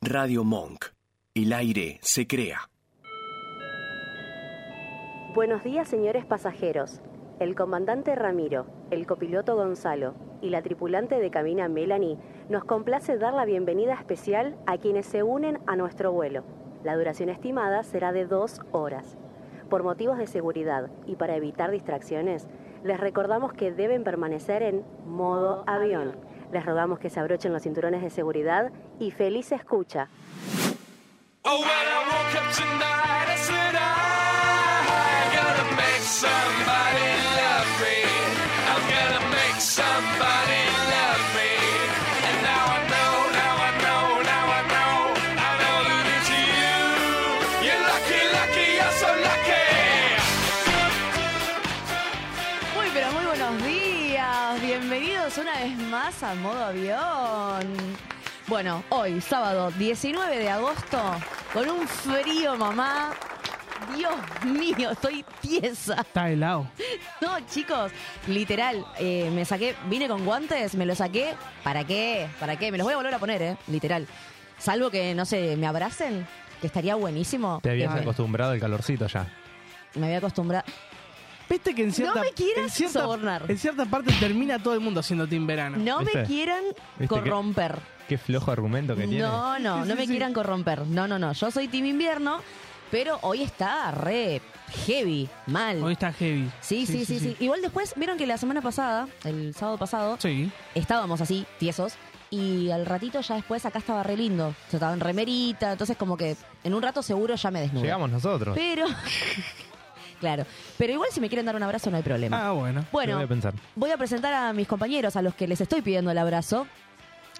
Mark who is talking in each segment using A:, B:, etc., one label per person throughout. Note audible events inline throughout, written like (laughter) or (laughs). A: Radio Monk. El aire se crea.
B: Buenos días, señores pasajeros. El comandante Ramiro, el copiloto Gonzalo y la tripulante de cabina Melanie nos complace dar la bienvenida especial a quienes se unen a nuestro vuelo. La duración estimada será de dos horas. Por motivos de seguridad y para evitar distracciones, les recordamos que deben permanecer en modo avión. Les rogamos que se abrochen los cinturones de seguridad y feliz escucha.
C: Oh, when I woke up tonight, I said I gotta make somebody love me. I'm gonna make somebody love me. And now I know, now I know, now I know, I know that it's you. You're lucky, lucky, you're so lucky.
D: Muy, pero muy buenos días. Bienvenidos una vez más a modo avión. Bueno, hoy, sábado 19 de agosto, con un frío, mamá. Dios mío, estoy tiesa.
E: Está helado.
D: No, chicos, literal, eh, me saqué, vine con guantes, me los saqué. ¿Para qué? ¿Para qué? Me los voy a volver a poner, ¿eh? Literal. Salvo que, no sé, me abracen, que estaría buenísimo.
F: Te habías
D: Ay,
F: acostumbrado al calorcito ya.
D: Me había acostumbrado.
E: Viste que en cierta,
D: me quieras
E: en cierta,
D: sobornar.
E: en cierta parte termina todo el mundo haciendo team verano.
D: No me
F: ¿Viste?
D: quieran
F: ¿Viste que-
D: corromper.
F: Qué flojo argumento que tiene.
D: No, no,
E: Sí,
D: no
E: sí,
D: me
E: sí.
D: quieran corromper. No, no, no. Yo soy Team Invierno, pero hoy está re heavy, mal.
E: Hoy está heavy.
D: sí, sí, sí, sí, Igual después, vieron que la semana pasada, el sábado pasado,
E: Sí.
D: estábamos así, tiesos. Y al ratito ya después acá estaba re lindo. Yo estaba en remerita, entonces como que en un rato seguro ya me desnudo.
F: Llegamos nosotros.
D: Pero, (laughs) claro. Pero igual si me quieren dar un abrazo no hay problema.
E: Ah, bueno.
F: Lo
D: bueno, Eh,
F: voy a pensar.
D: Voy a presentar a mis compañeros, a los que les estoy pidiendo el abrazo.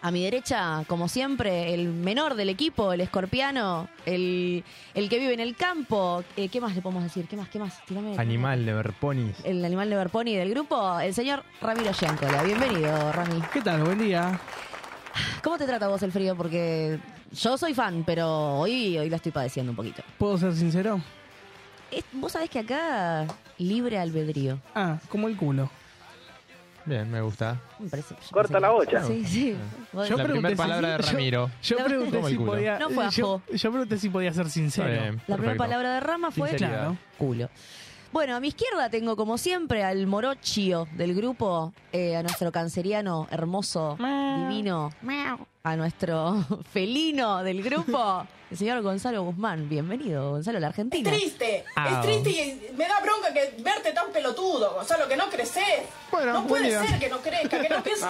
D: A mi derecha, como siempre, el menor del equipo, el escorpiano, el, el que vive en el campo. Eh, ¿Qué más le podemos decir? ¿Qué más? ¿Qué más? Tirame-
F: Animal de Verponis.
D: El animal de Berponi del grupo, el señor Ramiro Yancola. Bienvenido, Rami.
E: ¿Qué tal? Buen día.
D: ¿Cómo te trata vos el frío? Porque yo soy fan, pero hoy, hoy la estoy padeciendo un poquito.
E: ¿Puedo ser sincero?
D: Es- vos sabés que acá libre albedrío.
E: Ah, como el culo.
F: Bien, me gusta.
D: Me parece- yo pensé
G: Corta la
D: que-
G: bocha.
D: Sí, sí. Vos-
F: La
E: pregunté
F: primer palabra de
E: yo-
F: Ramiro.
E: Yo,
D: La-
E: pregunté
F: Como el
E: si
F: culo.
E: podía.
D: No fue a
E: yo, yo pregunté si podía ser sincero.
F: Está bien,
D: La primera
F: perfecto.
D: palabra de Rama fue
F: Sinceridad.
E: Claro.
D: culo. Bueno, a mi izquierda tengo como siempre al morochio del grupo, eh, a nuestro canceriano hermoso, divino, a nuestro (laughs) felino del grupo, el señor Gonzalo Guzmán. Bienvenido, Gonzalo, a la Argentina.
H: triste,
F: Au.
H: es triste y me da bronca que verte tan pelotudo, Gonzalo, que no creces.
F: Bueno,
H: no puede
F: buen día.
H: ser que no crezca, que no pienses.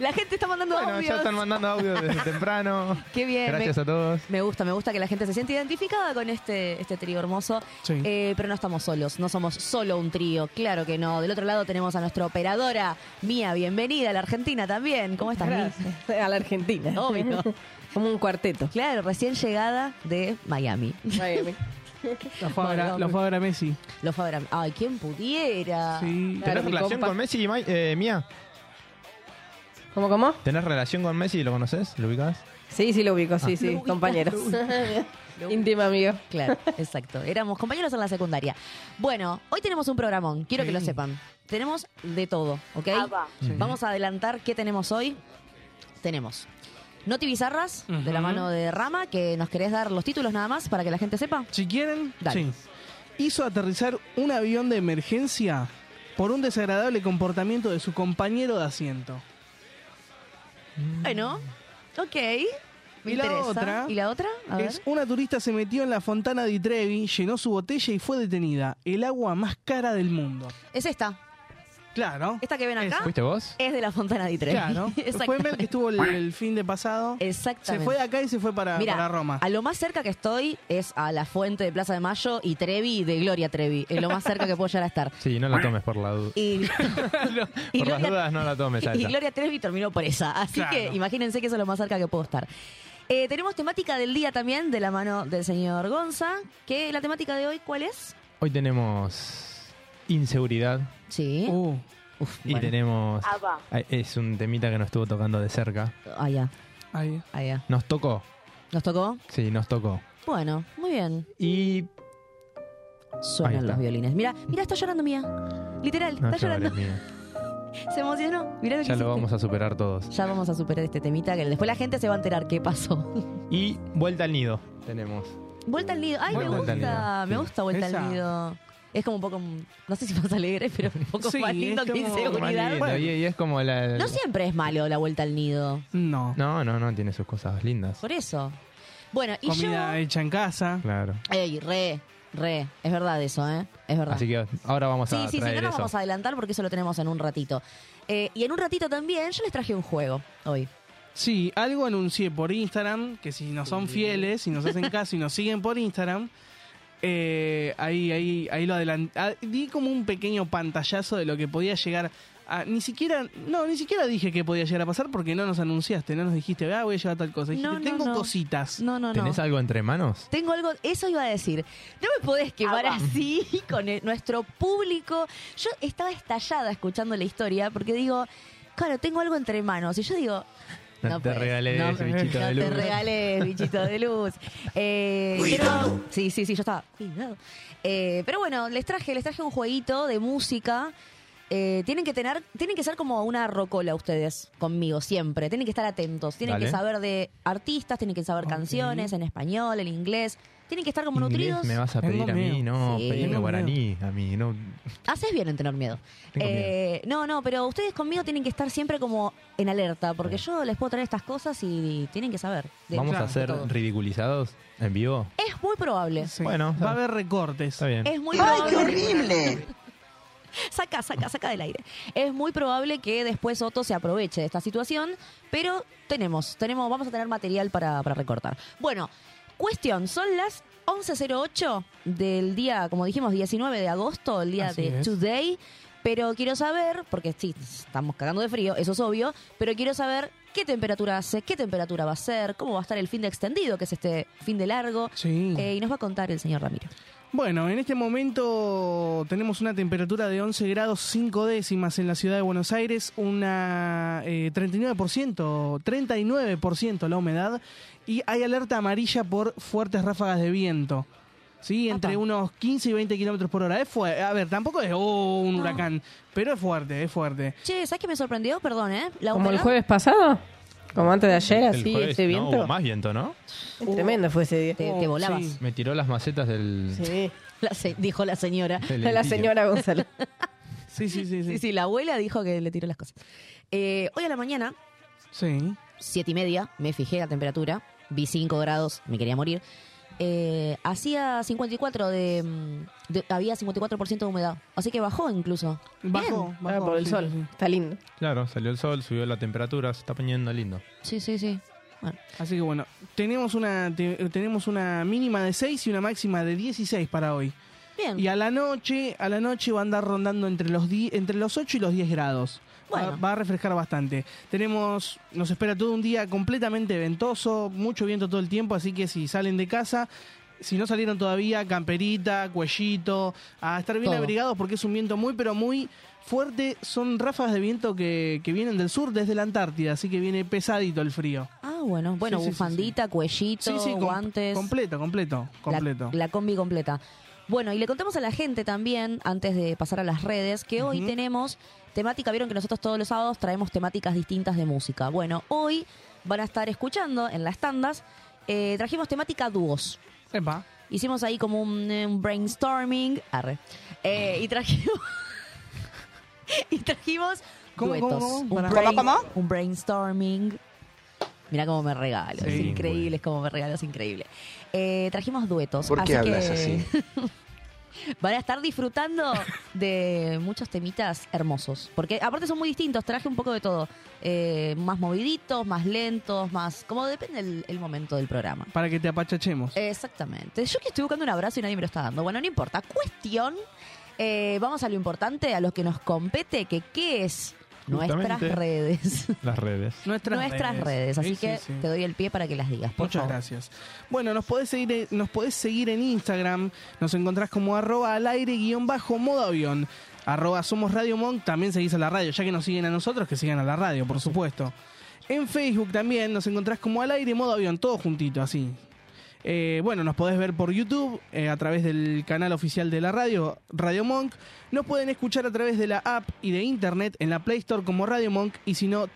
D: La gente está mandando
F: Bueno, ya
D: audios.
F: están mandando audio
D: (laughs)
F: desde temprano.
D: Qué bien.
F: Gracias
D: me-
F: a todos.
D: Me gusta, me gusta que la gente se siente identificada con este, este trío hermoso.
E: Sí.
D: Eh, pero no estamos solos, no somos solo un trío, claro que no. Del otro lado tenemos a nuestra operadora, Mía, bienvenida a la Argentina también. ¿Cómo estás, Mía?
I: (laughs) A la Argentina.
D: Obvio.
E: (laughs)
I: Como un cuarteto.
D: Claro, recién llegada de Miami.
I: Miami.
E: Lo fue a ver a-
D: Bueno.
E: lo fue a ver a Messi.
D: Los Fabra- Ay, ¿quién pudiera?
E: Sí.
I: Claro,
F: ¿Tenés
I: mi
F: relación
I: compa.
F: con Messi y Mai- eh, Mía?
I: ¿Cómo, cómo?
F: ¿Tenés relación con Messi y lo conoces? ¿Lo ubicás?
I: Sí, sí, Ah. lo ubico, sí, sí, compañeros. (laughs) Íntima amigo.
D: Claro,
E: (laughs)
D: exacto. Éramos compañeros en la secundaria. Bueno, hoy tenemos un programón, quiero que lo
E: Sí.
D: sepan. Tenemos de todo, ¿ok?
B: Ah, va.
F: Sí.
D: Vamos a adelantar qué tenemos hoy. Tenemos Noti Bizarras, de la
E: Ujú.
D: mano de Rama, que nos querés dar los títulos nada más para que la gente sepa.
E: Si quieren,
D: Dale.
E: sí. Hizo aterrizar un avión de emergencia por un desagradable comportamiento de su compañero de asiento.
D: Bueno, ok. Me
E: Y la
D: interesa.
E: otra
D: ¿Y la otra? A ver.
E: Es una turista se metió en la fontana di Trevi, llenó su botella y fue detenida. El agua más cara del mundo.
D: Es esta.
E: Claro.
D: Esta que ven acá
F: ¿Fuiste vos?
D: es de la Fontana di Trevi.
E: Claro. Fue Mel
D: (laughs)
E: que
D: Exactamente.
E: estuvo el, el fin de pasado. Se
D: Exactamente.
E: fue de acá y se fue para,
D: Mira,
E: para Roma.
D: a lo más cerca que estoy es a la fuente de Plaza de Mayo y Trevi de Gloria Trevi. Es lo más cerca que puedo llegar a estar.
F: Sí, no la tomes por la duda.
E: (laughs)
D: Y, y
F: Por las dudas no la tomes. a
D: y
F: esa.
D: Gloria Trevi terminó presa. Así
E: Claro.
D: que imagínense que eso es lo más cerca que puedo estar. Eh, tenemos temática del día también de la mano del señor Gonza. Que la temática de hoy, ¿cuál es?
F: Hoy tenemos inseguridad
D: Sí.
E: Uh,
D: Uf,
F: y
D: bueno.
F: tenemos...
B: Ah, va.
F: Ay, Es un temita que nos estuvo tocando de cerca.
D: Allá,
E: ahí.
D: allá.
F: Nos tocó.
D: ¿Nos tocó?
F: Sí, nos tocó.
D: Bueno, muy bien.
F: Y Ahí
D: Suenan
F: está.
D: los violines. Mira, mira, está llorando Mía. Literal,
F: No
D: está llorando.
F: llores, mía.
D: Se emocionó. Mirá lo que
F: Ya lo
D: hiciste.
F: vamos a superar todos.
D: Ya vamos a superar este temita que después la gente se va a enterar qué pasó.
F: Y vuelta al nido tenemos.
D: Vuelta al nido. Ay, me
F: Vuelta al
D: gusta.
F: nido,
D: Me
F: sí.
D: gusta Vuelta
E: Esa.
D: al nido. Es como un poco, no sé si más (laughs) alegre, pero un poco
E: Sí,
D: más lindo
E: es
D: que
E: como-
D: inseguridad.
F: Lindo, Y, y es como la...
D: Ah, No siempre es malo la Vuelta al nido.
E: No.
F: No, no, no, tiene sus cosas lindas.
D: Por eso. Bueno, y
E: Comida
D: yo...
E: hecha en casa.
F: Claro.
D: Ey, re, re. Es verdad eso, ¿eh? Es verdad.
F: Así que ahora vamos
D: Sí,
F: a
D: sí, sí,
F: traer
D: no nos
F: eso.
D: vamos a adelantar porque eso lo tenemos en un ratito. Eh, y en un ratito también yo les traje un juego hoy.
E: Sí, algo anuncié por Instagram, que si nos son fieles, si nos hacen caso y nos siguen por Instagram, eh, ahí, ahí, ahí lo adelanté. Di como un pequeño pantallazo de lo que podía llegar a... Ni siquiera, no, ni siquiera dije que podía llegar a pasar porque no nos anunciaste, no nos dijiste, ah, voy a llevar tal cosa. Dijiste,
D: No, no,
E: tengo
D: no.
E: cositas.
D: No, no, no.
F: ¿Tenés algo entre manos?
D: Tengo algo, eso iba a decir. No me podés quemar
I: Ah, va.
D: así (laughs) con el- nuestro público. Yo estaba estallada escuchando la historia porque digo, claro, tengo algo entre manos. Y yo digo,
F: No
D: no,
F: te
D: puede-
F: regales,
D: no,
F: bichito
D: no
F: de luz.
D: te regales, bichito de
F: (laughs)
D: luz. Eh, pero- sí, sí, sí, yo estaba. cuidado. Eh, pero bueno, les traje, les traje un jueguito de música. Eh, tienen que tener, tienen que ser como una rocola ustedes conmigo siempre. Tienen que estar atentos. Tienen
F: Dale.
D: que saber de artistas, tienen que saber canciones en español, en inglés. Tienen que estar como
F: Inglés
D: nutridos.
F: me vas a
E: Tengo
F: pedir a mí,
E: miedo.
F: no,
D: Sí.
F: pedime
E: Tengo
F: guaraní a mí, no.
D: Haces bien en tener miedo.
F: Tengo
D: Eh, No, no, pero ustedes conmigo tienen que estar siempre como en alerta, porque
F: Sí.
D: yo les puedo traer estas cosas y tienen que saber. de-
F: ¿Vamos a
D: de
F: ser
D: todo.
F: ridiculizados en vivo?
D: Es muy probable.
E: Sí.
F: Bueno,
E: va
F: está-
E: a haber recortes.
F: Está bien.
D: Es muy probable. ¡Ay, qué horrible! (laughs) saca, saca, saca del aire. Es muy probable que después Otto se aproveche de esta situación, pero tenemos, tenemos, vamos a tener material para, para recortar. Bueno, cuestión, son las 11.08 del día, como dijimos, 19 de agosto, el día
E: Así
D: de
E: es.
D: Today, pero quiero saber, porque sí, estamos cagando de frío, eso es obvio, pero quiero saber qué temperatura hace, qué temperatura va a ser, cómo va a estar el fin de extendido, que es este fin de largo,
E: Sí.
D: eh, y nos va a contar el señor Ramiro.
E: Bueno, en este momento tenemos una temperatura de 11 grados 5 décimas en la ciudad de Buenos Aires, una eh, 39%, 39% la humedad y hay alerta amarilla por fuertes ráfagas de viento. Sí, entre
D: Apa.
E: unos 15 y 20 kilómetros por hora. Es fuerte. A ver, tampoco es oh, un huracán, pero es fuerte, es fuerte.
D: Che, ¿sabes qué me sorprendió? Perdón, ¿eh? La
I: Como el
D: humedad.
I: jueves pasado, como antes de ayer,
F: El
I: así,
F: jueves
I: ese
F: no
I: viento.
F: hubo más viento, ¿no?
I: Es Tremendo fue ese día.
D: Te, te volabas.
E: Sí.
F: Me tiró las macetas del...
I: Sí.
D: (laughs) La se- dijo la señora.
F: del
I: La
F: edificio.
I: señora (laughs) Gonzalo.
E: Sí, sí,
D: Sí,
E: sí, sí.
D: sí, la abuela dijo que le tiró las cosas. Eh, hoy a la mañana,
E: Sí.
D: siete y media, me fijé la temperatura. Vi 5 grados, me quería morir. Eh, hacía 54 de, mm, de- Había 54% de humedad. Así que bajó incluso.
E: Bajó,
D: Bien.
I: Ah,
E: bajó,
I: por el
E: sí,
I: sol.
E: sí, sí.
I: Está lindo.
F: Claro, salió el sol, subió la temperatura, se está poniendo lindo.
D: Sí, sí, sí.
E: Así que bueno, tenemos una, te- tenemos una mínima de 6 y una máxima de 16 para hoy.
D: Bien.
E: Y a la noche, a la noche va a andar rondando entre los di- entre los 8 y los 10 grados. Va-
D: Bueno.
E: Va, a refrescar bastante. Tenemos, nos espera todo un día completamente ventoso, mucho viento todo el tiempo, así que si salen de casa, si no salieron todavía, camperita, cuellito, a estar bien
D: Todo.
E: abrigados porque es un viento muy pero muy fuerte. Son ráfagas de viento que, que vienen del sur, desde la Antártida, así que viene pesadito el frío.
D: Ah, bueno. Bueno,
E: Sí, sí, sí,
D: bufandita, cuellito,
E: com-
D: guantes.
E: completo, completo,
D: La-
E: completo.
D: La, combi completa. Bueno, y le contamos a la gente también, antes de pasar a las redes, que hoy tenemos temática. Vieron que nosotros todos los sábados traemos temáticas distintas de música. Bueno, hoy van a estar escuchando en las tandas. eh, trajimos temática dúos.
E: Epa.
D: Hicimos ahí como un, eh, un brainstorming. Arre. Eh, y trajimos. (laughs) y trajimos.
E: ¿Cómo, cómo,
D: duetos.
E: cómo?
D: Un
E: Pará.
D: brain- Un brainstorming. Mirá cómo me regalo. es
E: Sí,
D: increíble,
F: bueno.
D: es como me regalo, es increíble. Eh, trajimos duetos.
G: ¿Por qué
D: que
G: hablas así?
D: (laughs) Van a estar disfrutando de muchos temitas hermosos. Porque aparte son muy distintos, traje un poco de todo. Eh, más moviditos, más lentos, más. Como depende el, el momento del programa.
E: Para que te apachachemos.
D: Exactamente. Yo que estoy buscando un abrazo y nadie me lo está dando. Bueno, no importa. Cuestión. eh, vamos a lo importante, a lo que nos compete, que qué es nuestras
F: Justamente.
D: redes.
F: Las redes.
E: (laughs) Nuestras,
D: nuestras redes. Así
E: Sí, sí,
D: que
E: sí.
D: te doy el pie para que las digas. Por
E: Muchas
D: favor.
E: gracias. Bueno, nos podés, seguir, en- nos podés seguir en Instagram. Nos encontrás como arroba al aire guión bajo modo avión. Arroba somos Radio Monk. También seguís a la radio. Ya que nos siguen a nosotros, que sigan a la radio, por supuesto. En Facebook también nos encontrás como al aire modo avión. Todo juntito, así. Eh, bueno, nos podés ver por YouTube eh, a través del canal oficial de la radio, Radio Monk. Nos pueden escuchar a través de la app y de internet en la Play Store como Radio Monk y si no,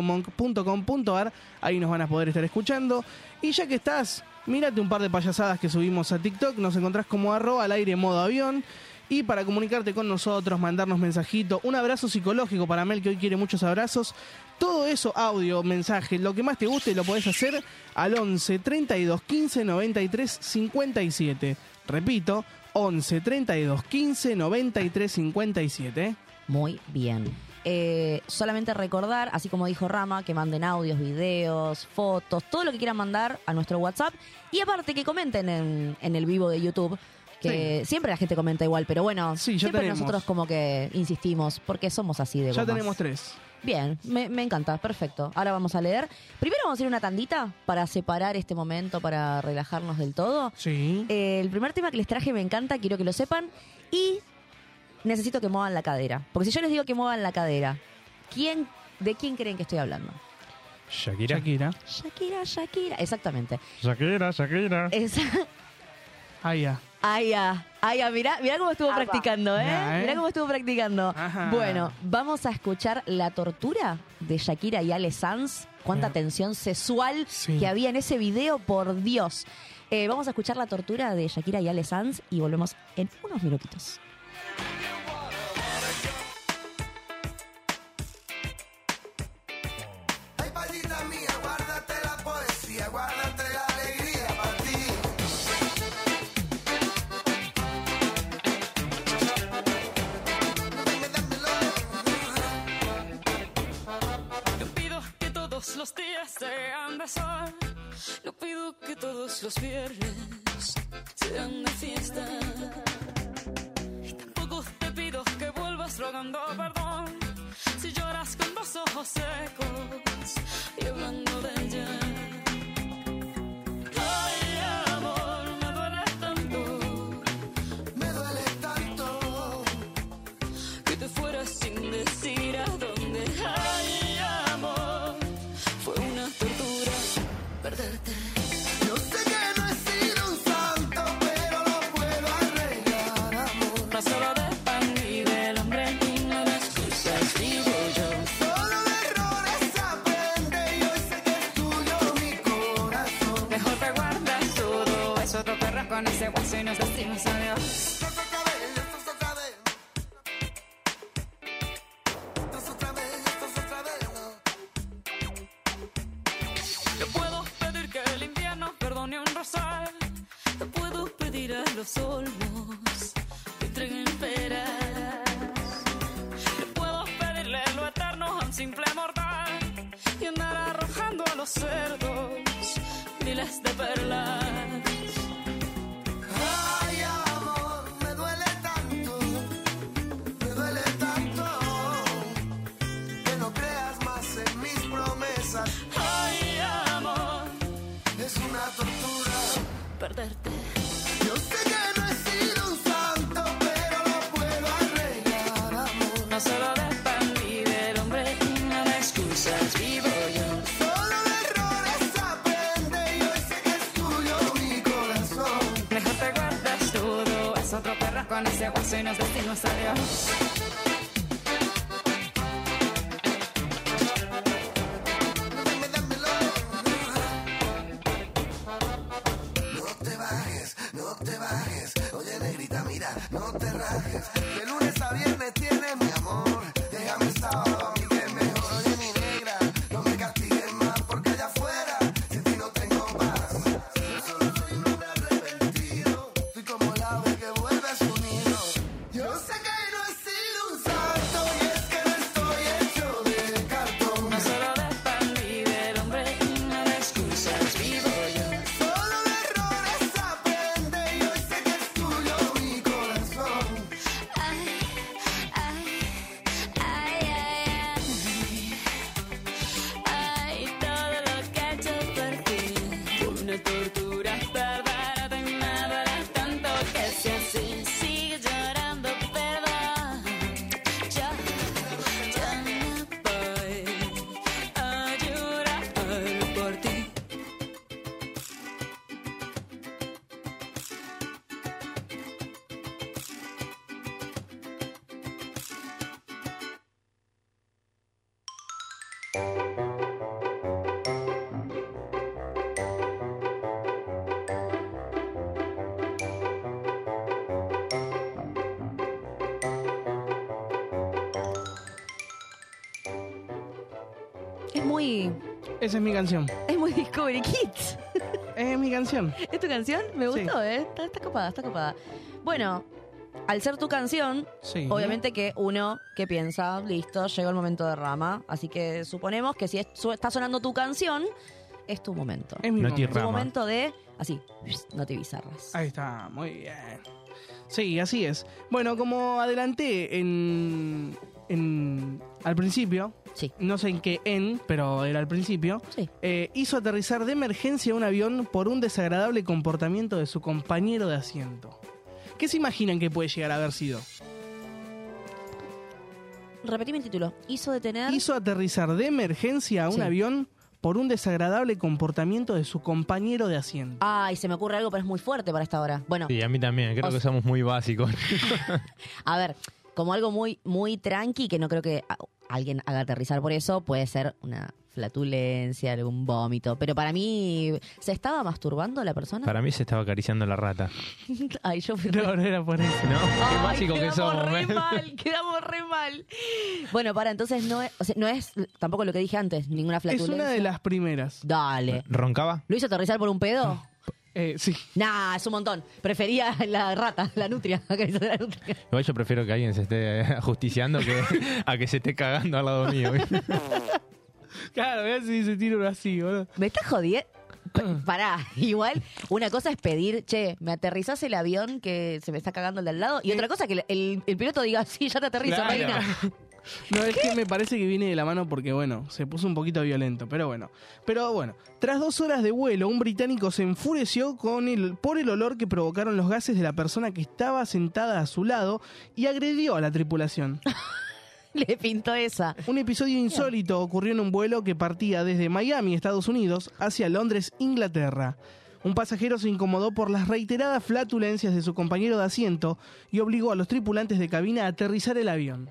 E: www.radiomonk.com.ar. Ahí nos van a poder estar escuchando. Y ya que estás, mírate un par de payasadas que subimos a TikTok. Nos encontrás como arroba al aire modo avión. Y para comunicarte con nosotros, mandarnos mensajito, un abrazo psicológico para Mel que hoy quiere muchos abrazos. Todo eso, audio, mensaje, lo que más te guste, lo podés hacer al 11 32 15 93 57. Repito, 11 32 15 93 57.
D: Muy bien. Eh, solamente recordar, así como dijo Rama, que manden audios, videos, fotos, todo lo que quieran mandar a nuestro WhatsApp. Y aparte que comenten en, en el vivo de YouTube. Que siempre la gente comenta igual, pero bueno,
E: Sí, ya
D: siempre
E: tenemos.
D: nosotros como que insistimos, porque somos así de
E: Ya
D: gomas.
E: tenemos tres.
D: Bien, me, me encanta, perfecto. Ahora vamos a leer. Primero vamos a ir una tandita para separar este momento, para relajarnos del todo.
E: Sí.
D: Eh, el primer tema que les traje me encanta, quiero que lo sepan. Y necesito que muevan la cadera. Porque si yo les digo que muevan la cadera, ¿quién, ¿de quién creen que estoy hablando?
F: Shakira.
E: Shakira.
D: Shakira, Shakira. Exactamente.
F: Shakira, Shakira.
D: Esa,
E: Ah, ya.
D: Aya, Aya, mirá, mirá cómo estuvo
B: Apa.
D: practicando, ¿eh?
E: Mirá, ¿eh?
D: Mirá cómo estuvo practicando.
E: Ajá.
D: Bueno, vamos a escuchar la tortura de Shakira y Ale Sanz. Cuánta
E: Bien.
D: tensión sexual
E: Sí.
D: que había en ese video, por Dios. Eh, vamos a escuchar la tortura de Shakira y Ale Sanz y volvemos en unos minutitos.
G: Ay, palita mía, guárdate la poesía, guárdate la alegría para ti. Dame, dámelo.
J: Yo pido que todos los días sean de sol. Yo pido que todos los viernes sean de fiesta. Y tampoco te pido que vuelvas rogando perdón. Si lloras con dos ojos secos y hablando de ella. Ay, amor, me duele tanto
G: Me duele tanto.
J: que te fueras sin decir a dónde. Ay, amor, fue una tortura perderte.
G: Yo sé que no he sido un santo, pero lo puedo arreglar, amor.
J: No solo de pan y del hombre y no de excusas, digo yo.
G: Solo de errores aprende y hoy sé que es tuyo mi corazón.
J: Mejor te guardas todo eso, te perras con ese hueso y nos decimos adiós.
G: Esto es otra vez, esto es otra vez. Esto es otra vez, esto es otra vez.
J: Yo puedo pedir que el invierno perdone un rosal. Yo puedo pedir a los olmos que entreguen peras. Yo puedo pedirle lo eterno a un simple mortal y andar arrojando a los cerdos miles de perlas.
G: Ay, amor, me duele tanto, me duele tanto que no creas más en mis promesas.
J: Ay, amor,
G: Es una tortura.
J: perderte.
G: Yo sé que no he sido un santo, pero lo puedo arreglar, amor.
J: No solo de pan y del hombre, no de excusas vivo yo.
G: Solo de errores aprende y hoy sé que es tuyo mi corazón.
J: Mejor te guardas todo, es otro perro con ese hueso y nos decimos adiós.
G: Dame, dámelo. No te bajes, no te bajes. Oye, negrita, mira, no te rajes. De lunes a viernes tienes mi amor. Déjame el sábado, a mí que es mejor. Oye, mi negra, no me castigues más porque allá afuera, sin ti no tengo paz. Yo solo soy un hombre arrepentido. Soy como el ave que vuelve a su nido. Yo sé que no he sido un santo y es que no estoy hecho de cartón.
J: No solo de pan y del hombre, no de excusas vivo yo.
G: Solo de errores aprende y hoy sé que es tuyo mi corazón.
J: Ay,
D: muy.
E: Esa es mi canción.
D: Es muy Discovery Kids.
E: Es mi canción.
D: ¿Es tu canción? Me
E: Sí.
D: gustó, ¿eh? Está, está copada, está copada. Bueno, al ser tu canción,
E: Sí.
D: obviamente que uno que piensa, listo, llegó el momento de rama. Así que suponemos que si es- su- está sonando tu canción, es tu momento.
E: Es mi
F: No te
E: momento.
D: Tu
F: rama.
D: momento de. Así, no te bizarras.
E: Ahí está, muy bien. Sí, así es. Bueno, como adelanté en, en- al principio,
D: Sí.
E: no sé en qué en, pero era al principio,
D: Sí.
E: eh, hizo aterrizar de emergencia un avión por un desagradable comportamiento de su compañero de asiento. ¿Qué se imaginan que puede llegar a haber sido?
D: Repetime el título. Hizo detener.
E: Hizo aterrizar de emergencia a un
D: Sí.
E: avión por un desagradable comportamiento de su compañero de asiento.
D: Ay, se me ocurre algo, pero es muy fuerte para esta hora. Bueno,
F: Sí, a mí también. Creo
D: O
F: que
D: sea-
F: somos muy básicos.
D: a ver, como algo muy, muy tranqui, que no creo que a- alguien haga aterrizar por eso, puede ser una flatulencia, algún vómito. Pero para mí, ¿se estaba masturbando la persona?
F: Para mí se estaba acariciando la rata.
D: Ay, yo fui re-
E: No, no era por eso.
F: ¿No? Qué
D: Ay,
F: básico que
D: quedamos
F: somos. ¿eh?
D: re
F: ¿ves? (laughs)
D: mal, quedamos re mal. Bueno, para, entonces no es, o sea, no es tampoco lo que dije antes, ninguna
E: Es
D: flatulencia.
E: una de las primeras.
D: Dale.
F: ¿Roncaba?
D: ¿Lo hizo aterrizar por un pedo?
E: Eh, sí. (laughs)
D: Nah, es un montón. Prefería la rata, la nutria. (laughs) acariciar a la nutria.
F: Igual yo prefiero que alguien se esté eh, justiciando que a que se esté cagando al lado mío. ¿viste?
E: Claro, vean si se tira uno así, boludo.
D: Me estás
E: (clears throat)
D: jodiendo. Pa- Pará, igual una cosa es pedir, che, me aterrizás el avión que se me está cagando el de al lado, y otra cosa que el, el- el piloto diga, sí, ya te aterrizo,
F: Claro.
D: reina.
E: No, es que me parece que viene de la mano porque, bueno, se puso un poquito violento, pero bueno. Pero bueno, tras dos horas de vuelo, un británico se enfureció con el, por el olor que provocaron los gases de la persona que estaba sentada a su lado y agredió a la tripulación.
D: (laughs) Le pintó esa.
E: Un episodio insólito ocurrió en un vuelo que partía desde Miami, Estados Unidos, hacia Londres, Inglaterra. Un pasajero se incomodó por las reiteradas flatulencias de su compañero de asiento y obligó a los tripulantes de cabina a aterrizar el avión.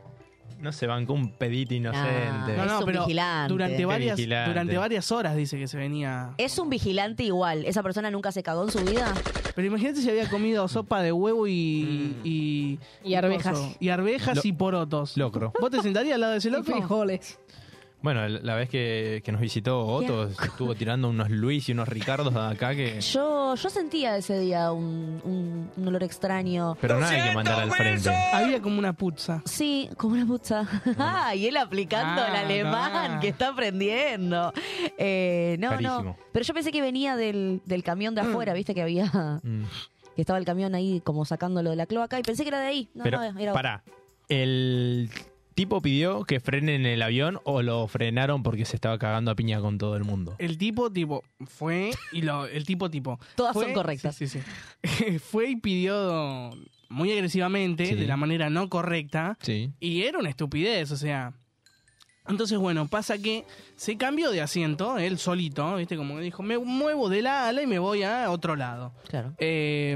F: No se bancó un pedito inocente.
D: No, no. Es un vigilante.
E: durante
D: Qué
E: varias,
F: vigilante.
E: durante varias horas dice que se venía.
D: Es un vigilante igual, esa persona nunca se cagó en su vida.
E: Pero imagínate si había comido sopa de huevo y. Y,
I: Y arvejas.
E: coso, Y arvejas
F: Mm. Lo-
E: y porotos.
F: Locro.
E: ¿Vos te sentarías al lado de ese
I: Y
E: loco?
I: frijoles.
F: Bueno, la vez que, que nos visitó Otto, estuvo tirando unos Luis y unos Ricardos de acá que.
D: Yo, yo sentía ese día un, un- un olor extraño.
F: Pero nada hay que mandar al frente.
E: Había como una putza.
D: Sí, como una putza. (laughs) Ah, y él aplicando
E: Ah,
D: el alemán
E: no.
D: que está aprendiendo. Eh, no, no.
F: Carísimo.
D: Pero yo pensé que venía del, del camión
E: Mm.
D: de afuera, viste que había.
F: Mm.
D: Que estaba el camión ahí como sacándolo de la cloaca y pensé que era de ahí. No,
F: Pero,
D: no, era
F: pará. ¿El tipo pidió que frenen el avión o lo frenaron porque se estaba cagando a piña con todo el mundo?
E: El tipo, tipo, fue y lo, el tipo, tipo.
D: Todas
E: fue-
D: son correctas.
E: Sí, sí, sí. (laughs) fue y pidió muy agresivamente,
F: Sí.
E: de la manera no correcta,
F: Sí.
E: y era una estupidez, o sea. Entonces, bueno, pasa que se cambió de asiento, él solito, ¿viste? Como que dijo, me muevo de la ala y me voy a otro lado.
D: Claro.
E: Eh,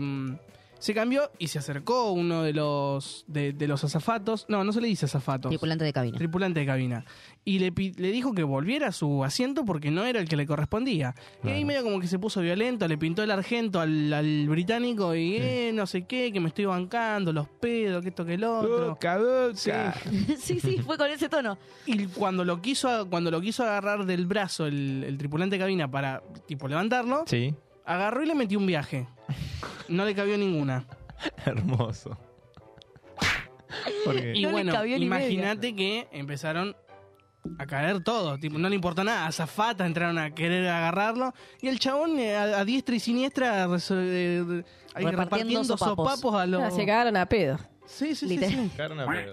E: se cambió y se acercó uno de los, de, de los azafatos. No, no se le dice azafatos.
D: Tripulante de cabina.
E: Tripulante de cabina. Y le, pi- le dijo que volviera a su asiento porque no era el que le correspondía. Y ahí
F: Claro.
E: medio como que se puso violento, le pintó el argento al, al británico y eh, no sé qué, que me estoy bancando, los pedos, que esto, que el otro. Sí.
D: (laughs) sí, sí, fue con ese tono.
E: Y cuando lo quiso, cuando lo quiso agarrar del brazo el, el tripulante de cabina para tipo levantarlo,
F: Sí.
E: agarró y le metió un viaje. No le cabió ninguna.
F: (laughs) Hermoso. Porque-
E: Y
D: No le
E: bueno,
D: cabió ni
E: imagínate que empezaron a caer todos, tipo, no le importó nada, azafatas entraron a querer agarrarlo y el chabón eh, a, a diestra y siniestra res- eh, re- ahí
D: Repartiendo
E: repartiendo
D: sopapos.
E: sopapos a los...
I: Ah, se cagaron a pedo.
E: Sí, sí, sí,
D: Literal.
E: sí.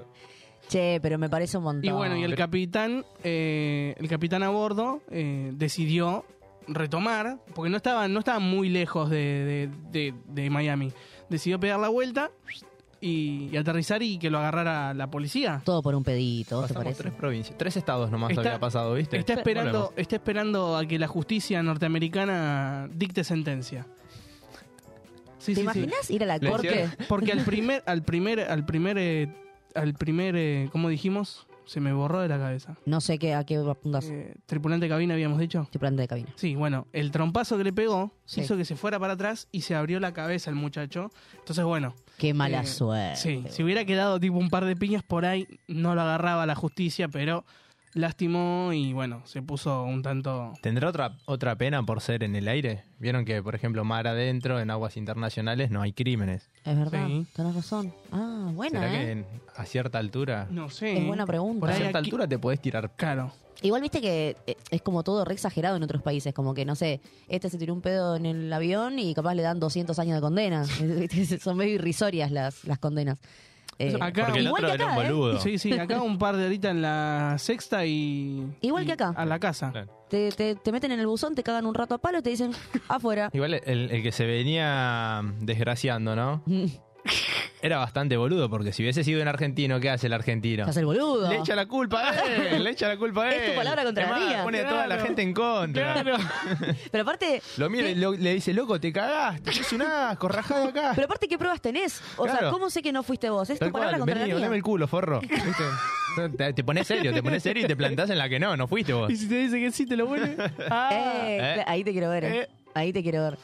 D: Che, pero me parece un montón.
E: Y bueno, y el capitán, eh, el capitán a bordo eh, decidió retomar, porque no estaban no estaban muy lejos de, de- de- de Miami, decidió pegar la vuelta y, y aterrizar y que lo agarrara la policía.
D: Todo por un pedito, ¿te
F: Pasamos
D: parece?
F: tres provincias, tres estados nomás había pasado, ¿viste?
E: Está esperando,
F: Volvemos.
E: está esperando a que la justicia norteamericana dicte sentencia.
D: ¿Te
E: Sí, sí, sí.
D: imaginas ir a la
F: Le
D: corte?
E: Porque al primer, al primer, al primer, eh, al primer, eh, ¿cómo dijimos? Se me borró de la cabeza.
D: No sé qué, a qué apuntas.
E: Eh, tripulante de cabina habíamos dicho.
D: Tripulante de cabina.
E: Sí, bueno, el trompazo que le pegó
D: Sí.
E: hizo que se fuera para atrás y se abrió la cabeza el muchacho. Entonces, bueno,
D: Qué mala
E: Eh,
D: suerte.
E: sí, si hubiera quedado tipo un par de piñas por ahí, no lo agarraba la justicia, pero lastimó y bueno, se puso un tanto...
F: ¿Tendrá otra, otra pena por ser en el aire? Vieron que, por ejemplo, mar adentro, en aguas internacionales, no hay crímenes.
D: Es verdad, tenés razón. Ah, buena,
F: ¿Será que
D: ¿eh?
F: en- a cierta altura?
E: No sé.
D: Es buena pregunta.
F: Por a cierta altura te podés tirar.
E: Claro.
D: Igual viste que eh, es como todo re exagerado en otros países, como que, no sé, este se tiró un pedo en el avión y capaz le dan 200 años de condena.
F: (laughs)
D: Viste, Son medio irrisorias las, las condenas. Eh, igual que acá, ¿eh?
E: Sí, sí, acá un par de horitas en la sexta y...
D: Igual que acá.
E: A la casa.
D: Te, te- te meten en el buzón, te cagan un rato a palo y te dicen, (laughs)
F: (laughs)
D: afuera.
F: Igual el, el que se venía desgraciando, (laughs) ¿no? Era bastante boludo, porque si hubiese sido un argentino, ¿qué hace el argentino?
D: Estás el boludo.
F: Le echa la culpa a él, le echa la culpa a él.
D: Es tu palabra contra
F: Es
D: la
F: más,
D: mía.
F: Pone a toda la
D: Claro.
F: gente en contra.
D: Pero aparte,
F: Lo mira y lo- le dice, loco, te cagaste, es un asco, rajá de acá.
D: pero aparte, ¿qué pruebas tenés? O sea,
F: Claro.
D: ¿cómo sé que no fuiste vos? Es tu
F: Tal cual,
D: palabra contra
F: vení,
D: la
F: olame
D: mía. Eh,
F: el culo, forro. ¿Viste? No, Te, te pones serio, te pones serio y te plantás en la que no, no fuiste vos.
E: Y si te dice que sí, te lo
D: (laughs)
E: vuelve. Ah,
D: Eh,
F: Eh.
D: cla- Ahí te quiero ver. eh.
E: Eh.
D: Ahí te quiero ver.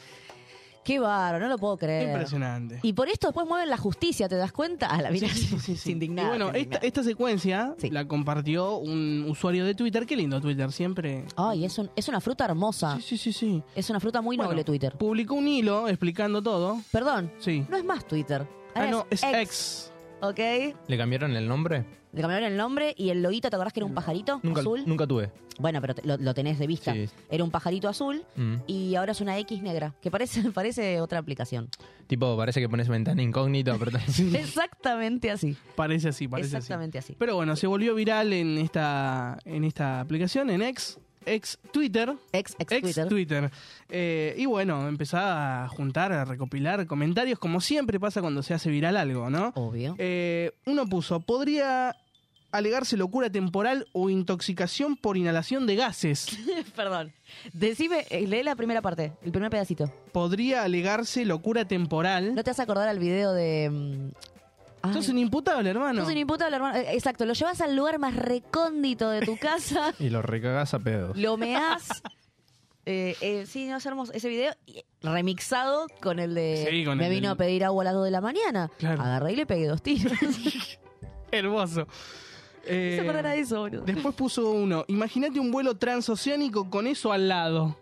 D: Qué bárbaro, no lo puedo creer.
E: impresionante.
D: Eh. Y por esto después mueven la justicia, ¿te das cuenta? Ah, la mina es indignada.
E: Y bueno, esta,
D: indignada.
E: esta secuencia la compartió un usuario de Twitter. Qué lindo Twitter, siempre.
D: Ay, es, un- es una fruta hermosa.
E: Sí, sí, sí.
D: Es una fruta muy
E: Bueno,
D: noble Twitter.
E: Publicó un hilo explicando todo.
D: Perdón,
E: Sí.
D: no es más Twitter. Ahora
E: Ah, no, es
D: ex,
E: ex.
D: ¿Ok?
F: ¿Le cambiaron el nombre?
D: Le cambiaron el nombre y el loguito, ¿te acordás que
E: Mm,
D: era un pajarito
F: Nunca,
D: azul?
F: nunca tuve.
D: Bueno, pero te- lo, lo tenés de vista.
F: Sí.
D: Era un pajarito azul
F: Mm.
D: y ahora es una X negra, que parece, (laughs) parece otra aplicación.
F: Tipo, parece que pones ventana incógnito, pero
D: Exactamente así.
E: Parece así, Mm. parece así.
D: Exactamente así.
E: Pero bueno, se volvió viral en esta, en esta aplicación, en ex, ex Twitter.
D: Ex, ex,
E: Ex
D: Twitter.
E: Twitter. Eh, y bueno, empezaba a juntar, a recopilar comentarios, como siempre pasa cuando se hace viral algo, ¿no?
D: Obvio.
E: Eh, uno puso, podría alegarse locura temporal o intoxicación por inhalación de gases.
D: (laughs) Perdón. Decime, eh, lee la primera parte, el primer pedacito.
E: Podría alegarse locura temporal.
D: No te vas a acordar al video de. mm, ay,
E: Sos un imputable, hermano.
D: sos un imputable, hermano. Eh, Exacto, lo llevas al lugar más recóndito de tu
E: (laughs)
D: casa,
F: (laughs) Y lo recagás a pedos.
D: lo meás. Eh, eh, sí, no es hermoso. Ese video y- remixado con el de.
E: Sí, con
D: me
E: el
D: vino
E: del-
D: a pedir agua a las 2 de la mañana.
E: Claro.
D: Agarré y le pegué dos tiros. (laughs)
E: Hermoso. Eh,
D: se acordará de eso, boludo.
E: Después puso uno, imagínate un vuelo transoceánico con eso al lado.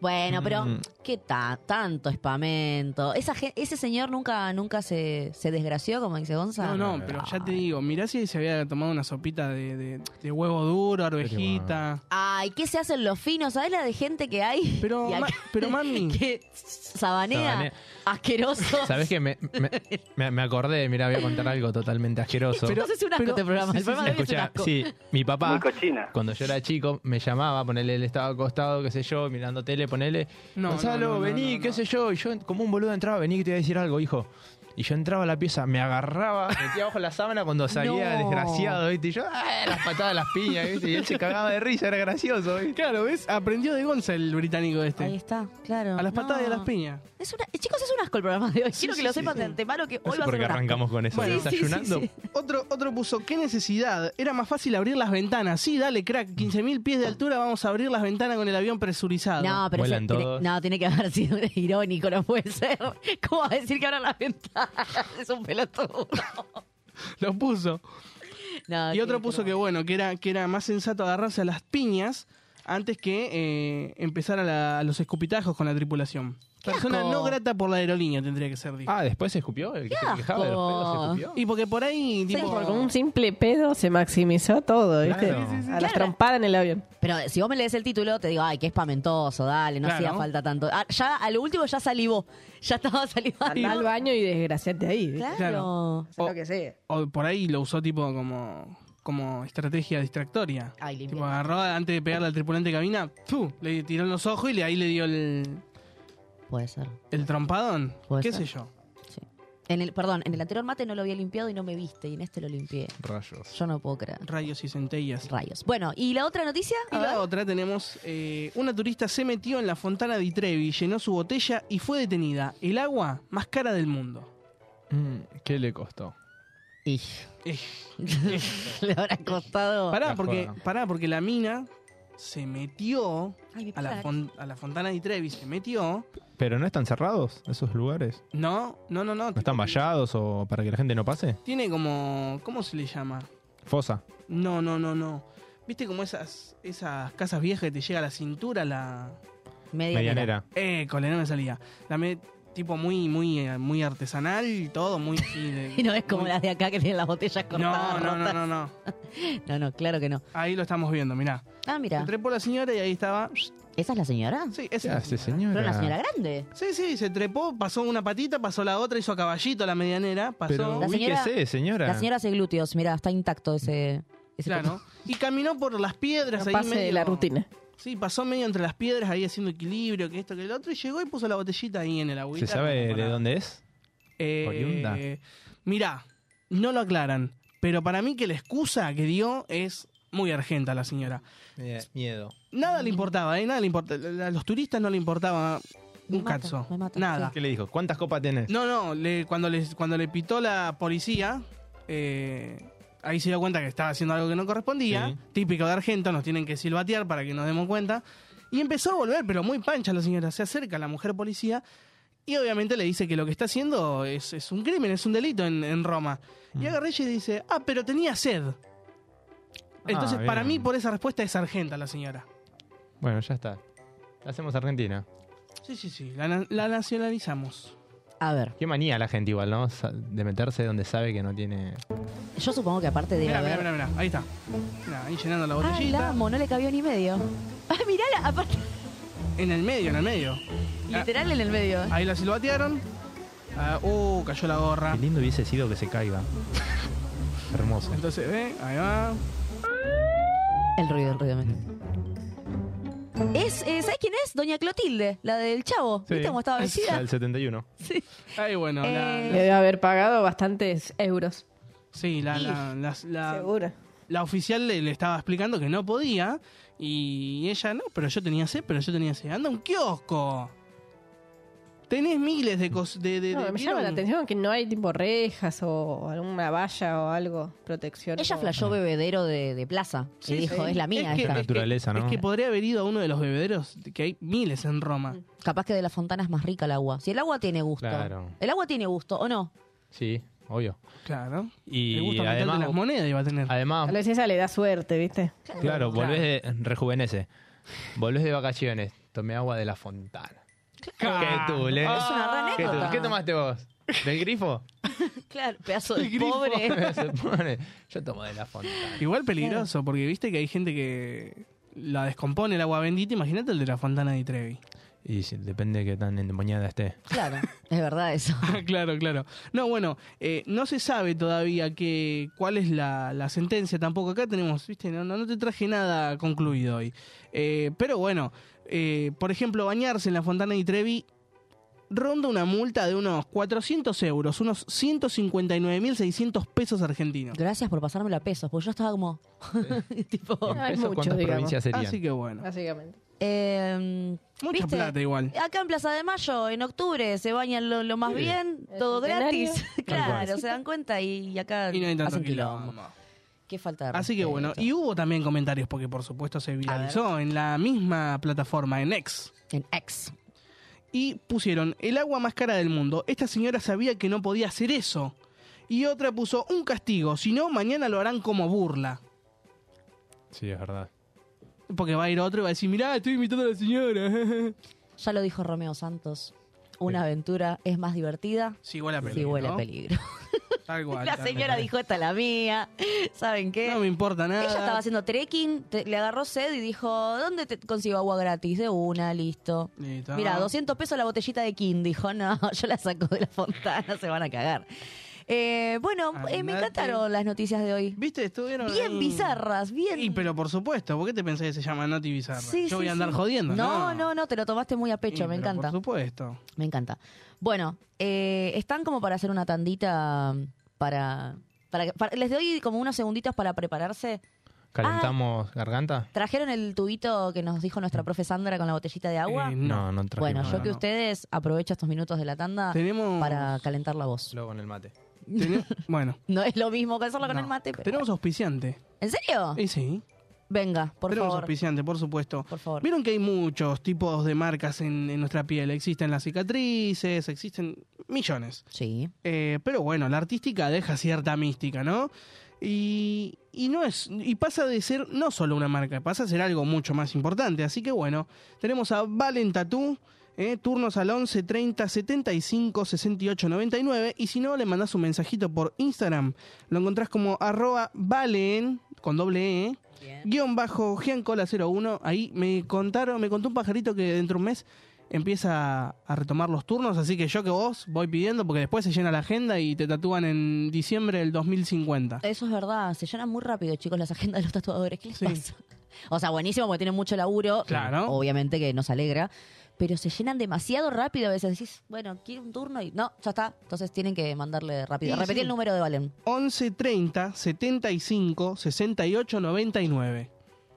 D: Bueno, pero
F: Mm.
D: qué ta- tanto espamento. Esa, gen- ese señor nunca, nunca se, se desgració, como dice Gonzalo.
E: No, no, pero ya te digo, mirá si se había tomado una sopita de, de- de huevo duro, arvejita.
D: Ay, ¿qué se hacen los finos? ¿Sabes la de gente que hay?
E: Pero,
D: (laughs) Y
E: ma-
D: acá- (laughs)
E: pero mami,
D: que sabanea,
F: Sabanea.
D: asqueroso.
F: ¿Sabés qué? Me, me- me- me acordé, mirá, voy a contar algo totalmente asqueroso.
D: Pero, es un asco este programa. El programa de hoy es un
F: Escuchá,
D: asco.
F: sí, mi papá,
K: Muy cochina.
F: cuando yo era chico, me llamaba, ponele, él estaba acostado, qué sé yo, mirando tele, ponele,
E: No,
F: Gonzalo,
E: no, no, no,
F: vení,
E: no, no.
F: qué sé yo, y yo como un boludo entraba, vení que te voy a decir algo, hijo. Y yo entraba a la pieza, me agarraba, metía abajo la sábana cuando salía
D: No.
F: desgraciado, ¿viste? Y yo, ¡ah! las patadas, las piñas, ¿viste? Y él se cagaba de risa, era gracioso, ¿viste?
E: claro, ¿ves? Aprendió de Gonza el británico
D: Ahí
E: este.
D: está, claro.
E: A las patadas y a
D: No.
E: las
D: (laughs)
E: piñas.
D: Es una- eh, Chicos, es un asco el programa de hoy. Quiero que
E: sí,
D: lo
E: sí,
D: sepan
E: sí.
D: de antemano que
F: No
D: hoy
F: sé
D: va a
F: por
D: ser
F: qué
D: un asco.
F: arrancamos con eso,
D: Bueno, sí, sí,
F: desayunando.
D: sí,
E: Otro, otro puso, ¿qué necesidad? Era más fácil abrir las ventanas. Sí, dale, crack, 15.000 pies de altura, vamos a abrir las ventanas con el avión presurizado.
D: No, pero
F: Vuelan
D: ese- tiene-
F: todos.
D: no, tiene que haber sido (laughs) irónico, no puede ser. ¿Cómo va a decir que abran las ventanas? (laughs) Es un (laughs) pelotudo.
E: Lo puso.
D: No,
E: Y
D: qué
E: otro puso que,
D: vergüenza.
E: bueno, que era, que era más sensato agarrarse a las piñas antes que eh, empezar a, la- a los escupitajos con la tripulación. Persona
D: asco!
E: no grata por la aerolínea tendría que ser, dijo.
F: Ah, después se escupió, el que se
D: asco!
F: quejaba de los pedos se escupió.
E: Y porque por ahí, tipo,
I: Por con un simple pedo se maximizó todo, ¿viste?
F: Claro. Sí, sí, sí.
I: A las
D: Claro.
I: trompadas en el avión.
D: Pero eh, si vos me lees el título, te digo, ay, qué espamentoso, dale, no
E: Claro.
D: hacía falta tanto. Ah, ya, a lo último ya salivó. Ya estaba salivando.
I: Andá al baño y desgraciate ahí. ¿viste?
D: Claro.
E: Claro.
I: Hacé lo que sea.
E: o por ahí lo usó tipo como, como estrategia distractoria.
D: Ay, limpia.
E: Tipo, agarró antes de pegarle al tripulante de cabina, ¡fu! le tiró en los ojos y le- ahí le dio el,
D: Puede ser.
E: el trompadón.
D: Puede
E: ¿Qué
D: ser.
E: sé yo?
D: En el, perdón, en el anterior mate no lo había limpiado y no me viste, y en este lo limpié.
F: Rayos.
D: Yo no puedo creer.
E: Rayos y centellas.
D: Rayos. Bueno, ¿y la otra noticia? (laughs)
E: Y
D: A ver.
E: la otra tenemos, eh, una turista se metió en la fontana de Trevi, llenó su botella y fue detenida. El agua más cara del mundo.
F: Mm, ¿Qué le costó?
D: Y
E: Eh,
D: le habrá costado.
E: pará,
F: la
E: porque,
F: joda.
E: pará, porque la mina se metió
D: Ay, me
E: a
D: pica
E: la,
D: la-
E: fon- a la fontana de Trevi, se metió.
F: ¿Pero no están cerrados esos lugares?
E: No, no, no, no.
F: ¿No están vallados o para que la gente no pase?
E: Tiene como, ¿cómo se le llama?
F: Fosa.
E: No, no, no, no. ¿Viste como esas, esas casas viejas que te llega a la cintura la...
F: Medianera.
E: Eh, cole, no me salía. La me- tipo muy, muy, eh, muy artesanal y todo, muy...
D: (laughs) Y no es como las de acá que tienen las botellas
E: No,
D: cortadas.
E: no, no,
D: rotas.
E: no, no.
D: No, no, claro que no.
E: Ahí lo estamos viendo, mirá.
D: Ah, mira.
E: Entré por la señora y ahí estaba...
D: ¿Esa es la señora?
E: Sí, esa
F: ¿Qué
E: es la
F: hace,
E: señora.
F: señora?
D: Pero una señora grande.
E: Sí, sí, se trepó, pasó una patita, pasó la otra, hizo a caballito la medianera, pasó...
F: Pero
D: La señora-
F: ubíquese, señora.
D: La señora hace glúteos, mira, está intacto ese. ese
E: Claro.
D: tema.
E: Y caminó por las piedras
I: No
E: ahí
I: pase de
E: medio-
I: la rutina.
E: Sí, pasó medio entre las piedras ahí haciendo equilibrio, que esto, que el otro, y llegó y puso la botellita ahí en el agüita.
F: ¿Se sabe
E: como
F: de
E: para-
F: dónde es?
E: Eh,
F: Oriunda.
E: Mirá, no lo aclaran, pero para mí que la excusa que dio es muy argenta la señora.
F: Miedo.
E: Nada le importaba, ¿eh? Nada le importa. A los turistas no le importaba
D: Me
E: un
D: mata,
E: cazo.
D: me mata,
E: Nada.
F: ¿Qué le dijo? ¿Cuántas copas tenés?
E: No, no, le- cuando, les, cuando le pitó la policía, eh, ahí se dio cuenta que estaba haciendo algo que no correspondía.
F: Sí.
E: Típico de Argento, nos tienen que silbatear para que nos demos cuenta. Y empezó a volver, pero muy pancha la señora. Se acerca la mujer policía y obviamente le dice que lo que está haciendo es, es un crimen, es un delito en, en Roma.
F: Mm.
E: Y agarra ella y dice, ah, pero tenía sed. Entonces,
F: Ah, bien.
E: para mí, por esa respuesta es argenta la señora.
F: Bueno, ya está. La hacemos Argentina.
E: Sí, sí, sí, la, na- la nacionalizamos.
D: A ver,
F: Qué manía la gente igual, ¿no? Sa- De meterse donde sabe que no tiene...
D: yo supongo que aparte debe
E: Mira,
D: haber.
E: mira, mira, ahí está. Mirá, ahí llenando la
D: Ay, Ah, la
E: botellita.
D: amo, no le cabió ni medio. (laughs) Ah, mirala, aparte,
E: En el medio, en el medio.
D: literal en el medio.
E: Ahí la silbatearon. Ah, uh, cayó la gorra.
F: Qué lindo hubiese sido que se caiga. Hermoso.
E: Entonces, ve, ahí va.
D: El ruido, el ruido. me- Es, eh, ¿Sabes quién es? Doña Clotilde, la del chavo.
F: Sí.
D: ¿Viste cómo estaba
F: La
D: vestida?
F: del 71.
D: Sí.
E: Ahí, bueno. la-
D: Eh.
E: la-
I: Debe haber pagado bastantes euros.
E: sí, la, la, la, la-
I: Seguro.
E: la oficial le, le estaba explicando que no podía. Y ella, no, pero yo tenía sed, pero yo tenía sed. Anda a un kiosco. Tenés miles de cosas. De, de-
I: No,
E: de-
I: me llama la
E: ¿vieron?
I: atención que no hay tipo rejas o alguna valla o algo, protección.
D: Ella
I: o-
D: flasheó bebedero de, de plaza
E: Sí,
D: y dijo,
E: sí.
D: es la mía
E: Es que-
D: esta.
F: La naturaleza, ¿no?
E: Es que podría haber ido a uno de los bebederos, que hay miles en Roma.
D: Capaz que de la fontana es más rica el agua. Si el agua tiene gusto.
F: Claro.
D: El agua tiene gusto, ¿o no?
F: Sí, obvio.
E: Claro.
F: Y
E: Le gusta meterle
F: además-
E: las monedas iba a tener.
F: Además,
I: Tal vez esa le da suerte, ¿viste?
F: claro, volvés de... Rejuvenece. Volvés de vacaciones. Tomé agua de la fontana. Qué tú, ¿eh?
D: Es una re
F: ¿Qué, tú-
D: anécdota.
F: ¿Qué tomaste vos? ¿Del grifo?
D: (laughs) Claro, pedazo de pobre.
E: (laughs)
F: (laughs) Se pone, Yo tomo de la fontana.
E: Igual peligroso, porque viste que hay gente que la descompone el agua bendita. Imagínate el de la Fontana di (laughs) Trevi.
F: Y sí, depende de qué tan endemoniada esté.
D: Claro, es verdad eso. (laughs)
E: Ah, claro, claro. No, bueno, eh, no se sabe todavía que, cuál es la, la sentencia tampoco. Acá tenemos, viste, no, no, no te traje nada concluido hoy. Eh, pero bueno, eh, por ejemplo, bañarse en la Fontana di Trevi ronda una multa de unos 400 euros, unos 159.600 pesos argentinos.
D: Gracias por pasármelo a pesos, porque yo estaba como... tipo...
I: No, es
F: Eso,
I: mucho,
F: ¿Cuántas
I: digamos.
F: provincias serían?
E: Así que bueno,
I: Básicamente.
D: eh,
E: mucha
D: ¿viste?
E: plata igual.
D: Acá en Plaza de Mayo, en octubre, se bañan lo, lo más
F: Sí.
D: bien,
I: El
D: todo
I: centenario.
D: gratis. (laughs) claro, se dan cuenta y, y acá
E: Y no hay tanto
D: eh, hacen quilombo.
E: quilombo.
D: Qué falta de
E: Así que
D: respeto.
E: bueno, y hubo también comentarios, porque por supuesto se viralizó en la misma plataforma, en X.
D: En ex.
E: Y pusieron el agua más cara del mundo. Esta señora sabía que no podía hacer eso. Y otra puso un castigo, si no, mañana lo harán como burla.
F: Sí, es verdad.
E: Porque va a ir otro y va a decir, mirá, estoy imitando a la señora. (laughs)
D: Ya lo dijo Romeo Santos. Una
F: Sí.
D: aventura es más divertida
E: Sí, huele a peligro.
D: si huele a
E: ¿no?
D: peligro.
E: Tal cual,
D: La
E: tal
D: señora
E: cual.
D: dijo, esta es la mía. (laughs) ¿Saben qué?
E: No me importa nada.
D: Ella estaba haciendo trekking, te- le agarró sed y dijo, ¿dónde te consigo agua gratis? De una, listo.
E: Listo.
D: Mira, 200 pesos la botellita de King. Dijo, no, (laughs) yo la saco de la fontana, se van a cagar. Eh, bueno, eh, me
E: Andate.
D: encantaron las noticias de hoy.
E: ¿Viste? Estuvieron
D: Bien
E: ahí.
D: bizarras, bien...
E: Y pero por supuesto, ¿por qué te pensás que se llama Noti Bizarra?
D: Sí,
E: Yo
D: sí,
E: voy a andar
D: sí.
E: jodiendo.
D: No, no, no, te lo tomaste muy a pecho,
E: Y,
D: me
E: pero
D: encanta.
E: Por supuesto.
D: Me encanta. Bueno, eh, están como para hacer una tandita para, para, que- para- Les doy como unos segunditos para prepararse.
F: Ah. ¿Calentamos garganta?
D: ¿Trajeron el tubito que nos dijo nuestra profe Sandra con la botellita de agua?
E: Eh,
F: No, no trajimos.
D: bueno, yo
F: nada.
D: que
E: no.
D: ustedes aprovecho estos minutos de la tanda
E: Tenemos.
D: Ah, para calentar la voz.
F: Luego con el mate.
D: (laughs)
E: Tene- bueno.
D: No es lo mismo que hacerlo con
E: no.
D: el mate. pero-
E: Tenemos auspiciante.
D: ¿En serio?
E: Y sí.
D: Venga, por
E: tenemos
D: favor.
E: auspiciante, por supuesto.
D: Por favor.
E: Vieron que hay muchos tipos de marcas en, en nuestra piel. Existen las cicatrices, existen millones.
D: Sí.
E: Eh, pero bueno, la artística deja cierta mística, ¿no? Y, y no es y pasa de ser no solo una marca, pasa a ser algo mucho más importante. Así que bueno, tenemos a Valentatú, eh, turnos al 11 30 75 68 99 y si no le mandás un mensajito por Instagram, lo encontrás como arroba valen con doble e guión bajo Giancola 01. Ahí me contaron, me contó un pajarito que dentro de un mes empieza a retomar los turnos, así que yo que vos voy pidiendo porque después se llena la agenda y te tatúan en diciembre del 2050.
D: Eso es verdad, se llenan muy rápido, chicos, las agendas de los tatuadores. ¿Qué les pasa? (laughs) O sea, buenísimo porque tienen mucho laburo.
E: Claro.
D: Obviamente que nos alegra. Pero se llenan demasiado rápido. A veces decís, bueno, quiero un turno y no, ya está. Entonces tienen que mandarle rápido.
E: Sí,
D: Repetí
E: sí.
D: el número de Valen.
E: 11 30 75 68 99.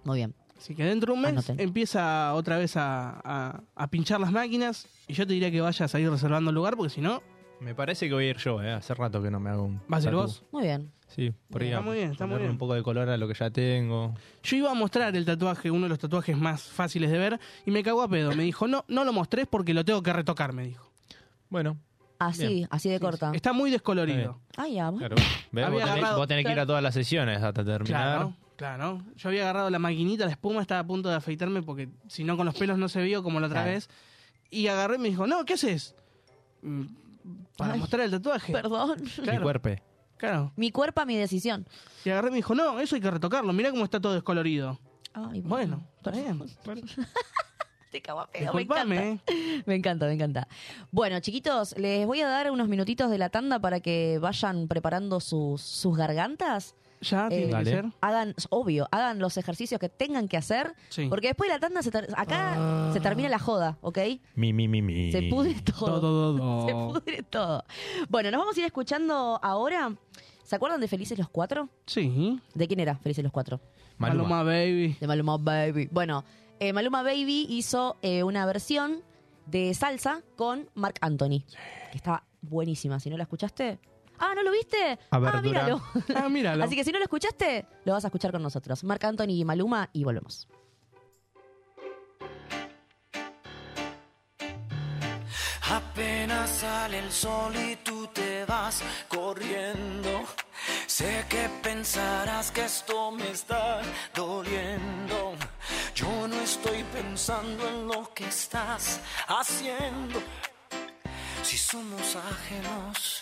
D: Muy bien.
E: Así que dentro de un mes
D: Anoten.
E: empieza otra vez a, a- a pinchar las máquinas y yo te diría que vayas a ir reservando el lugar porque si no,
F: Me parece que voy a ir yo, ¿eh? Hace rato que no me hago un.
E: ¿Vas a ser
F: tatú.
E: vos?
D: Muy bien.
F: Sí, por ahí.
E: Está
F: a
E: muy bien, está muy
F: ponerle
E: bien.
F: un poco de color a lo que ya tengo.
E: yo iba a mostrar el tatuaje, uno de los tatuajes más fáciles de ver y me cagó a pedo. Me dijo, no, no lo mostrés porque lo tengo que retocar, me dijo.
F: Bueno,
D: Así,
F: Bien.
D: así de corta.
E: Está muy descolorido.
D: Ay, ya, bueno.
F: claro. Ve,
E: Había
F: Vos tenés,
E: agarrado-
F: vos tenés que ir a todas las sesiones hasta terminar.
E: Claro, claro. Yo había agarrado la maquinita, la espuma, estaba a punto de afeitarme porque si no con los pelos no se vio como la otra
D: Claro.
E: vez. Y agarré y me dijo, no, ¿qué haces? Mm, Para
D: Ay,
E: mostrar el tatuaje. (laughs)
D: Perdón.
E: Claro.
F: Mi cuerpo.
E: Claro.
D: Mi cuerpo, mi decisión.
E: Y agarré y me dijo, no, eso hay que retocarlo, mirá cómo está todo descolorido.
D: Ay,
E: Bueno, está bien.
D: Te cago a pedo, me encanta.
E: Disculpame. eh.
D: Me encanta, me encanta. Bueno, chiquitos, les voy a dar unos minutitos de la tanda para que vayan preparando sus, sus gargantas.
E: Ya
D: Eh,
E: tiene
F: Dale.
E: que ser.
D: Hagan, obvio, hagan los ejercicios que tengan que hacer.
E: Sí. Ah.
D: Porque después de la tanda, se ter- acá se termina la joda, ¿ok?
F: Mi, mi, mi, mi.
D: Se pudre todo.
E: Todo,
D: (laughs)
E: todo,
D: Se
E: todo.
D: pudre todo. Bueno, nos vamos a ir escuchando ahora. ¿Se acuerdan de Felices los Cuatro?
E: Sí.
D: ¿De quién era Felices los Cuatro?
F: Maluma.
E: Maluma Baby.
D: De Maluma Baby. Bueno, eh, Maluma Baby hizo eh, una versión de salsa con Marc Anthony. Que estaba buenísima. Si no la escuchaste. Ah, ¿no lo viste?
F: A
D: ah,
F: verdura.
D: míralo. (laughs)
E: Ah, míralo.
D: Así que si no lo escuchaste, lo vas a escuchar con nosotros. Marc Anthony y Maluma y volvemos.
G: Apenas sale el sol y tú te vas corriendo. Sé que pensarás que esto me está doliendo. Yo no estoy pensando en lo que estás haciendo. Si somos ajenos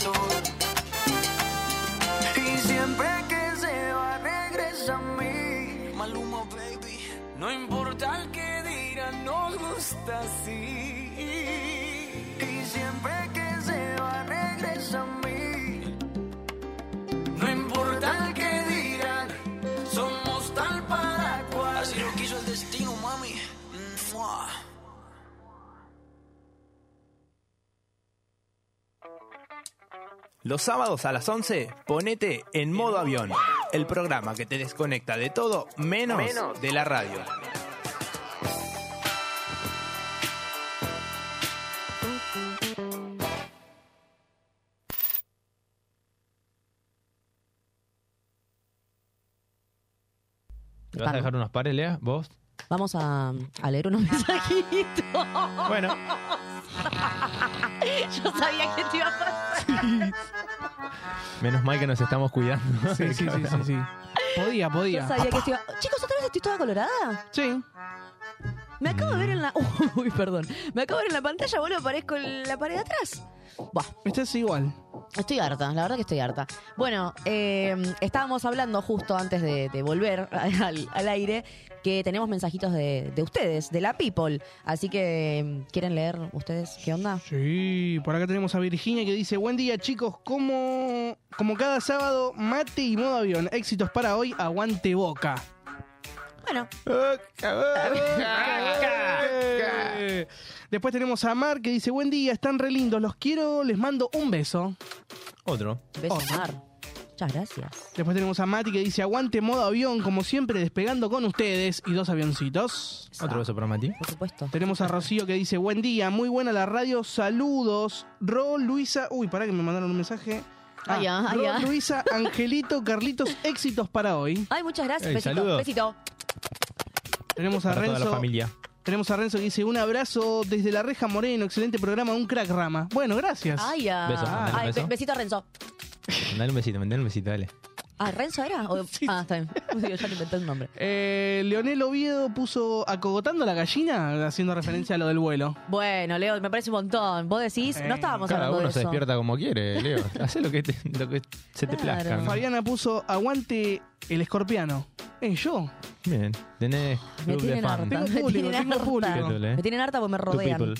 G: tú. Y siempre que se va regresa a mí. Maluma, baby. No importa el que dirán, nos gusta así. Y siempre que se va regresa a mí. No importa el que dirán, somos tal para cual. Así lo quiso el destino, mami. Mua.
F: Los sábados a las 11, ponete en modo avión, el programa que te desconecta de todo menos,
G: Menos.
F: de la radio. ¿Te vas a dejar unos pares, Lea? ¿Vos?
D: Vamos a, a leer unos (laughs) mensajitos.
F: Bueno.
D: Yo sabía que te iba a pasar.
F: Menos mal que nos estamos cuidando.
E: (laughs) Sí, sí, sí, sí, sí. Podía,
D: Yo
E: podía.
D: sabía que te iba Chicos, ¿otra vez estoy toda colorada?
E: Sí.
D: Me acabo de ver en la. (laughs) Uy, perdón. Me acabo de ver en la pantalla, bueno, aparezco en la pared de atrás. Buah.
E: Este es igual.
D: Estoy harta, la verdad que estoy harta. Bueno, eh, estábamos hablando justo antes de, de volver (laughs) al, al aire que tenemos mensajitos de, de ustedes, de la People. Así que, em, ¿quieren leer ustedes qué onda?
E: Sí, por acá tenemos a Virginia que dice, buen día chicos, como, como cada sábado, mate y modo avión, éxitos para hoy, aguante boca.
D: Bueno.
E: Eh, Después tenemos a Mar que dice, buen día, están re lindos, los quiero, les mando un beso.
F: Otro.
D: Beso,
E: Otro.
D: Mar. Muchas gracias.
E: Después tenemos a Mati que dice, aguante modo avión, como siempre, despegando con ustedes y dos avioncitos.
F: Otro beso para Mati.
D: Por supuesto.
E: Tenemos a Rocío que dice, buen día, muy buena la radio, saludos. Ro, Luisa, uy, pará que me mandaron un mensaje.
D: Ah, ya, ah,
E: Ro,
D: ya. (laughs)
E: Luisa, Angelito, Carlitos, éxitos para hoy.
D: Ay, muchas gracias.
F: Ey,
D: besito,
F: saludos.
D: besito.
E: Tenemos a
F: Para toda la
E: Renzo.
F: familia.
E: Tenemos a Renzo que dice, un abrazo desde la reja Moreno, excelente programa, un crack rama. Bueno, gracias.
D: Ay, ya.
F: Beso, mandale un
D: Ay,
F: beso.
D: be- besito a Renzo.
F: Dale un besito, mandale un besito, dale.
D: ¿Ah, Renzo era? O- Ah, está
F: (laughs)
D: bien. Digo, ya le inventé un nombre.
E: Eh, Leonel Oviedo puso acogotando la gallina, haciendo referencia a lo del vuelo.
D: Bueno, Leo, me parece un montón. Vos decís, no estábamos
F: Cada
D: hablando
F: uno
D: de
F: se
D: eso.
F: despierta como quiere, (laughs) Leo. Hace lo que, te- lo que se te
D: Claro.
F: plazca. ¿no?
E: Fabiana puso, aguante el escorpiano. Eh, yo.
F: Bien, tenés
D: Me
F: club de
D: tienen harta.
F: fan.
E: Tengo
D: Me
E: público,
D: tienen
E: tengo
D: harta.
E: público.
D: Me tienen harta porque me
F: Two people.
D: rodean.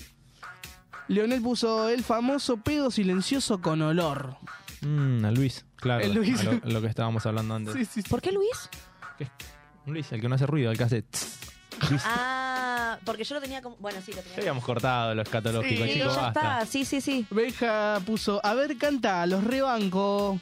E: Leonel puso el famoso pedo silencioso con olor.
F: Mm, a Luis, claro.
E: El Luis.
F: a Lo, lo que estábamos hablando antes.
E: sí,
D: ¿Por qué Luis?
F: Luis, el que no hace ruido, el que hace. tss. Luis.
D: Ah, porque yo lo tenía como. Bueno, sí, lo tenía.
F: Ya habíamos cortado lo escatológico,
E: Sí,
D: Sí,
F: chicos,
D: ya
F: basta.
D: está. Sí, sí, sí.
E: Beja puso, a ver, canta, los rebanco.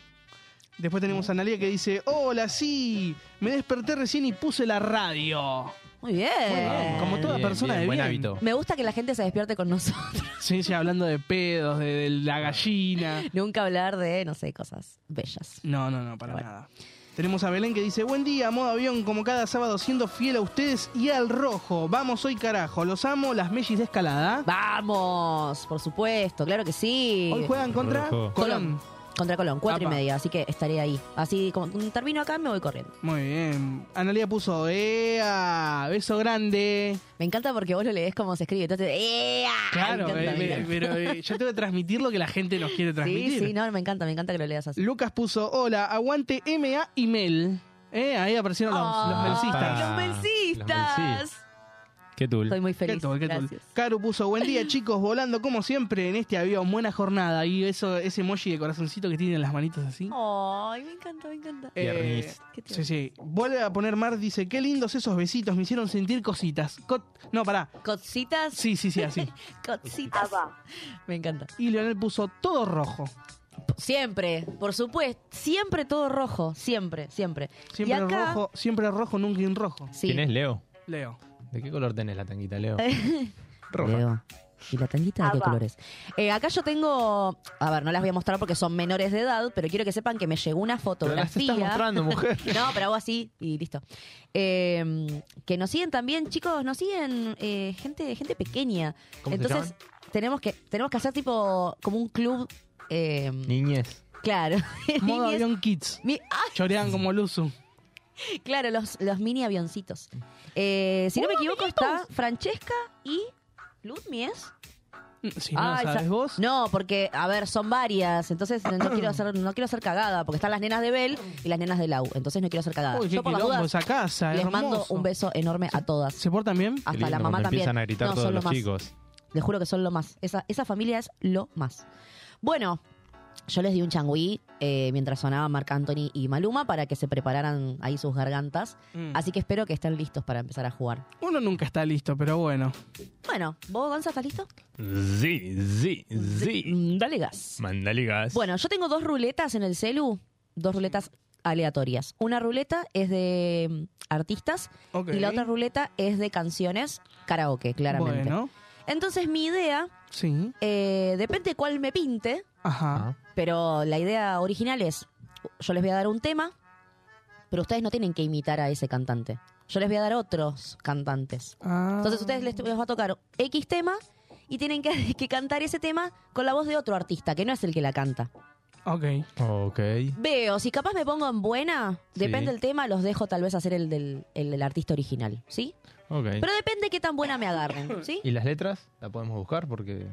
E: Después tenemos a Analia que dice, hola, sí, me desperté recién y puse la radio.
D: Muy bien.
E: bien, como toda persona de
F: Ah, buen
E: bien.
F: hábito.
D: Me gusta que la gente se despierte con nosotros. (laughs)
E: Sí, sí, hablando de pedos, de, de la gallina.
D: Nunca hablar de, no sé, cosas bellas.
E: No, no, no, para
D: Bueno.
E: nada. Tenemos a Belén que dice, buen día, modo avión, como cada sábado, siendo fiel a ustedes y al rojo. Vamos hoy, carajo, los amo, las mellis de escalada.
D: Vamos, por supuesto, claro que sí.
E: Hoy juegan contra
F: Rojo.
E: Colón.
D: Contra Colón, cuatro
E: Apa.
D: y media, así que estaré ahí. Así, como mm, termino acá, me voy corriendo.
E: Muy bien. Analia puso, ¡ea! Beso grande.
D: Me encanta porque vos lo lees como se escribe. Entonces, ¡ea!
E: Claro,
D: Me encanta,
E: eh,
D: me
E: eh,
D: encanta.
E: pero eh, yo tengo que transmitir lo que la gente nos quiere transmitir.
D: Sí, sí, no, me encanta, me encanta que lo leas así.
E: Lucas puso, hola, aguante MA y Mel. Eh, ahí aparecieron los, los
D: Ah,
E: melsistas.
D: los
F: Los
D: melsistas.
F: melsistas. Qué tul.
D: Estoy muy
E: Qué
D: feliz.
E: tol, qué tol.
D: Gracias.
E: Caru puso, buen día chicos, volando como siempre en este avión, buena jornada. Y eso, ese emoji de corazoncito que tienen las manitas así.
D: Ay, me encanta, me encanta.
E: Eh,
F: Tiernis.
D: Oh, Qué tierno.
E: sí, sí. Vuelve a poner Mar, dice, qué lindos esos besitos, me hicieron sentir cositas. Cot- no, pará.
D: Cositas,
E: Sí, sí, sí, así.
D: (laughs) cositas. Me encanta.
E: Y Leonel puso todo rojo.
D: Siempre, por supuesto, siempre todo rojo, siempre, siempre.
E: Siempre
D: y acá,
E: rojo, siempre rojo, nunca en rojo.
D: Sí.
F: ¿Quién es Leo?
E: Leo.
F: ¿De qué color tenés la tanguita, Leo?
D: Eh,
F: Roja.
D: Leo. ¿Y la tanguita de qué colores? Eh, acá yo tengo. A ver, no las voy a mostrar porque son menores de edad, pero quiero que sepan que me llegó una
F: Pero las
D: fotografía.
F: estás mostrando, mujer.
D: (laughs) No, pero hago así y listo. Eh, que nos siguen también, chicos, nos siguen eh, gente, gente pequeña.
F: ¿Cómo se
D: Entonces, tenemos que, tenemos que hacer tipo como un club. eh, (laughs)
F: Niñez.
D: claro.
E: (laughs) Modo
D: Niñez-
E: avión kids.
D: mi- ah,
E: Chorean como Luzu.
D: claro, los, los mini avioncitos. Eh, si no me equivoco, está Francesca y Ludmi, ¿es?
E: Si no la
D: Ay,
E: sabes
D: sa-
E: vos.
D: No, porque, a ver, son varias. Entonces no, no quiero hacer, no quiero hacer cagada, porque están las nenas de Bel y las nenas de Lau. Entonces no quiero hacer cagada.
E: Uy, qué
D: Yo por las
E: quilombo
D: dudas
E: esa casa,
D: les mando
E: hermoso.
D: un beso enorme a todas.
E: ¿Se portan bien?
D: Hasta la mamá también.
F: empiezan a gritar
D: No,
F: todos
D: son
F: los
D: lo más.
F: chicos.
D: Les juro que son lo más. Esa, esa familia es lo más. Bueno, yo les di un changüí eh, mientras sonaba Marc Anthony y Maluma para que se prepararan ahí sus gargantas.
E: Mm.
D: Así que espero que estén listos para empezar a jugar.
E: Uno nunca está listo, pero bueno.
D: Bueno, ¿vos, Gonza, estás listo?
F: Sí, sí, sí.
D: Mm, Dale gas.
F: Mandale gas.
D: Bueno, yo tengo dos ruletas en el celu, dos ruletas aleatorias. Una ruleta es de mm, artistas
E: Ok.
D: y la otra ruleta es de canciones karaoke, claramente.
E: Bueno.
D: Entonces mi idea,
E: Sí.
D: eh, depende cuál me pinte,
E: Ajá.
D: pero la idea original es, yo les voy a dar un tema, pero ustedes no tienen que imitar a ese cantante. Yo les voy a dar otros cantantes.
E: Ah.
D: Entonces ustedes les, les va a tocar X tema y tienen que, (laughs) que cantar ese tema con la voz de otro artista, que no es el que la canta.
E: Ok.
F: Ok.
D: Veo, si capaz me pongo en buena,
F: Sí.
D: depende del tema, los dejo tal vez hacer el del, el del artista original, ¿sí?
F: Ok.
D: Pero depende qué tan buena me agarren, ¿sí?
F: ¿Y las letras? ¿La podemos buscar? Porque.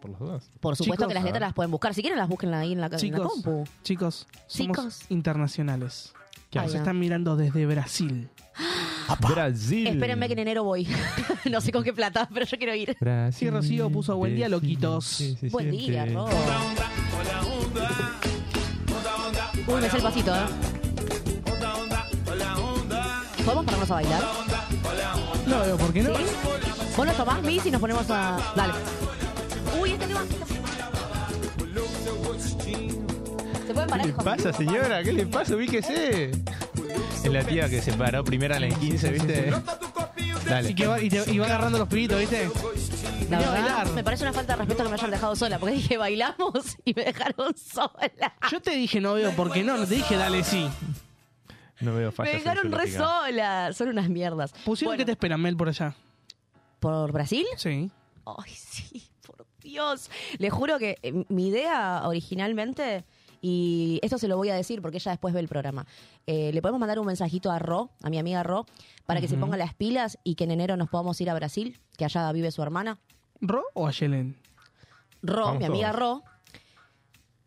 F: Por las dudas.
D: Por supuesto
E: Chicos.
D: que las letras las pueden buscar, si quieren las busquen ahí en la, en la
E: Chicos,
D: compu.
E: chicos, somos
D: Chicos.
E: internacionales.
F: ¿Qué
E: Nos
D: hace?
E: están mirando desde Brasil.
F: Brasil.
D: Espérenme que en enero voy. (laughs) no sé con qué plata, pero yo quiero ir.
F: Brasil.
E: Sí, Rocío puso buen día, loquitos.
D: Buen día,
F: siente.
D: Ro. Uy, me sé el pasito, ¿eh? ¿Podemos ponernos a bailar?
E: No veo por qué no.
D: ¿Sí? Vos nos tomás bis y nos ponemos a... Dale. Uy, este tema... ¿Se pueden parar?
F: ¿Qué le
D: hijos?
F: pasa, señora? ¿Qué le pasa? Ubíquese. Es la tía que se paró primera en la 15, ¿viste? Dale.
E: Y, que va, y te- y va agarrando los pibitos, ¿viste?
D: La
E: Quería
D: verdad,
E: bailar.
D: me parece una falta de respeto que me hayan dejado sola, porque (laughs) dije bailamos y me dejaron (laughs) sola.
E: Yo te dije no veo por qué no, no te dije dale sí.
F: No veo
D: Me
F: fallas. en
D: dejaron
F: su
D: re
F: lógica.
D: sola. Son unas mierdas.
E: Pusieron
D: Bueno,
E: que te esperan, Mel, por allá.
D: ¿Por Brasil?
E: Sí.
D: Ay, sí, por Dios. Les juro que eh, mi idea originalmente, y esto se lo voy a decir porque ella después ve el programa, eh, le podemos mandar un mensajito a Ro, a mi amiga Ro, para que se ponga las pilas y que en enero nos podamos ir a Brasil, que allá vive su hermana.
E: ¿Ro o Ayelen?
D: Ro,
F: Vamos
D: mi amiga Ro,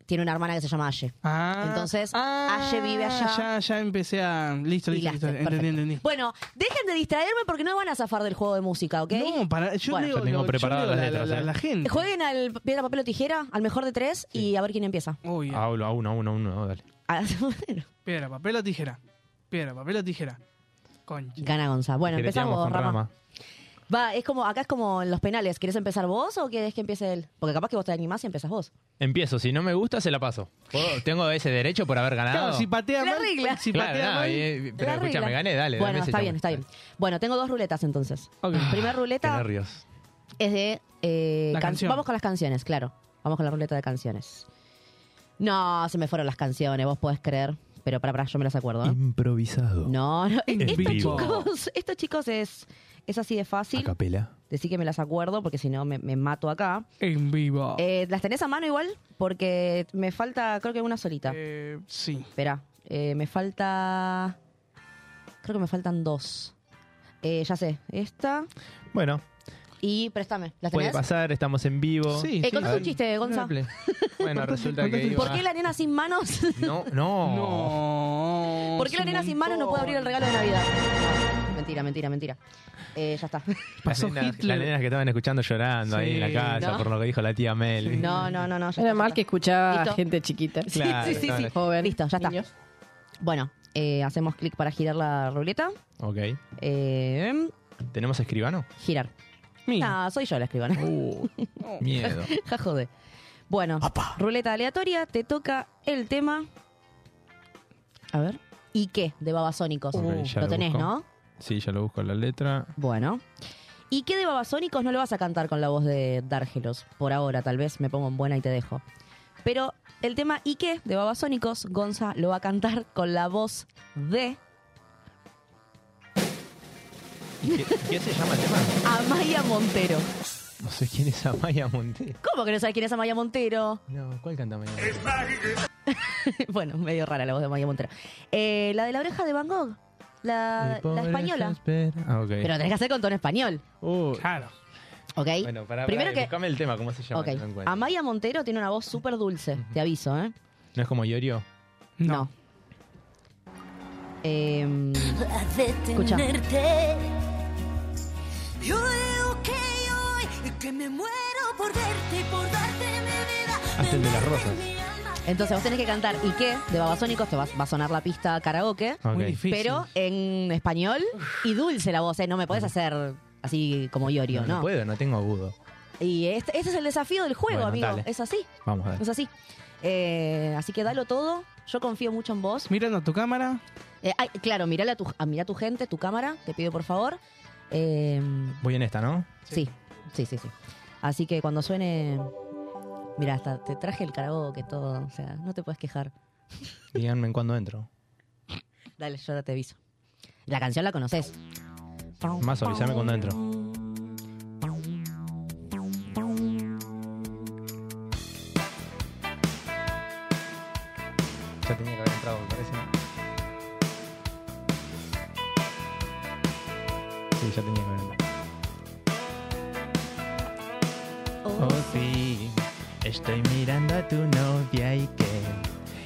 D: tiene una hermana que se llama Aye.
E: Ah.
D: Entonces,
E: Ah,
D: Aye vive allá.
E: Ya, ya empecé a. Listo, listo,
D: Hilaste,
E: listo. Entendí,
D: perfecto.
E: entendí.
D: Bueno, dejen de distraerme porque no van a zafar del juego de música, ¿ok?
E: No, para. Yo
D: Bueno.
E: leo,
F: Ya tengo
E: lo- yo
F: preparadas
E: leo
F: las
E: la-
F: letras,
E: la, la-
F: ¿eh?
E: la gente.
D: Jueguen al piedra, papel o tijera, al mejor de tres, y a ver quién empieza. (laughs)
E: Uy,
F: Ah, uno, a uno, a uno, a uno, dale.
D: Ah, bueno,
E: Piedra, papel o tijera. Piedra, papel o tijera. Concha.
D: Gana Gonza. Bueno,
F: Jireteamos
D: empezamos,
F: con
D: Rama.
F: Rama.
D: Va, es como, acá es como en los penales. ¿Querés empezar vos o querés que empiece él? Porque (laughs) capaz que vos te animás y empezás vos.
F: Empiezo, si no me gusta, se la paso. ¿Puedo? Tengo ese derecho por haber ganado.
E: Claro, si patea
D: La
E: mal.
D: regla.
E: Si
F: Claro,
E: patea
F: nada,
E: mal.
F: eh, pero
D: La
F: escucha,
D: regla.
F: me gané, dale.
D: Bueno,
F: dame ese
D: está
F: chamo.
D: bien, está bien. Bueno, tengo dos ruletas entonces.
E: Ok.
D: Primera
F: Qué
D: ruleta
F: nervios.
D: es de... eh,
E: La
D: can-
E: canción.
D: Vamos con las canciones, claro. Vamos con la ruleta de canciones. No, se me fueron las canciones, vos podés creer. Pero para, para, yo me las acuerdo. ¿eh?
F: Improvisado.
D: No, no.
F: En
D: Estos
F: vivo.
D: chicos, estos chicos es, es así de fácil.
F: capela.
D: Decí que me las acuerdo porque si no me, me mato acá.
E: En vivo.
D: Eh, ¿Las tenés a mano igual? Porque me falta, creo que una solita.
E: Eh, sí.
D: Espera, eh, me falta. Creo que me faltan dos. Eh, ya sé, esta
F: Bueno,
D: y préstame. ¿Las
F: puede
D: tenés?
F: pasar, estamos en vivo.
E: Sí,
D: Eh,
E: sí.
D: contá
F: A
D: tu
F: ver.
D: chiste, Gonza. (laughs)
F: Bueno, resulta que.
D: ¿Por
F: iba-
D: qué la nena sin manos? (laughs)
F: No, no. Oh.
E: No.
D: ¿Por qué la
E: es un
D: nena sin manos no puede abrir el
E: montón.
D: regalo de Navidad? Mentira, mentira, mentira. Eh, ya está.
F: Las
E: Pasó
F: nenas,
E: Hitler.
F: las nenas que estaban escuchando llorando ahí en la
E: Sí.
F: casa
D: No.
F: por lo que dijo la tía Mel.
D: No, no, no, no. ya está,
I: Era
D: ya
I: mal
D: está.
I: que escuchaba
D: Listo.
I: gente chiquita.
F: (laughs) Claro,
D: sí, sí,
F: no,
D: sí.
F: no.
I: Joven.
D: Listo, ya está.
I: Niños.
D: Bueno, eh, hacemos clic para girar la ruleta.
F: Ok.
D: Eh,
F: ¿Tenemos escribano?
D: girar.
E: Mira.
D: No, soy yo la escribana.
F: (laughs) Miedo.
D: Ja, jode. Bueno, ruleta aleatoria, te toca el tema. A ver. ¿Y qué? De Babasónicos.
F: Ok, ya
D: Uh, lo tenés,
F: busco.
D: ¿no?
F: Sí, ya lo busco en la letra.
D: Bueno. ¿Y qué de Babasónicos no lo vas a cantar con la voz de Dárgelos? Por ahora, tal vez me pongo en buena y te dejo. Pero el tema ¿Y qué? de Babasónicos, Gonza lo va a cantar con la voz de
F: ¿Y ¿Qué, qué se llama el tema?
D: Amaya Montero.
F: No sé quién es Amaya Montero.
D: ¿Cómo que no sabes quién es Amaya Montero?
F: No, ¿cuál canta Amaya Montero?
D: bueno, medio rara la voz de Amaya Montero. Eh, la de la oreja de Van Gogh. La,
F: Mi
D: la
F: pobre
D: española.
F: desespera- Ah, ok.
D: Pero tenés que hacer con tono español.
F: Uh,
E: Claro.
D: ¿Ok?
F: Bueno, para,
D: Primero que-
F: buscame el tema, ¿cómo se llama?
D: Ok.
F: No lo encuentro.
D: Amaya Montero tiene una voz súper dulce, te aviso, ¿eh?
F: ¿No es como Yorio?
D: No. Em, escucha.
J: detenerte. Yo digo que hoy que me muero por verte y por darte mi vida.
D: Ah,
F: Hasta el de las rosas.
D: Entonces vos tenés que cantar ¿Y qué? de Babasónicos, te va, va a sonar la pista karaoke,
F: Ok. Muy difícil.
D: pero en español y dulce la voz, ¿eh? No me podés hacer así como Iorio,
F: no,
D: ¿no?
F: no puedo, no tengo agudo.
D: Y este, este es el desafío del juego,
F: Bueno,
D: amigo.
F: dale.
D: Es así,
F: Vamos a ver.
D: es así. Eh, así que dalo todo. Yo confío mucho en vos.
E: Mirando a tu cámara.
D: Eh, ay, claro, mirale a tu, a, mirá tu gente, tu cámara, te pido por favor. Eh,
F: Voy en esta, ¿no?
D: sí. sí, sí, sí. Así que cuando suene. Mira, hasta te traje el karaoke, todo. O sea, no te puedes quejar.
F: Díganme en cuándo entro.
D: Dale, yo ahora te aviso. La canción la conoces.
F: Más avisame cuando entro. Ya tenía que haber entrado, me parece. ¿no? Sí, ya tenía que haber entrado. Oh, sí, estoy mirando a tu novia y que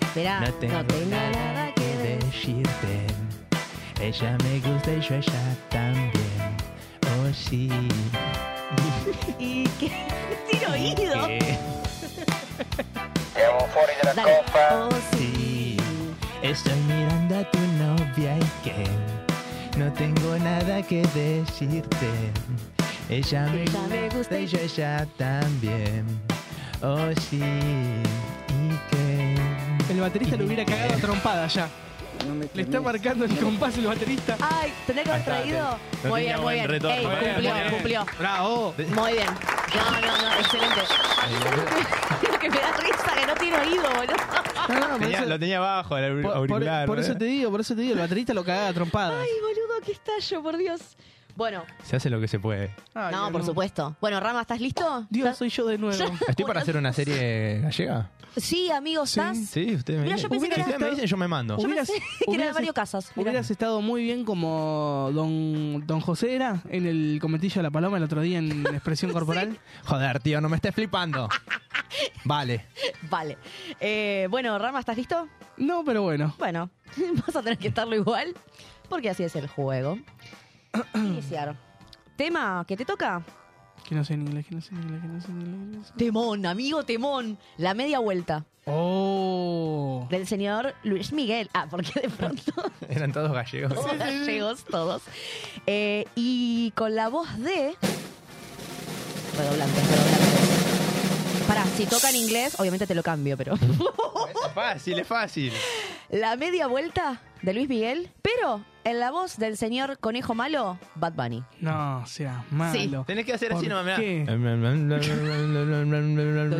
D: Espera,
F: Ah, no tengo nada que decirte. Ella me gusta y yo a ella también. Oh, sí.
D: ¿Y qué? (laughs) ¡Tiro oído!
F: Eh,
D: Dale. Oh, sí.
F: sí, estoy mirando a tu novia y que no tengo nada que decirte. Ella me
D: Ella me gusta
F: gusta
D: y
F: y yo a ella también. Oh, sí. Y que...
E: El baterista le hubiera cagado a trompada ya. Le está marcando el compás el baterista.
D: Ay, tenés que haber traído.
F: No
D: muy
F: tenía
D: bien, muy
F: buen
D: bien.
F: retorno.
D: Ey,
F: Muy bien,
D: cumplió,
F: muy bien.
D: cumplió.
F: (laughs)
E: Bravo.
D: Muy bien. No, no, no, excelente. (laughs) Lo que me da risa que no tiene oído, boludo.
E: No, no, por
F: Tenía-
E: eso-
F: lo tenía abajo, el
E: por-
F: aur-
E: por-
F: auricular.
E: por eso
F: ¿eh?
E: te digo, por eso te digo, el baterista lo cagaba a trompadas.
D: Ay, boludo, qué estallo, por Dios. Bueno,
F: Se hace lo que se puede.
E: Ay,
D: no, por
E: no.
D: supuesto. Bueno, Rama, ¿estás listo?
E: Ah, Dios, soy yo de nuevo. (laughs)
F: ¿Estoy para hacer una serie gallega?
D: Sí, amigo, ¿estás?
F: Sí, ustedes me
D: Mirá, yo
F: dicen.
D: pensé que
F: Si
D: era-
F: ustedes me dicen, yo me mando.
D: Yo pensé (laughs) que era
E: hubieras-
D: Mario Casas. mirá.
E: Hubieras estado muy bien como don, don José era en el cometillo de la paloma el otro
D: (laughs)
E: día en expresión corporal.
F: Joder, tío, no me estés flipando. Vale.
D: (laughs) Vale. Eh, bueno, Rama, ¿estás listo?
E: No, pero bueno.
D: Bueno, (laughs) vas a tener que estarlo igual, porque así es el
F: (clears throat)
D: juego. Iniciar. Tema que te toca.
E: Que no sé en inglés, que no sé en inglés, que no sé en inglés. que no sé.
D: Temón, amigo Temón. La media vuelta
E: Oh.
D: del señor Luis Miguel. Ah, porque de
E: (laughs)
D: pronto
F: (laughs) Eran todos gallegos.
D: todos gallegos, todos. Eh, y con la voz de. Redoblante, redoblante. Pará, si toca en inglés, obviamente te lo cambio, pero. (laughs)
F: Es fácil, es fácil.
D: la media vuelta de Luis Miguel, pero en la voz del señor Conejo Malo, Bad Bunny.
E: No, seas malo.
F: Tenés que hacer así
E: ¿Por
F: nomás,
E: qué?
F: mirá.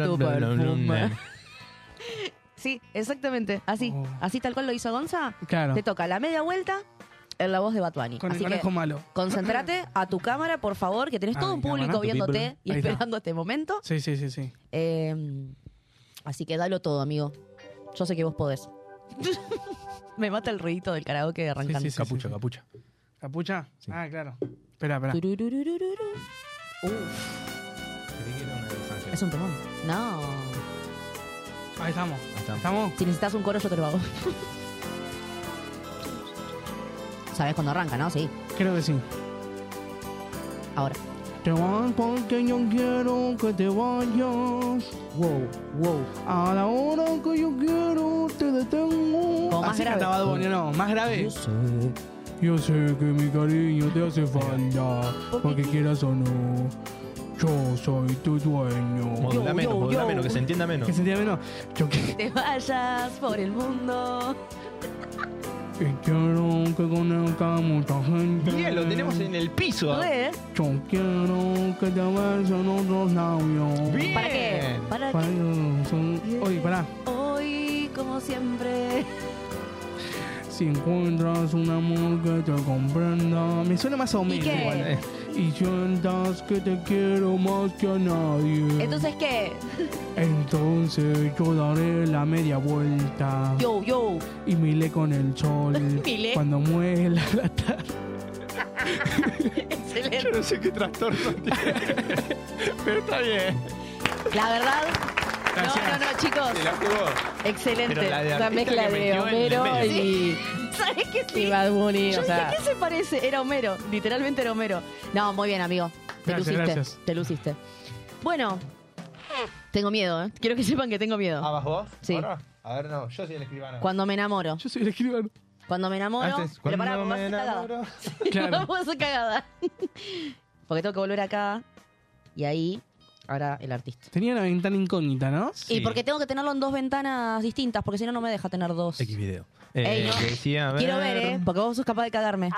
D: tu perfume. Sí, exactamente. Así,
E: Oh.
D: así tal cual lo hizo Gonza.
E: Claro.
D: Te toca la media vuelta en la voz de Bad Bunny.
E: Con el
D: Así que
E: conejo malo.
D: concéntrate a tu cámara, por favor, que tenés
E: A
D: todo
E: mi
D: un público
E: cámara, tu
D: viéndote
E: people.
D: y
E: Ahí está.
D: esperando este momento.
E: Sí, sí, sí, sí.
D: Eh, así que dalo todo, amigo. Yo sé que vos podés. (laughs) Me mata el ruidito del karaoke arrancando.
E: Sí, sí, sí,
F: Capucho,
E: sí.
F: capucho.
E: ¿Capucha? Ah, claro. Espera, espera.
D: Turururururu. Uf, es un temón. No.
E: Ahí estamos.
F: está.
E: ¿Estamos?
D: Si necesitas un coro, yo te lo hago. (laughs) Sabes cuando arranca, ¿no? Sí.
E: Creo que sí.
D: Ahora.
E: Te vas porque yo quiero que te vayas.
D: Wow, wow.
E: A la hora que yo quiero te detengo.
D: Como más
E: Así
D: grave.
E: cantaba Bad Bunny, no, más grave. Yo sé. que mi cariño te hace falta, porque quieras o no, yo soy tu dueño.
F: Modula
D: Yo,
F: menos,
D: yo,
F: modula
D: yo.
F: menos, que se entienda menos.
E: ¿Qué sentía menos? Yo que-
D: Te vayas por el mundo.
E: que quiero que conozca a mucha gente.
F: Miguel, lo tenemos en el piso.
D: Re. ¿eh?
E: Yo quiero que te besen otros labios.
F: Bien.
D: ¿Para qué? Para
E: Para
D: que
E: son- Oye, pará.
D: hoy, como siempre.
E: Si encuentras un amor que te comprenda. Me suena más o
D: ¿Y
E: menos
D: qué?
E: igual, eh. Y sientas que te quiero más que a nadie.
D: Entonces, ¿qué?
E: Entonces yo daré la media vuelta.
D: Yo, yo. (laughs)
E: Y milé con el sol.
D: Milé.
E: Cuando muela la tarde.
D: Excelente.
K: no sé qué
F: (laughs)
K: trastorno tiene. Pero está bien.
D: La verdad.
K: Gracias.
D: No, no, no, chicos.
K: Se la jugó.
D: Excelente.
K: Pero la de artista que metió en el medio.
D: (laughs) ¿Sabes qué sí?
I: y Bad Bunny,
D: Yo
I: o
D: dije,
I: sea.
D: ¿qué se parece? Era Homero. Literalmente era Homero. No, muy bien, amigo. Te
I: Gracias,
D: luciste.
I: gracias.
D: Te luciste. Bueno. Tengo miedo, ¿eh? Quiero que sepan que tengo miedo.
K: Ah.
F: ¿Abajo Ah, vos?
D: Sí.
F: ¿Ahora? A ver, no, yo soy el escribano.
D: Cuando me enamoro. Yo
E: soy
D: (laughs)
E: el escribano.
D: Cuando me enamoro.
K: Ah,
F: Antes,
D: pero
F: cuando
D: pará, vamos a
F: me
D: hacer cagada.
F: enamoro.
D: Sí, (laughs)
F: Claro.
D: Vamos a hacer cagada. (laughs) Porque tengo que volver acá. Y ahí, ahora el artista.
E: Tenía una ventana incógnita, ¿no?
D: Y porque tengo que tenerlo en dos ventanas distintas, porque si no, no me deja tener dos.
F: video. Eh,
D: Ey, no.
F: decía, a
D: Quiero ver, ¿eh? Porque vos sos capaz de cagarme.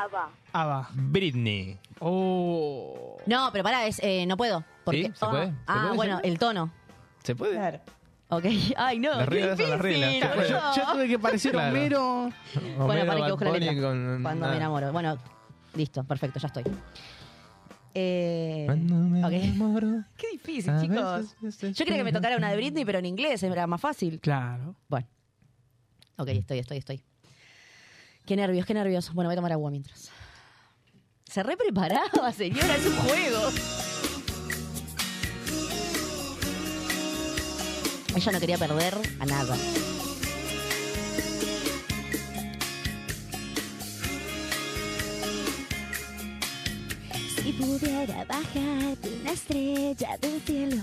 E: Ava.
F: Britney.
E: Oh.
D: No, pero pará, es, eh, no puedo. Porque,
F: ¿Sí? ¿Se puede? ¿Se
D: Ah,
F: puede?
D: bueno,
F: ¿Se puede?
D: el tono.
F: ¿Se puede?
D: Ok. (laughs) Ay, no. qué
F: Las reglas son las
D: difícil,
F: reglas.
D: boludo.
F: Yo- yo tuve
E: que parecer
F: Claro.
E: Homero.
D: Bueno, para que
F: Bad
D: busque la
F: Bunny
D: letra.
F: con-
D: Cuando me
F: ah.
D: enamoro. Bueno, listo, perfecto, ya estoy. Eh,
F: Cuando me
D: ok.
F: enamoro.
D: (laughs) Qué difícil,
F: A
D: chicos.
F: veces
D: Yo creía que me tocara una de Britney, pero en inglés era más fácil.
E: Claro.
D: Bueno. Ok, estoy, estoy, estoy. Qué nervios, qué nervios. Bueno, voy a tomar agua mientras. Se re preparaba, señora, es un juego. Ella no quería perder a nada.
L: Si pudiera bajarte una estrella del cielo,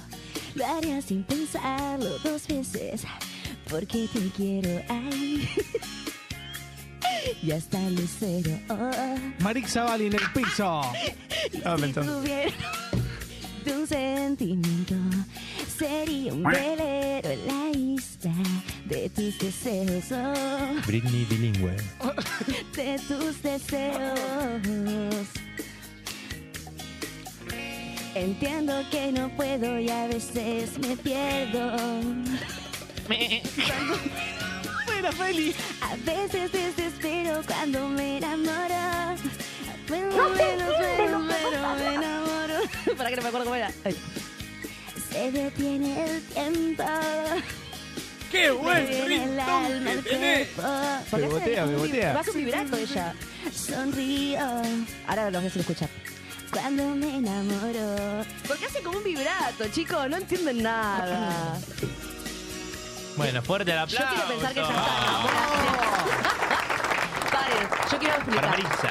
L: lo haría sin pensarlo dos veces, porque te quiero ahí. (laughs) y hasta el lucero. oh.
E: Marix Zavalli en el piso.
L: Tuviera de un sentimiento, sería un velero en la isla de tus deseos. oh.
F: Britney bilingüe.
L: de tus deseos. Entiendo que no puedo y a veces me pierdo.
D: (laughs)
L: Fuera feliz. A veces desespero cuando me enamoro. Me
D: No te
L: enamoro,
D: entiende lo
L: me
D: que
L: enamoro,
D: pasa.
L: me enamoro.
D: (laughs) Para que no me acuerdo cómo era. Ay.
L: Se detiene el tiempo.
K: ¡Qué
D: buen
L: Se detiene el
D: ritmo
L: alma, el
D: que tenés!
L: cuerpo.
D: Porque hace
F: botea,
D: un
F: me
D: vib-
F: botea.
D: Va a un vibrato ella.
L: Sonrío.
D: Ahora lo voy a hacer escuchar.
L: Cuando me enamoro.
D: Porque hace como un vibrato, chicos. No entienden nada.
K: Bueno, fuerte el aplauso.
D: Yo quiero pensar que ya (laughs) está. Paren, yo quiero
K: Para
D: explicar.
K: Marisa.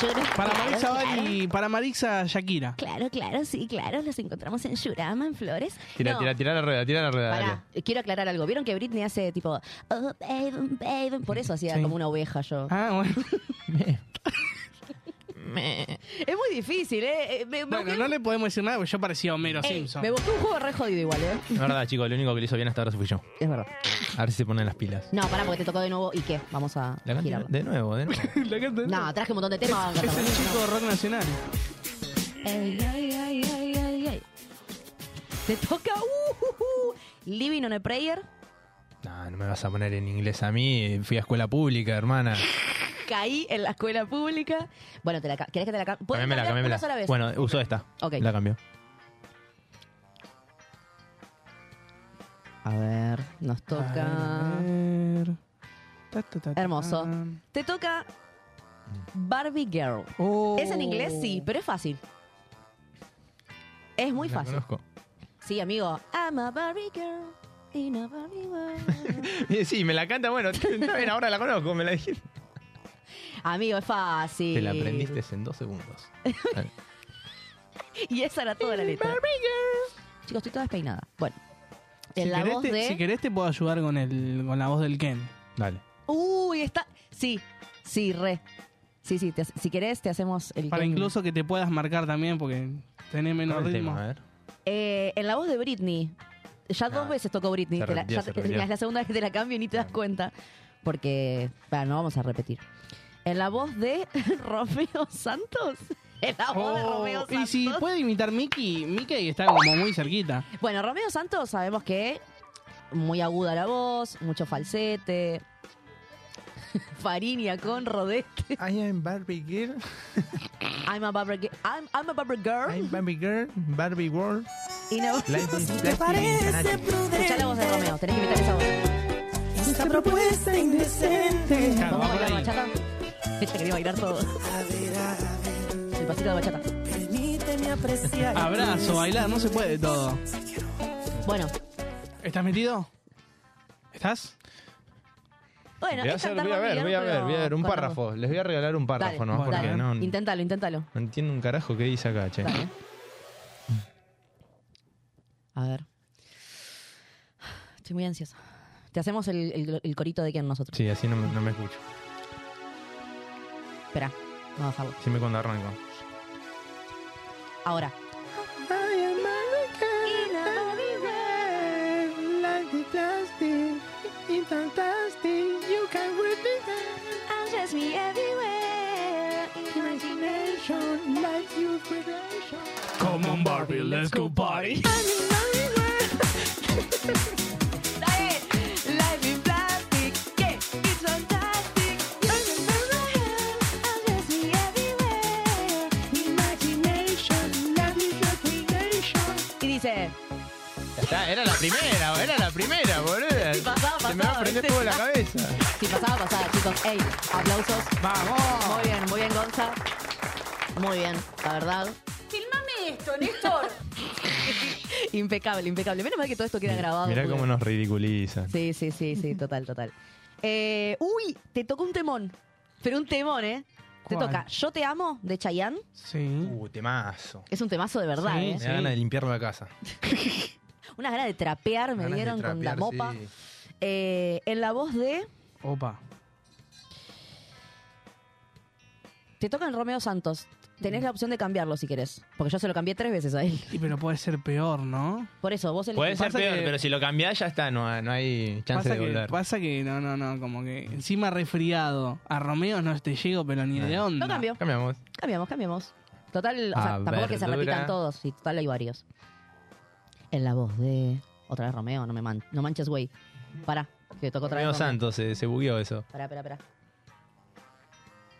L: Yo creo-
E: Para
L: Claro,
E: Marix
L: claro.
E: Zavalli, para Marixa Shakira.
L: Claro, claro, sí, claro. Los encontramos en Shurama, en Flores.
F: Tira,
L: No,
F: tira, tira la rueda, tira la rueda. dale.
D: Pará, quiero aclarar algo. ¿Vieron que Britney hace tipo, oh, baby, baby? Por eso hacía
F: Sí.
D: como una oveja yo.
E: Ah, bueno.
D: Es muy difícil, ¿eh? Eh, Me, me
E: Bueno, no le podemos decir nada porque yo parecía Homero
D: Ey,
E: Simpson.
D: me busqué un juego re jodido igual, ¿eh?
F: Es verdad, chicos, lo único que le hizo bien hasta ahora fui yo.
D: Es verdad.
F: A ver si se ponen las pilas.
D: No, pará, porque te tocó de nuevo. ¿Y qué? Vamos a
F: La canta-
D: girarlo.
F: de nuevo, de nuevo.
D: No, traje un montón de temas.
E: Es el chico de rock nacional.
D: Ey, ey, ey, ey, ey, ey. Te toca uh, uh, uh, Living on a Prayer.
F: (laughs) No, no me vas a poner en inglés a mí. Fui a escuela pública, hermana.
D: Caí en la escuela pública. Bueno, te la ca- ¿querés que te la cambie?
F: Cambiámela,
D: una
F: cambiámela.
D: sola vez.
F: Bueno, usó esta.
D: Ok.
F: La cambió.
D: A ver, nos toca. Hermoso. Te toca Barbie Girl. ¿Es en inglés? Sí, pero es fácil. Es muy
F: La
D: fácil.
F: conozco.
D: Sí, amigo. I'm a Barbie Girl in a Barbie
F: (laughs)
D: world.
F: Eh, Sí, me la canta, bueno, (laughs) está bien, ahora la conozco, me la dijiste.
D: Amigo, es fácil.
F: Te la aprendiste en
D: (laughs)
F: dos segundos.
D: Y esa era toda la letra. Chicos, estoy toda despeinada. Bueno. En
E: Oh. Si
D: la
E: querés,
D: voz
E: te,
D: de.
E: si querés te puedo ayudar con el con la voz del Ken.
F: Dale.
D: Uy, está. Sí, sí, re. Sí, sí, te hace- si querés, te hacemos el.
E: Para
D: Ken.
E: incluso que te puedas marcar también porque tenés menos
F: ¿Cuál es el
E: ritmo.
F: tema? A ver.
D: Eh, en la voz de Britney. Ya dos veces tocó Britney.
F: se
D: Te la-
F: repitió,
D: ya
F: se
D: te-
F: repitió.
D: es la segunda vez que te la cambio y ni te das cuenta. Porque. Bueno, no vamos a repetir. En la voz de (laughs) Romeo Santos. En la voz de
E: Oh,
D: Romeo Santos.
E: y si puede imitar Mickey, Mickey está como muy cerquita.
D: Bueno, Romeo Santos sabemos que muy aguda la voz, mucho falsete. (laughs) Farinia con rodete.
F: I am Barbie Girl.
D: I'm a Barbie Girl. I'm, I'm a Barbie Girl.
F: I'm Barbie Girl, Barbie World.
D: Y no-
F: Life is plastic.
D: Escuchá la voz de Romeo, tenés que imitar esa voz.
M: Esta propuesta indecente.
D: ¿Vamos a bailar bachata? Ella quería bailar todo. el pasito de bachata.
M: Permíteme apreciar.
E: Abrazo, bailar, no se puede todo.
D: Bueno.
E: ¿Estás metido? ¿Estás?
D: Bueno,
F: voy a,
D: es
F: hacer-
D: cantar
F: voy a ver,
D: Babylon,
F: voy a ver,
D: pero
F: voy a ver un
D: cuando-
F: párrafo. Les voy a regalar un párrafo
D: Dale,
F: nomás porque
D: dale.
F: no, no
D: Inténtalo, inténtalo.
F: entiendo un carajo que dice acá, che.
D: A ver. Estoy muy ansiosa. Te hacemos el, el- el corito de quién nosotros.
F: Sí, así no, me- no me escucho.
D: Espera, vamos a dejarlo.
F: Siempre cuando arranco.
D: Ahora.
E: Come on, Barbie, let's go party.
C: Life in plastic, yeah, it's fantastic.
D: Y dice.
F: Ya está, era la primera, era la primera, boludo.
D: Sí, pasaba,
F: Se me va a
D: pasaba,
F: prender
D: ¿viste?
F: fuego la cabeza.
D: Si pasaba, pasaba, chicos. Ey, aplausos. Vamos. Muy bien, muy bien, Gonza. Muy bien, la verdad.
H: Filmame esto, Néstor.
D: Impecable, impecable. Menos mal que todo esto queda grabado.
F: Mirá
D: porque-
F: cómo nos ridiculizan.
D: Sí, sí, sí,
F: (laughs)
D: sí, total, total. Eh, uy, te tocó un temón. Pero un temón, ¿eh? Te
F: ¿Cuál?
D: toca Yo te amo, de Chayanne.
E: Sí.
F: Uh, temazo.
D: Es un temazo de verdad,
F: Sí,
D: ¿eh?
F: Me da ganas de limpiar la casa.
D: Una gana de trapear me
F: Ganas de
D: dieron con la
F: trapear,
D: mopa.
F: sí.
D: Eh, en la voz de.
E: Opa.
D: Te toca el Romeo Santos. Tenés la opción de cambiarlo si querés. Porque yo se lo cambié tres veces a él.
E: Y pero puede ser peor, ¿no?
D: Por eso, vos el
F: Puede ser
E: Pasa
F: peor,
E: que-
F: pero si lo cambiás ya está, no, no hay
E: Pasa
F: chance de
E: que,
F: volver.
E: pasa que, no, no, no, como que encima resfriado. A Romeo no te llego, pero ni de onda.
D: Lo cambio.
F: Cambiamos.
D: Cambiamos, cambiamos. Total, o sea,
E: A
D: tampoco que se
E: verdura.
D: repitan todos. Y total, hay varios. En la voz de. Otra vez Romeo, no me man- no manches, güey. Pará, que tocó otra
F: Romeo
D: vez. Romeo.
F: Santos, Ah. se, se bugueó eso.
D: Pará, pará, pará.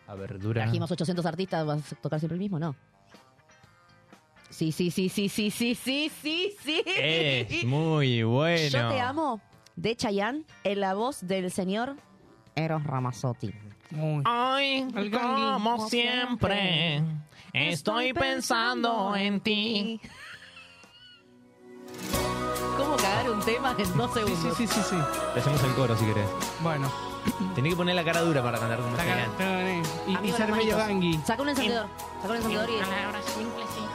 F: A verdura.
D: Trajimos 800 artistas, ¿vas a tocar siempre el mismo? No. Sí, sí, sí, sí, sí, sí, sí, sí, sí.
F: Es muy bueno.
D: Yo te amo, de Chayanne, en la voz del señor Eros Ramazzotti. Ah.
F: Hoy,
C: como siempre,
F: estoy pensando en ti.
D: ¿Cómo cagar un tema en dos segundos?
E: Sí, sí, sí, sí.
F: Le hacemos el coro si querés.
E: Bueno.
F: Tenés que poner la cara dura para cantar como Chayanne.
E: Y, y
D: Amigos
E: ser
D: los
E: medio
D: manitos.
E: gangui.
D: Saca un encendedor. Saca un encendedor y.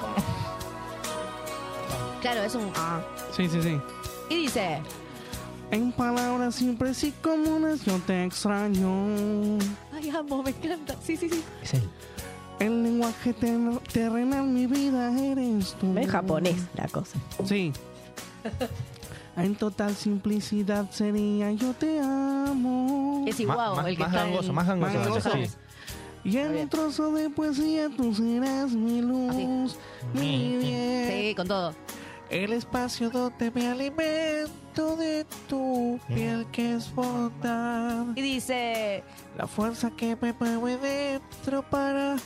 D: Claro, es un. ah.
E: Sí, sí, sí.
D: Y dice.
E: En palabras siempre y comunes yo te extraño.
D: Ay, amo, me encanta. Sí, sí, sí.
E: El lenguaje ter- terrenal, mi vida eres tú.
I: Es japonés la cosa.
E: (laughs) Sí. En total simplicidad sería yo te amo.
D: Es Iguao, el que está en-
E: Más gangoso. Y en un trozo de poesía tú serás mi luz, mi bien.
D: Sí, con todo.
E: El espacio donde me alimento de tu piel que es bondad.
D: Y dice...
E: La fuerza que me mueve dentro para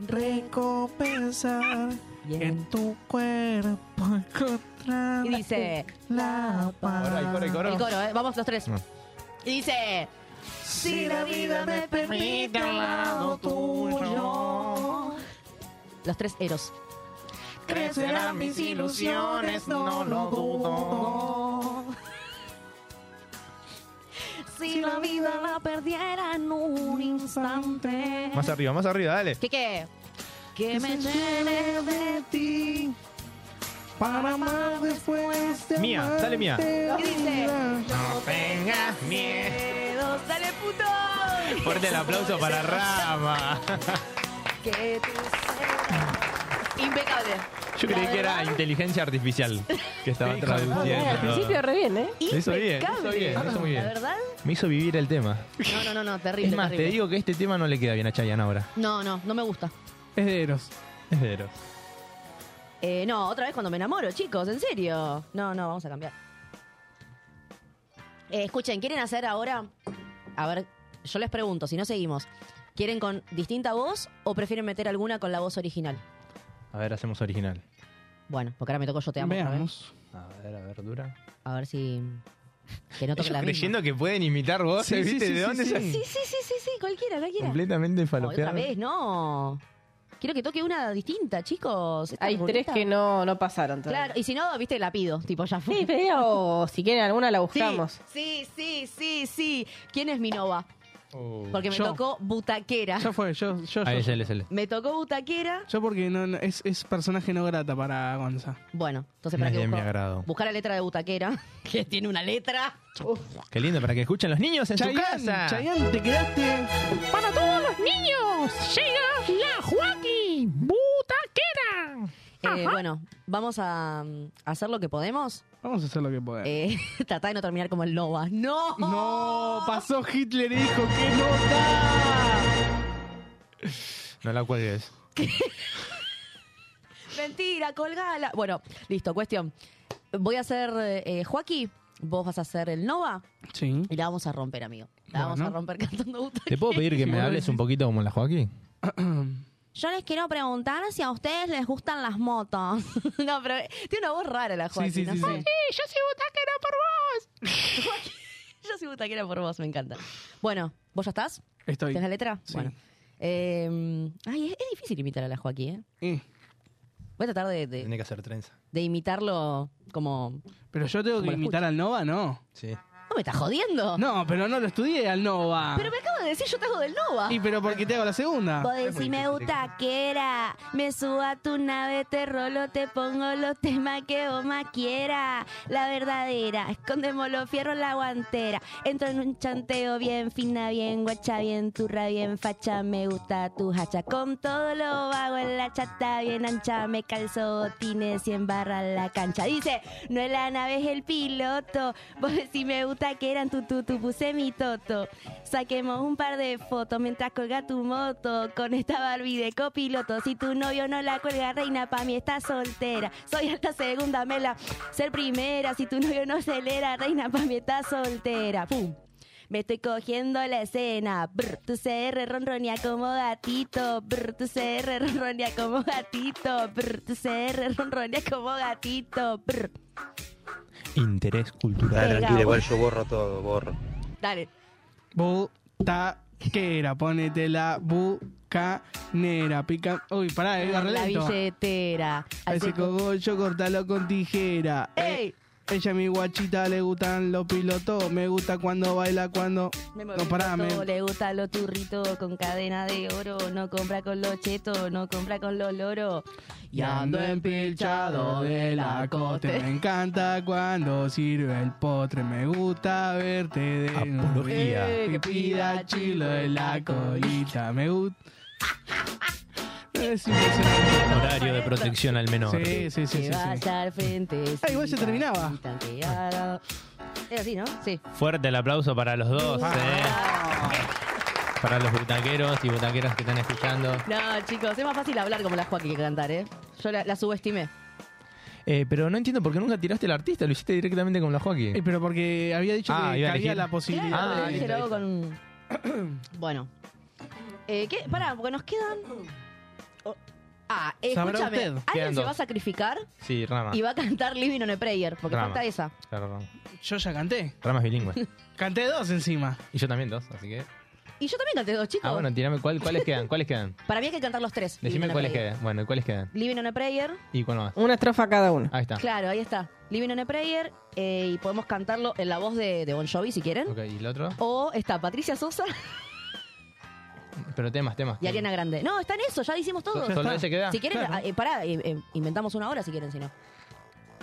E: recompensar. En tu cuerpo encontrar.
D: Y dice...
E: La paz.
F: Ahora el coro, el coro.
D: El coro, ¿eh? Vamos los
E: Mm.
D: tres.
F: No.
D: Y dice...
E: Si la vida me permite al lado tuyo,
D: Los tres eros.
E: crecerán mis ilusiones, no lo dudo.
D: Si la vida la perdiera en un instante...
F: Más arriba, más arriba, dale.
D: ¿Qué qué?
E: Que
D: Que me
E: me
D: llene de
E: ti para amar después de
F: Mía, dale mía.
E: amarte.
D: Y dice...
F: No tengas
D: miedo. ¡Dale, puto!
F: Fuerte el aplauso
D: (laughs)
F: para Rama.
D: Que tú seas- Impecable.
F: Yo creí que era inteligencia artificial que estaba traduciendo.
I: Al principio re bien, ¿eh?
F: Lo hizo bien, lo hizo bien, lo hizo muy bien.
D: Ah, La verdad,
F: Me hizo vivir el tema.
D: no, no, no, no terrible.
F: Es más, te
D: terrible.
F: digo que este tema no le queda bien a Chayanne ahora.
D: No, no, no me gusta.
E: Es de Eros.
F: Es de Eros.
D: Eh, no, otra vez cuando me enamoro, chicos, en serio. No, no, vamos a cambiar. Eh, escuchen, ¿quieren hacer ahora? A ver, yo les pregunto, si no seguimos, ¿quieren con distinta voz o prefieren meter alguna con la voz original?
F: A ver, hacemos original.
D: Bueno, porque ahora me tocó yo te amo. otra vez.
F: Veamos. A ver, a ver, dura.
D: A ver si. Que no toque
F: Ellos
D: la misma.
F: creyendo que pueden imitar voces,
D: Sí, sí,
F: ¿viste?
D: sí,
F: ¿De
D: sí,
F: dónde
D: sí.
F: salen?
D: Sí, sí, sí, sí, sí, cualquiera, cualquiera.
F: Completamente
D: No, otra
F: falopeado.
D: vez, no. Quiero que toque una distinta, chicos. Esta
I: Hay
D: es
I: tres
D: bonita.
I: que no, no pasaron todavía.
D: Claro, y si no, viste, la pido. Tipo, ya fue.
I: Sí, pero si quieren alguna la buscamos.
D: (laughs) Sí, sí, sí, sí. ¿Quién es mi nova?
F: Oh.
D: Porque me tocó butaquera.
E: Ya fue, yo, yo, yo.
D: Ahí es él,
E: es
D: Me tocó butaquera.
E: Yo porque no, no- es, es personaje no grata para Gonza.
D: Bueno, entonces para
E: No
D: qué
E: es de mi
D: busco?
E: agrado.
D: Buscar la letra de (laughs) butaquera, que tiene una letra.
F: Qué lindo para que escuchen los niños en
D: Chayanne,
F: su casa.
D: Chayanne,
E: te quedaste.
F: Para todos los niños llega la Joaquín Butaquera.
D: Eh, bueno, vamos a mm, hacer lo que podemos.
E: Vamos a hacer lo que podemos.
D: Eh, (laughs) tratá de no terminar como el Nova. ¡No!
E: ¡No! Pasó Hitler y dijo que no
F: No la cuelgues.
D: Mentira, colgala. Bueno, listo, cuestión. Voy a hacer eh, Joaquín, vos vas a hacer el Nova.
E: Sí.
D: Y la vamos a romper, amigo. La vamos a
F: Bueno.
D: romper cantando butaquera.
F: ¿Te puedo pedir que me hables un poquito como la Joaquín?
D: Yo les quiero preguntar si a ustedes les gustan las motos. (laughs) no, pero eh, tiene una voz rara la Joaquín.
F: sí,
D: no
F: sí,
D: sé.
F: sí.
D: yo soy butaquera por vos. yo soy butaquera por vos, me encanta. Bueno, ¿vos ya estás?
E: Estoy.
D: ¿Tienes la letra?
E: Sí.
D: Bueno. Eh, ay, es, es difícil imitar a la Joaquín,
E: ¿eh?
D: Voy a tratar de, de-
F: que hacer trenza.
D: de imitarlo como...
E: Pero yo tengo
D: Como Oh.
E: que
D: lo
E: imitar al Nova, ¿no?
F: Sí.
D: No me estás jodiendo.
E: No, pero no lo estudié al Nova.
D: Pero me acabo de decir, yo te hago del Nova.
E: Y pero porque te hago la segunda.
L: Vos decís me butaquera, me subo a tu nave, te rolo, te pongo los temas que vos más quieras. La verdadera, escondemos los fierros, la guantera. Entro en un chanteo bien fina, bien guacha, bien turra, bien facha. Me gusta tu hacha, con todo lo vago en la chata, bien ancha. Me calzo botines y embarra la cancha. Dice, no es la nave, es el piloto. Vos decís me butaquera, en tu tu tu puse mi toto. Saquemos un par de fotos mientras colga tu moto con esta Barbie de copiloto. Si tu novio no la cuelga, reina, pa' mí está soltera. Soy alta segunda, mela, ser primera. Si tu novio no acelera, reina, pa' mí está soltera. ¡Pum! Me estoy cogiendo la escena. Brr, tu CR ronronea como gatito. Brr, tu CR ronronea como gatito. Brr, tu CR ronronea como gatito. Brr.
F: Interés cultural.
D: Dale, tranquila, igual
F: yo borro todo, borro.
D: Dale.
E: Butaquera, ponete la bucanera. Pica. Uy, pará, eh, agarré
D: La
E: lento.
D: billetera.
E: A
D: Así
E: ese cogollo, cortalo con tijera. Eh,
D: ¡Ey!
E: Ella a mi guachita le gustan los pilotos. Me gusta cuando baila, cuando.
D: Me
E: no,
D: mueve
E: pará,
D: el
E: me.
D: toto, Le gusta lo turrito con cadena de oro. No compra con los chetos, no compra con los loros.
E: Y ando empilchado de la
L: (laughs)
E: cote. Me encanta cuando sirve el potre. Me gusta verte de.
F: Apología.
E: Eh, que pida chilo en la colita. Me (laughs) Eh, gusta. Es impresionante.
F: Horario de protección al menor.
E: Sí, sí, sí,
D: Que
E: sí, sí.
D: vaya al frente.
E: Ah, igual ya
D: sin
E: terminaba.
D: tantear. Es así, ¿no? Sí.
F: Fuerte el aplauso para los dos,
E: Ah,
F: ¿eh? Para los butaqueros y butaqueras que están escuchando.
D: No, chicos, es más fácil hablar como la Joaquín que cantar, ¿eh? Yo la, la subestimé.
F: Eh, pero no entiendo por qué nunca tiraste el artista, lo hiciste directamente con la
E: Eh,
F: Joaquín.
E: pero porque había dicho
F: Ah,
E: que,
F: iba a
E: había
F: elegir.
E: la posibilidad.
D: Claro,
E: de-
D: pero dije luego con... bueno. Eh, ¿qué? Pará, porque nos quedan... Oh. Ah, eh,
F: Sabrá
D: escúchame.
F: usted. Quedan
D: Alguien se
F: dos.
D: va a sacrificar
F: Sí, Rama.
D: y va a cantar Living on a Prayer, porque
F: Drama.
D: falta esa.
F: Claro, Rama.
E: Yo ya canté.
F: Rama es
D: (laughs)
F: bilingüe.
E: Canté dos encima.
F: Y yo también dos, así que.
D: Y yo también canté dos, chicos.
F: Ah, bueno, tirame cuál- cuáles quedan, cuáles quedan.
D: Para mí hay que cantar los tres.
F: Decime
D: Living on a
F: cuáles
D: Prayer.
F: quedan. Bueno, cuáles quedan.
D: Living on a Prayer.
F: Y cuál más.
I: Una estrofa cada uno.
F: Ahí está.
D: Claro, ahí está. Living on a Prayer. eh, y podemos cantarlo en la voz de, de Bon Jovi, si quieren.
F: Ok, y el otro.
D: O está Patricia Sosa
F: Pero temas, temas.
D: y Ariana Grande. No, está en eso, ya hicimos todo.
F: Ya ¿Solo está. ese queda?
D: Si quieren,
F: Claro.
D: ah, eh, pará, eh, eh, inventamos una hora si quieren, si no.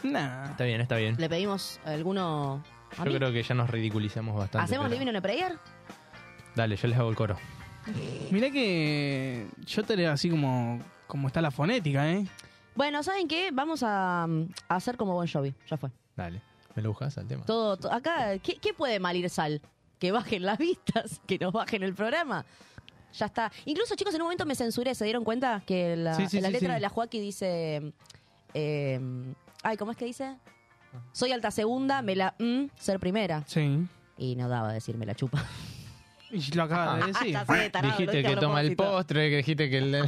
E: Nah.
F: Está bien, está bien.
D: Le pedimos a alguno. a
F: Yo
D: mí.
F: creo que ya nos ridiculizamos bastante.
D: ¿Hacemos
F: pero-
D: Living on a Prayer?
F: Dale, yo les hago el coro.
E: Mirá que yo te leo así como, como está la fonética, ¿eh?
D: Bueno, ¿saben qué? Vamos a, mm, a hacer como Bon Jovi. Ya fue.
F: Dale. ¿Me lo buscas al tema?
D: Todo, to- acá, ¿qué, qué puede mal ir sal? Que bajen las vistas, (laughs) que nos bajen el programa. Ya está. Incluso, chicos, en un momento me censuré. ¿Se dieron cuenta que la,
L: Sí, sí,
D: la
L: sí,
D: letra
L: sí.
D: de la Joaquín dice. eh, ay, ¿cómo es que dice? Soy alta segunda, me la. mm, ser primera.
E: Sí.
D: Y no daba decirme la chupa.
E: Y
D: (laughs)
E: lo acabas de decir.
D: Ah, está, sí, tarado, lo
F: dijiste
D: dije a
F: que toma el
D: propósito.
F: postre, que
D: (laughs)
F: dijiste que el.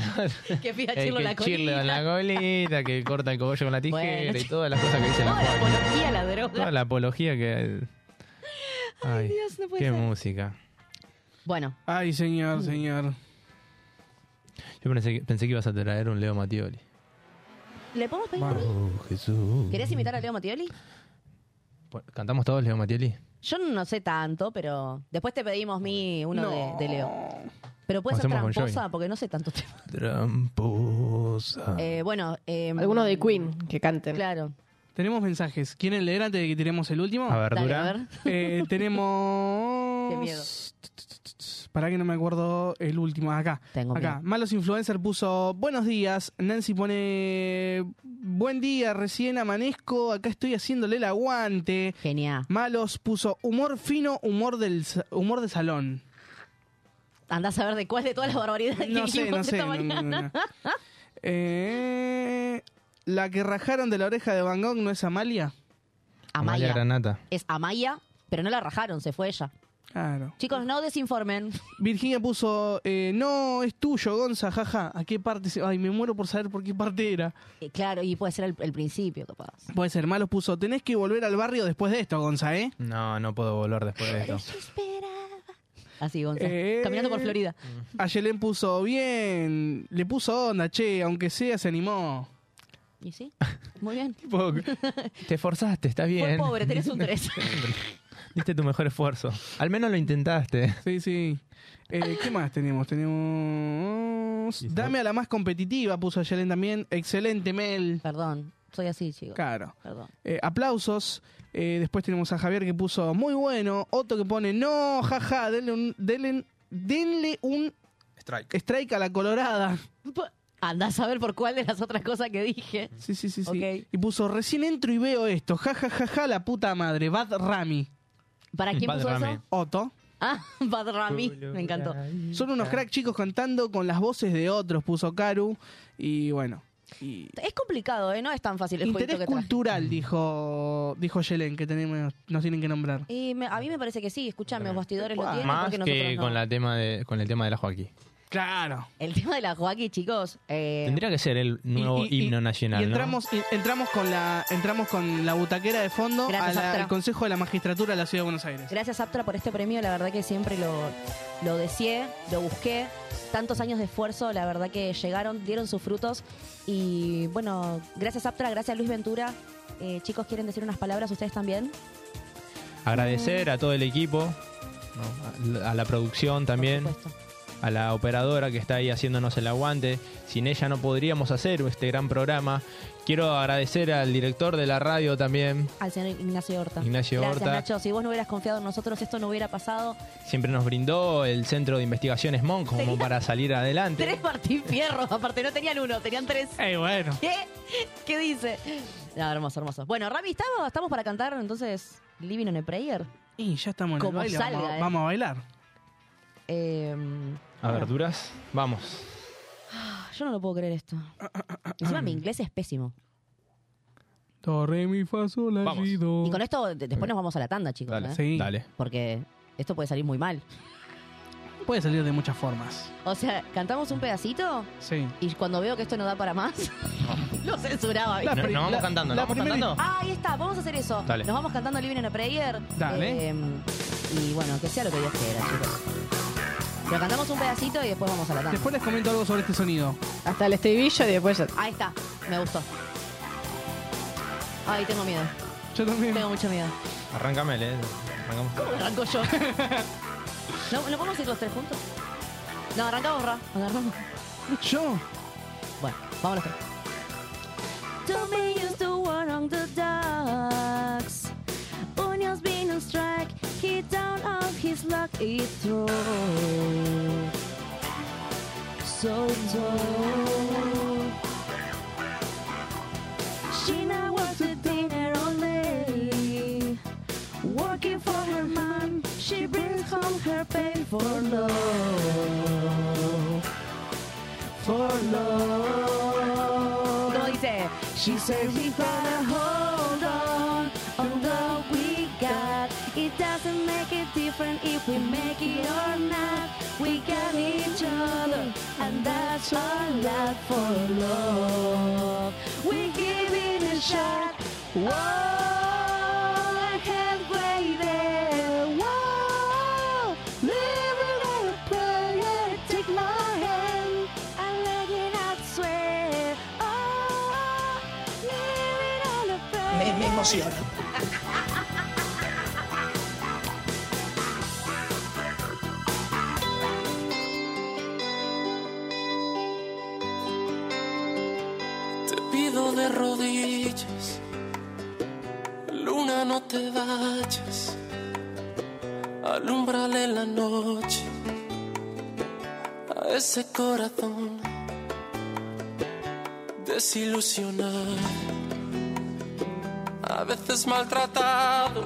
D: que pida
F: (laughs) el
D: chirlo
F: que
D: la
F: chirle
D: colita.
F: con la colita, que corta el cogollo con la tijera
D: Bueno,
F: y
D: sí.
F: todas las cosas que dice la
D: Toda
F: (laughs)
D: la
F: Joaquín.
D: apología a la droga.
F: Toda la apología que. Ay,
D: Dios, no puede
F: qué
D: ser.
F: música.
D: Bueno.
E: Ay, señor, señor.
F: Yo Yo pensé que, pensé que ibas a traer un Leo Matioli.
D: ¿Le podemos pedir?
F: Oh, Jesús.
D: ¿Querés imitar a Leo Matioli?
F: Bueno, ¿Cantamos todos Leo Matioli?
D: Yo no sé tanto, pero después te pedimos mi uno de, de Leo. Pero puede
F: Lo
D: ser
F: hacemos con
D: tramposa
F: Johnny.
D: porque no sé tanto tema.
E: Ah.
F: Tramposa.
D: Eh, bueno, eh,
I: Alguno de Queen que canten.
D: Claro.
E: Tenemos mensajes. ¿Quieren leer antes de que tiremos el último?
F: A ver, Dale, Dura. a ver.
D: (laughs)
E: Eh, tenemos...
D: Qué miedo.
E: Pará que no me acuerdo el último. Acá. acá. Malos Influencer puso buenos días. Nancy pone buen día, recién amanezco. Acá estoy haciéndole el aguante.
D: Genial.
E: Malos puso humor fino, humor, del, sa- humor de salón.
D: Andás a ver de cuál de todas las barbaridades
E: No
D: que
E: sé,
D: dijimos
E: no sé,
D: esta
E: no,
D: mañana.
E: no, no, (laughs) Eh, la que rajaron de la oreja de Van Gogh no es Amalia.
D: Amaya.
F: Amalia Granata.
D: Es Amaya, pero no la rajaron, se fue ella.
E: Claro.
D: Chicos, no desinformen. (laughs)
E: Virginia puso, eh, no, es tuyo, Gonza, jaja. ¿A qué parte? se- Ay, me muero por saber por qué parte era.
D: Eh, claro, y puede ser el, el principio, capaz.
E: Puede ser, malos puso, tenés que volver al barrio después de esto, Gonza, ¿eh?
F: No, no puedo volver después de esto. (laughs)
D: Así, Gonzalo.
I: Eh.
D: Caminando por Florida.
E: A Yelén puso, bien, le puso onda, che, aunque sea, se animó.
D: ¿Y
E: (laughs)
D: sí? Muy bien.
F: Tipo, Te esforzaste, está bien.
D: pobre, tenés
E: (laughs)
D: un tres.
F: Diste tu mejor esfuerzo. Al menos lo intentaste.
E: Sí, sí. Eh, ¿Qué más tenemos? Tenemos... Dame a la más competitiva, puso Yelén también. Excelente, Mel.
D: Perdón, soy así, chicos.
E: Claro.
D: Perdón.
E: Eh, aplausos. Eh, después tenemos a Javier que puso muy bueno. Otto que pone no, jaja, denle un, denle, denle un
F: strike.
E: a la colorada.
D: Andás a ver por cuál de las otras cosas que dije.
E: Sí, sí, sí, sí.
D: Ok.
E: Y puso recién entro y veo esto. Jajajaja, la puta madre. Bad Rami.
D: ¿Para quién Bad puso Rami. eso?
E: Otto.
D: Ah, (laughs) Bad Rami. Me encantó.
F: Mm,
E: Son unos crack chicos cantando con las voces de otros, puso Karu. Y bueno. y-
D: Es complicado, ¿eh? No es tan fácil el jueguito
E: Interés
D: que traje.
E: cultural, dijo dijo Yelen, que tenemos, nos tienen que nombrar.
D: Y me- a mí me parece que sí. Escúchame, los bastidores lo tienen.
F: Más
D: porque
F: que
D: nosotros no. Eh.
F: con, la tema de, con el tema de la Joaquín.
E: Claro.
D: El tema de la Joaquín, chicos. eh,
F: Tendría que ser el nuevo
E: y- y-
F: himno nacional.
E: Y
F: ¿no?
E: entramos, y- entramos con la, entramos con la butaquera de fondo
D: Gracias,
E: a la-
D: Astra.
E: al Consejo de la Magistratura de la Ciudad de Buenos Aires.
D: Gracias, Aptra, por este premio. La verdad que siempre lo, lo deseé, lo busqué. Tantos años de esfuerzo, la verdad que llegaron, dieron sus frutos. Y bueno, gracias, Aptra, gracias, Luis Ventura. Eh, chicos, ¿quieren decir unas palabras ustedes también?
F: Agradecer a todo el equipo, ¿no? a, a la producción también, a la operadora que está ahí haciéndonos el aguante. Sin ella no podríamos hacer este gran programa. Quiero agradecer al director de la radio también.
D: Al señor Ignacio Horta.
F: Ignacio
D: gracias,
F: Horta.
D: Nacho. Si vos no hubieras confiado en nosotros, esto no hubiera pasado.
F: Siempre nos brindó el Centro de Investigaciones Monk como para salir adelante.
D: Tres Martín Fierro, aparte no tenían uno, tenían tres.
E: Eh, bueno.
D: ¿Qué? ¿Qué dice? No, hermoso, hermoso. Bueno, Rami, ¿estamos, estamos para cantar entonces Living on a Prayer?
E: Y ya estamos en el
D: Como
E: baile,
D: salga,
E: vamos, a-
D: eh.
E: vamos a bailar.
D: Eh,
F: A ver, duras. Vamos.
D: Yo no lo puedo creer esto. Encima mi inglés es pésimo.
E: Torre mi fa sol la si, do.
D: Y con esto de- después nos vamos a la tanda, chicos.
E: Dale,
D: ¿eh?
E: sí. Dale.
D: Porque esto puede salir muy mal.
E: Puede salir de muchas formas.
D: O sea, cantamos un pedacito
E: Sí.
D: y cuando veo que esto no da para
F: (laughs)
D: más, lo censuraba. ¿viste?
F: La pri- No, nos vamos la- cantando, nos la vamos primera- cantando.
D: Ah, ahí está, vamos a hacer eso.
F: Dale.
D: Nos vamos cantando Living in a Prayer.
F: Dale.
D: Eh, y bueno, que sea lo que Dios quiera, chicos. Pero cantamos un pedacito y después vamos a la tanda.
E: Después les comento algo sobre este sonido.
I: Hasta el estribillo y después ya-
D: Ahí está, me gustó. Ay, tengo miedo.
E: Yo también.
D: Tengo mucho miedo.
F: Arráncame, eh. Arrancamos.
L: (laughs)
D: Arranco yo. ¿No, ¿No podemos ir los tres juntos? No, arrancamos, Ra. Agarramos.
E: Yo.
D: Bueno, vamos los tres.
L: Don't be used to war on the dogs. Union's been on strike. He down on his luck. It through. So told. She now works a dinner only. Working for her man, she brings home her pay for love. For love.
D: ¿Cómo dice?
L: She said we gotta hold on, although Oh, we got it doesn't make a difference if we make it or not. We got each other, and that's all that for love. We give it a shot. Whoa, I can't wait there. Whoa, living in a prayer. Take my hand and let Oh,
G: emociona.
N: Te pido de rodillas, luna no te vayas, alumbrale la noche a ese corazón desilusionado, a veces maltratado.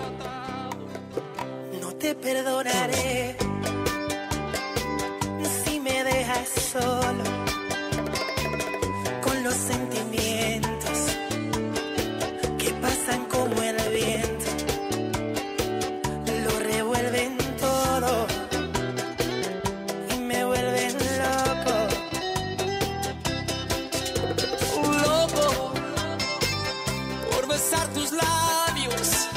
I: No te perdonaré si me dejas solo con los sentimientos que pasan como el viento, lo revuelven todo y me vuelven loco,
G: Un loco por besar tus labios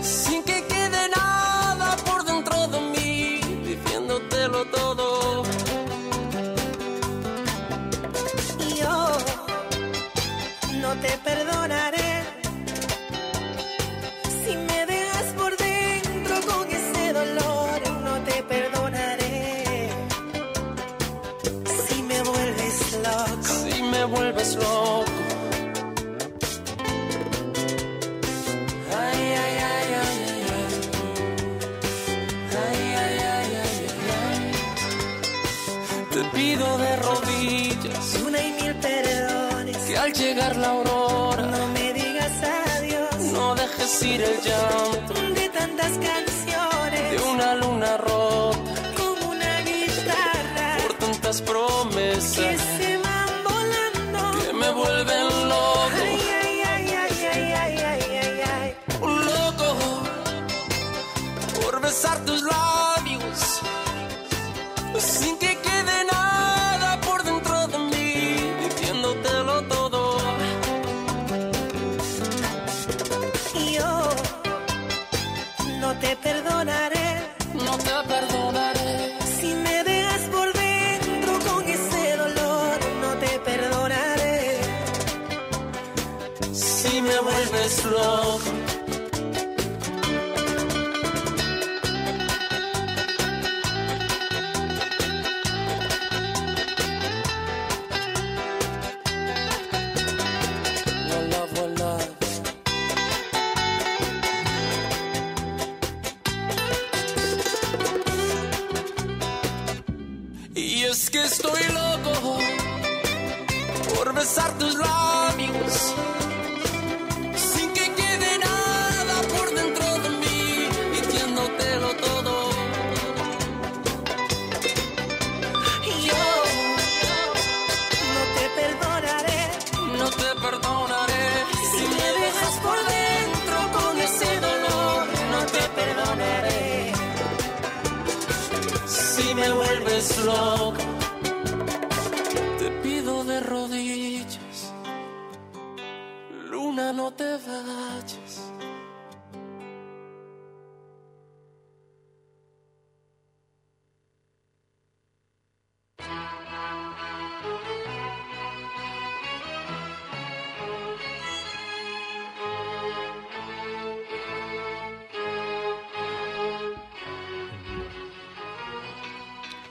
G: sin que quede nada por dentro de mí diciéndotelo todo
I: yo no te perdonaré si me dejas por dentro con ese dolor no te perdonaré si me vuelves loco
G: si me vuelves loco Ay, ay, ay, ay, ay, ay. Ay, ay, ay, ay, ay, ay. Te pido de rodillas
I: una y mil perdones
G: que al llegar la aurora
I: no me digas adiós
G: no dejes ir el llanto
I: de tantas canciones
G: de una luna rota
I: como una guitarra
G: por tantas promesas
I: que se van volando
G: que me vuelven loco
I: Ay, ay, ay, ay, ay, ay, ay, ay, ay.
G: un loco por besar tus labios sin que quede nada por dentro de mí diciéndotelo todo
I: Yo no te perdonaré,
G: no te perdonaré
I: si me dejas por dentro con ese dolor, no te perdonaré.
G: si me vuelves loco Vola, vola. Y es que estoy loco por besar tus labios. Sin que quede nada por dentro de mí, diciéndotelo todo.
I: Yo no te perdonaré,
G: No te perdonaré
I: si me dejas por dentro con ese dolor, no te perdonaré.
G: si me vuelves loco. Te pido de rodillas, luna, no te vayas.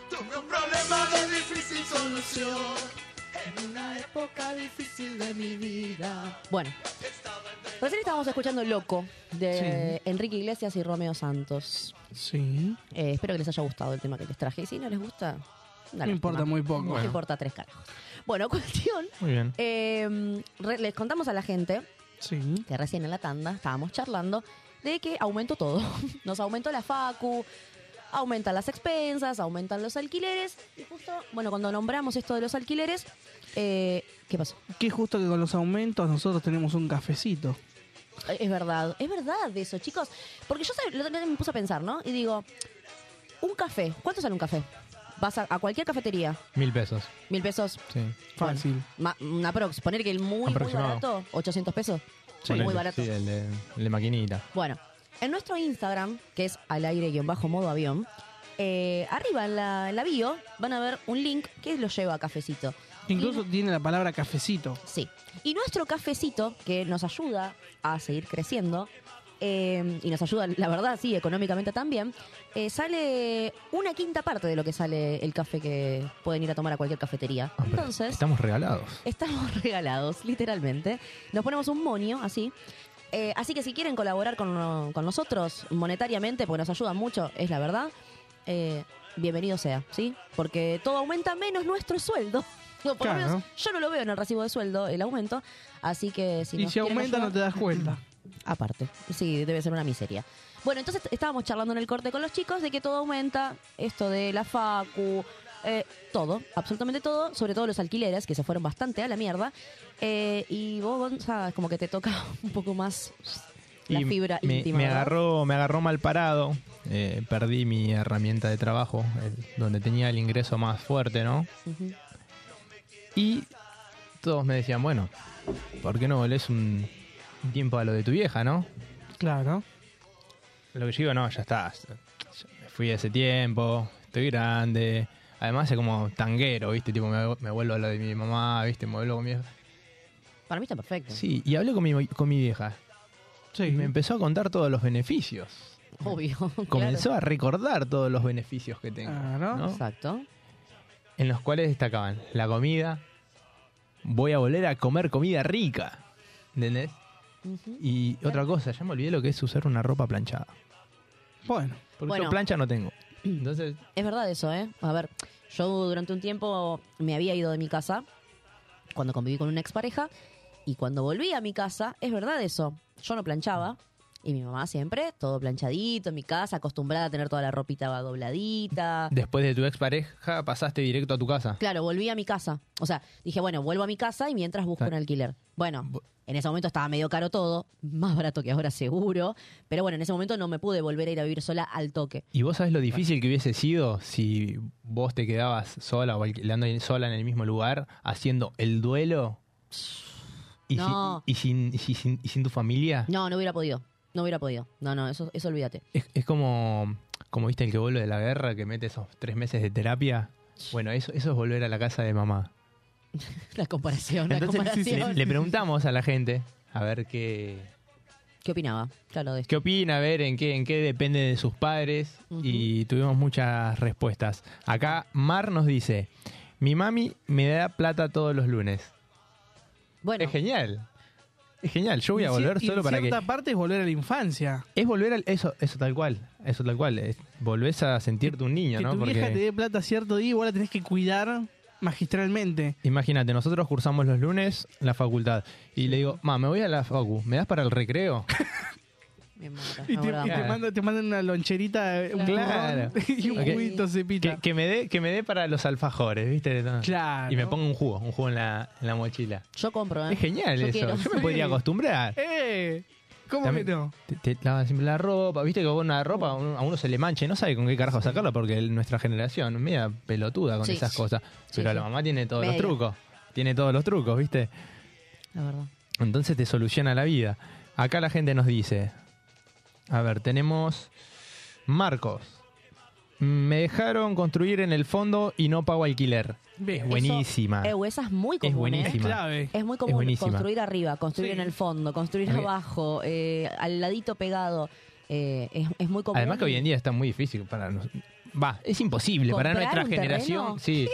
O: Tuve un problema de difícil solución en una época difícil de mi vida.
D: Bueno, recién estábamos escuchando Loco de Enrique Iglesias y Romeo Santos.
E: Sí.
D: Eh, espero que les haya gustado el tema que les traje. Y si no les gusta,
E: Me importa muy poco.
D: No
E: Bueno.
D: importa tres carajos. Bueno, (laughs) cuestión.
E: Muy bien.
D: eh, re- les contamos a la gente que recién en la tanda estábamos charlando de que aumentó todo. (laughs) Nos aumentó la facu, aumentan las expensas, aumentan los alquileres. Y justo, bueno, cuando nombramos esto de los alquileres, eh, ¿Qué pasó?
E: Que justo que con los aumentos nosotros tenemos un cafecito.
D: Eh, Es verdad, es verdad eso, chicos. Porque yo sab- el otro día me puse a pensar, ¿no? Y digo, un café, ¿cuánto sale un café? Vas a, a cualquier cafetería,
F: Mil pesos.
D: mil pesos,
F: Sí.
D: Fácil. ma- una prox, poner que el muy, muy
F: Aproximado.
D: barato, 800 pesos,
F: Sí,
D: muy
F: el-
D: barato.
F: Sí, eh. el de, el de maquinita.
D: Bueno, en nuestro Instagram, que es al aire-modo avión, eh, arriba en la, en la bio van a ver un link que los lleva a cafecito.
E: Incluso tiene la palabra cafecito.
D: Sí. Y nuestro cafecito, que nos ayuda a seguir creciendo, eh, y nos ayuda, la verdad, sí, económicamente también, eh, sale una quinta parte de lo que sale el café que pueden ir a tomar a cualquier cafetería.
F: Ah,
D: Entonces,
F: Estamos regalados.
D: estamos (laughs) regalados, literalmente. Nos ponemos un monio, así. Eh, así que si quieren colaborar con, con nosotros monetariamente, porque nos ayuda mucho, es la verdad, eh, bienvenido sea, ¿sí? Porque todo aumenta menos nuestro sueldo. (laughs) O por lo
E: Claro.
D: menos yo no lo veo en el recibo de sueldo, el aumento. Así que si
E: y
D: nos
E: si
D: quieren
E: aumenta
D: ayudar-
E: no te das cuenta.
D: Aparte, sí, debe ser una miseria. Bueno, entonces estábamos charlando en el corte con los chicos de que todo aumenta, esto de la facu, eh, todo, absolutamente todo, sobre todo los alquileres, que se fueron bastante a la mierda. Eh, y vos, Gonza, como que te toca (laughs) un poco más la
F: Y
D: fibra
F: me,
D: íntima.
F: Me
D: ¿verdad?
F: agarró, me agarró mal parado. eh, perdí mi herramienta de trabajo, el- donde tenía el ingreso más fuerte, ¿no?
D: Ujú.
F: Y todos me decían, bueno, ¿por qué no volvés un un tiempo a lo de tu vieja, no?
E: Claro.
F: Lo que yo digo, no, ya está. ya me fui ese tiempo, estoy grande. Además es como tanguero, ¿viste? Tipo, me, me vuelvo a lo de mi mamá, ¿viste? Me vuelvo con mi vieja.
D: Para mí está perfecto.
F: Sí, y hablé con mi, con mi vieja. Y me empezó a contar todos los beneficios. (laughs)
D: Obvio.
F: comenzó a recordar todos los beneficios que tengo. ¿no?
D: Ah, Exacto.
F: En los cuales destacaban la comida. Voy a volver a comer comida rica. ¿Entendés? Y otra cosa, ya me olvidé lo que es usar una ropa planchada.
E: Bueno,
F: porque
D: Bueno.
F: yo plancha
D: (clears throat)
F: no tengo. Entonces,
D: Es verdad eso, ¿eh? A ver, yo durante un tiempo me había ido de mi casa cuando conviví con una expareja y cuando volví a mi casa, es verdad eso, yo no planchaba y mi mamá siempre, todo planchadito en mi casa, acostumbrada a tener toda la ropita dobladita.
F: después de tu expareja, pasaste directo a tu casa.
D: Claro, volví a mi casa. O sea, dije, bueno, vuelvo a mi casa y mientras busco un alquiler. Bueno, en ese momento estaba medio caro todo, (laughs) más barato que ahora seguro, pero bueno, en ese momento no me pude volver a ir a vivir sola al toque.
F: ¿Y vos sabés lo difícil que hubiese sido si vos te quedabas sola o alquilando sola en el mismo lugar, haciendo el duelo? Y, si-
D: No.
F: y sin, y si- sin- y sin tu familia.
D: No, no hubiera podido. No hubiera podido. No, no, eso, eso olvídate.
F: Es, es como, como viste el que vuelve de la guerra, que mete esos tres meses de terapia. Bueno, eso, eso es volver a la casa de mamá.
D: La comparación, la
F: Entonces le,
D: comparación.
F: le preguntamos a la gente a ver qué,
D: ¿Qué opinaba? Claro, de esto.
F: qué opina, a ver en qué, en qué depende de sus padres. Y tuvimos muchas respuestas. Acá Mar nos dice, mi mami me da plata todos los lunes.
D: Bueno.
F: Es genial. Es genial. Yo voy a
E: Y ci-
F: volver
E: y
F: solo para que...
E: En cierta parte es volver a la infancia.
F: Es volver al... Eso, eso tal cual. Eso tal cual. Es- volvés a sentirte un niño,
E: que
F: ¿no?
E: tu vieja te dé plata cierto día, igual la tenés que cuidar
D: (laughs)
E: magistralmente.
F: Imagínate, nosotros cursamos los lunes la facultad. Y le digo, ma, me voy a la facu, ¿me das para
E: (laughs)
F: el recreo?
D: Ah,
E: Y te, y te
F: Claro.
E: manda- te mandan una loncherita, eh, un
F: Claro.
E: turrón (laughs) y un
F: Ok.
E: juguito cepita.
F: Que, que me dé, que me dé para los alfajores, ¿viste? No.
E: Claro.
F: Y me pongo un jugo, un jugo en la, en la mochila.
D: Yo compro, ¿eh?
F: Es genial
D: Yo
F: eso.
D: quiero.
F: Yo me podría acostumbrar.
E: ¡Eh! ¿Cómo
F: También
E: que no? Uh.
F: Te, te lavas siempre la ropa, viste que con una ropa a uno- a uno se le mancha y no sabe con qué carajo sacarla porque el- nuestra generación es media pelotuda con
D: Sí.
F: esas cosas.
D: Sí,
F: Pero
D: sí.
F: la mamá tiene todos los
D: Media.
F: trucos. Tiene todos los trucos, ¿viste?
D: La verdad.
F: Entonces te soluciona la vida. Acá la gente nos dice, a ver, tenemos Marcos. Me dejaron construir en el fondo y no pago alquiler. Es buenísima.
D: Eso- eh, esa es muy común.
F: Es buenísima.
D: ¿eh?
F: Es clave.
D: Es muy
F: Es
D: común
F: buenísima.
D: construir arriba, construir en el fondo, construir
F: Porque-
D: abajo, eh, al ladito pegado. Eh, es, es muy común.
F: Además que hoy en día está muy difícil para nos- Va, es imposible para
D: ¿Comprar
F: nuestra
D: un terreno? (laughs)
F: generación. Sí.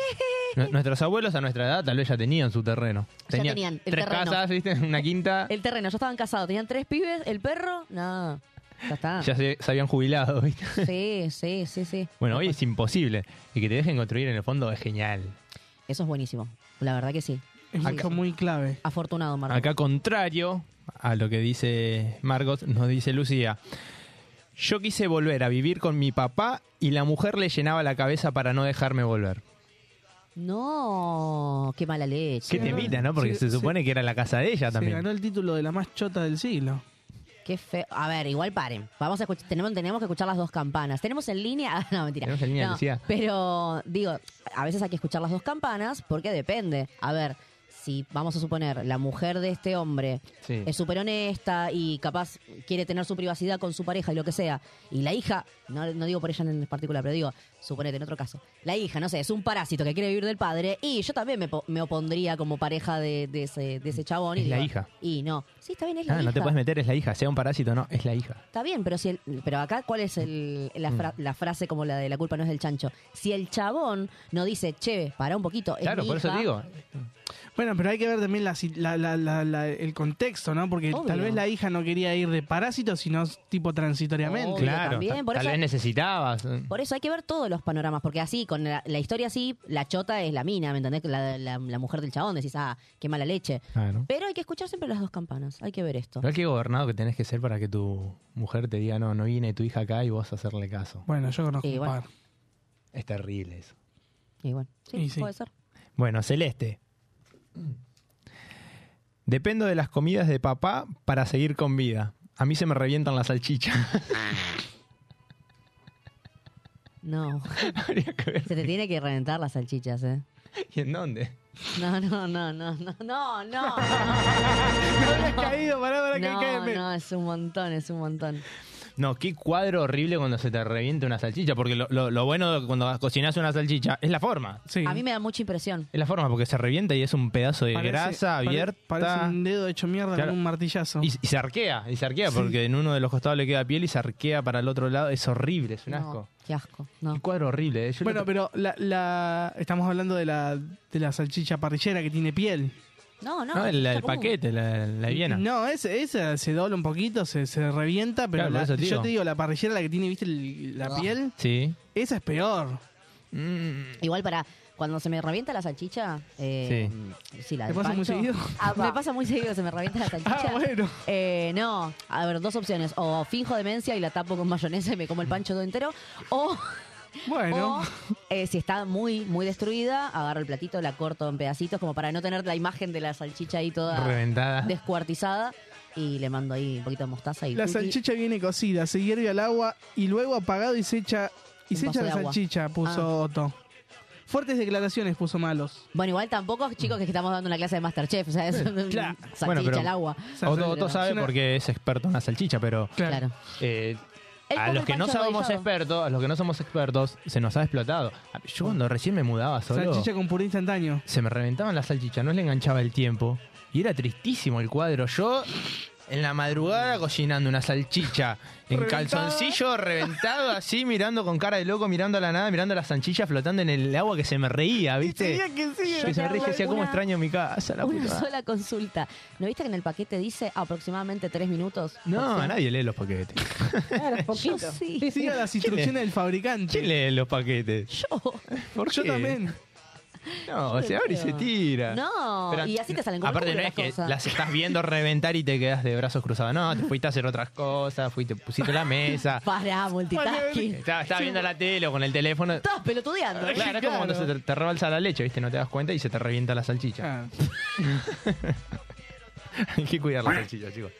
F: Nu- Nuestros abuelos a nuestra edad tal vez ya tenían su terreno.
D: Ya tenían el
F: tres
D: terreno.
F: casas, ¿viste? (laughs) una quinta.
D: El terreno, ya estaban casados, tenían tres pibes, el perro, nada. Ya está.
F: Ya se, se habían jubilado. ¿viste?
D: Sí, sí, sí, sí.
F: Bueno, hoy es imposible. Y que te dejen construir en el fondo es genial.
D: Eso es buenísimo. La verdad que sí.
E: Es
D: Sí,
E: algo
D: sí.
E: muy clave.
D: Afortunado, Marco.
F: Acá contrario a lo que dice Margot, nos dice Lucía. Yo quise volver a vivir con mi papá y la mujer le llenaba la cabeza para no dejarme volver.
D: No, qué mala leche.
F: Qué temita, ¿no? Porque
E: Sí,
F: se
E: sí.
F: supone que era la casa de ella
E: Se
F: también.
E: ganó el título de la más chota del siglo.
D: Qué feo. A ver, igual paren. Vamos a escuchar, tenemos, tenemos que escuchar las dos campanas. Tenemos en línea. (laughs) Ah, No, mentira.
F: Tenemos en línea,
D: No,
F: Lucía.
D: Pero, digo, a veces hay que escuchar las dos campanas porque depende. A ver, si vamos a suponer, la mujer de este hombre
F: Sí.
D: es súper honesta y capaz quiere tener su privacidad con su pareja y lo que sea, y la hija, no, no digo por ella en particular, pero digo, suponete en otro caso, la hija, no sé, es un parásito que quiere vivir del padre y yo también me, po- me opondría como pareja de, de ese, de ese chabón. y
F: Es la
D: digo,
F: hija.
D: Y no, sí, está bien, es la
F: Ah,
D: hija.
F: no te puedes meter, es la hija, sea un parásito, no, es la hija.
D: Está bien, pero si el- pero acá cuál es el-
F: Mm.
D: la, fra- la frase como la de la culpa no es del chancho. Si el chabón no dice, che, para un poquito, es mi hija",
E: Bueno, pero hay que ver también la si- la- la- la- la- el contexto, ¿no? Porque
D: Obvio.
E: tal vez la hija no quería ir de parásito, sino tipo transitoriamente.
D: Obvio, Claro, también, ta- por tal eso- vez
F: necesitabas.
D: Por eso hay que ver todos los panoramas, porque así, con la, la historia así, la chota es la mina, ¿me entendés? La, la- la mujer del chabón, decís, ah, qué mala leche.
F: Claro.
D: Pero hay que escuchar siempre las dos campanas, hay que ver esto.
F: ¿Verdad qué gobernado que tenés que ser para que tu mujer te diga, no, no viene tu hija acá y vos hacerle caso?
E: Bueno, yo conozco
D: Y
E: un
D: bueno.
E: par.
F: Es terrible eso.
D: Y bueno, sí,
E: Y sí.
D: puede ser.
F: Bueno, Celeste. Dependo de las comidas de papá para seguir con vida. A mí se me revientan las salchichas. (laughs)
D: No. (laughs) Se te tiene que reventar las salchichas, ¿eh?
F: ¿Y en dónde?
D: No, no, no, no, no, no,
E: (laughs)
D: no.
E: caído, pará, pará, que
D: no,
F: caeme.
D: No, es un montón, es un montón.
F: No, qué cuadro horrible cuando se te revienta una salchicha, porque lo, lo- lo bueno de cuando cocinas una salchicha es la forma.
D: A mí me da mucha impresión.
F: Es la forma, porque se revienta y es un pedazo de
E: Parece-
F: grasa
E: pare-
F: abierta.
E: Parece un dedo hecho mierda
F: Claro.
E: con un martillazo.
F: Y, y se arquea, y se arquea, porque en uno de los costados le queda piel y se arquea para el otro lado. Es horrible, es un
E: No,
F: asco.
D: Qué asco. No.
F: cuadro horrible. eh. Yo
E: Bueno,
F: lo-
E: pero la, la- estamos hablando de la, de la salchicha parrillera que tiene piel.
D: No, no.
F: No, el,
D: salchicha
F: el
D: común.
F: paquete, la, la viena.
E: No, esa ese se dobla un poquito, se, se revienta, pero
F: Claro,
E: la-
F: por eso te digo. Ah.
E: yo te digo, la parrillera, la que tiene, viste, el- la piel,
F: Sí.
E: esa es peor.
D: Igual para cuando se me revienta la salchicha, eh, sí. la
E: ¿Te
D: del
E: pasa muy
D: pancho.
E: seguido? Ah,
D: Ah, me pasa muy seguido, se me revienta
E: (laughs)
D: la salchicha.
E: bueno.
D: Eh, no, a ver, dos opciones. O finjo demencia y la tapo con mayonesa y me como el pancho todo entero. O, o,
E: Bueno.
D: eh, si está muy, muy destruida, agarro el platito, la corto en pedacitos como para no tener la imagen de la salchicha ahí toda
F: Reventada.
D: descuartizada. Y le mando ahí un poquito de mostaza y
E: La
D: tutti.
E: salchicha viene cocida, se hierve al agua y luego apagado y se echa, y
D: Un
E: se
D: vaso
E: echa
D: de
E: la
D: agua.
E: salchicha, puso
D: Ah.
E: Otto. Fuertes declaraciones puso malos.
D: Bueno, igual tampoco, chicos, que estamos dando una clase de Masterchef. O sea, es
E: Claro.
D: salchicha
F: Bueno, pero
D: al agua.
F: Otto, Otto sabe porque es experto en la salchicha, pero.
D: Claro.
F: eh,
D: Él
F: a
D: come
F: los
D: el
F: que no
D: pancho
F: sabemos
D: arrodillado.
F: expertos, a los que no somos expertos, se nos ha explotado. Yo cuando recién me mudaba solo.
E: Salchicha con puré instantáneo.
F: se me reventaban las salchichas, no le enganchaba el tiempo. Y era tristísimo el cuadro. Yo en la madrugada cocinando una salchicha, en
E: Reventada.
F: calzoncillo reventado, así mirando con cara de loco, mirando a la nada, mirando las salchichas flotando en el agua que se me reía, ¿viste?
D: tenía que sí,
F: Que se me reía y decía, ¿cómo
D: una-
F: extraño mi casa? La
D: Una
F: puta madre".
D: sola consulta. ¿No viste que en el paquete dice aproximadamente tres minutos?
F: No, nadie lee los paquetes.
D: Yo sí.
E: Siga las
F: ¿Quién
E: instrucciones
F: es?
E: del fabricante.
F: ¿Quién lee los paquetes?
D: Yo.
F: ¿Por
E: Yo
F: qué? (laughs)
E: también.
F: No,
D: Yo
F: se abre y se
D: creo.
F: tira.
D: No, y así te salen con
F: Aparte, no
D: locura
F: es que
D: las cosas.
F: las estás viendo reventar y te quedas de brazos cruzados. No, te fuiste a hacer otras cosas, fuiste, pusiste
D: (laughs)
F: la mesa. Eh,
D: Pará, multitasking.
F: Estaba, estaba viendo la tele o con el teléfono.
D: Estás pelotudeando.
F: Claro, es como cuando se te, te rebalsa la leche, ¿viste? No te das cuenta y se te revienta la
E: Ah.
F: salchicha. (laughs) Hay que cuidar la salchicha, chicos.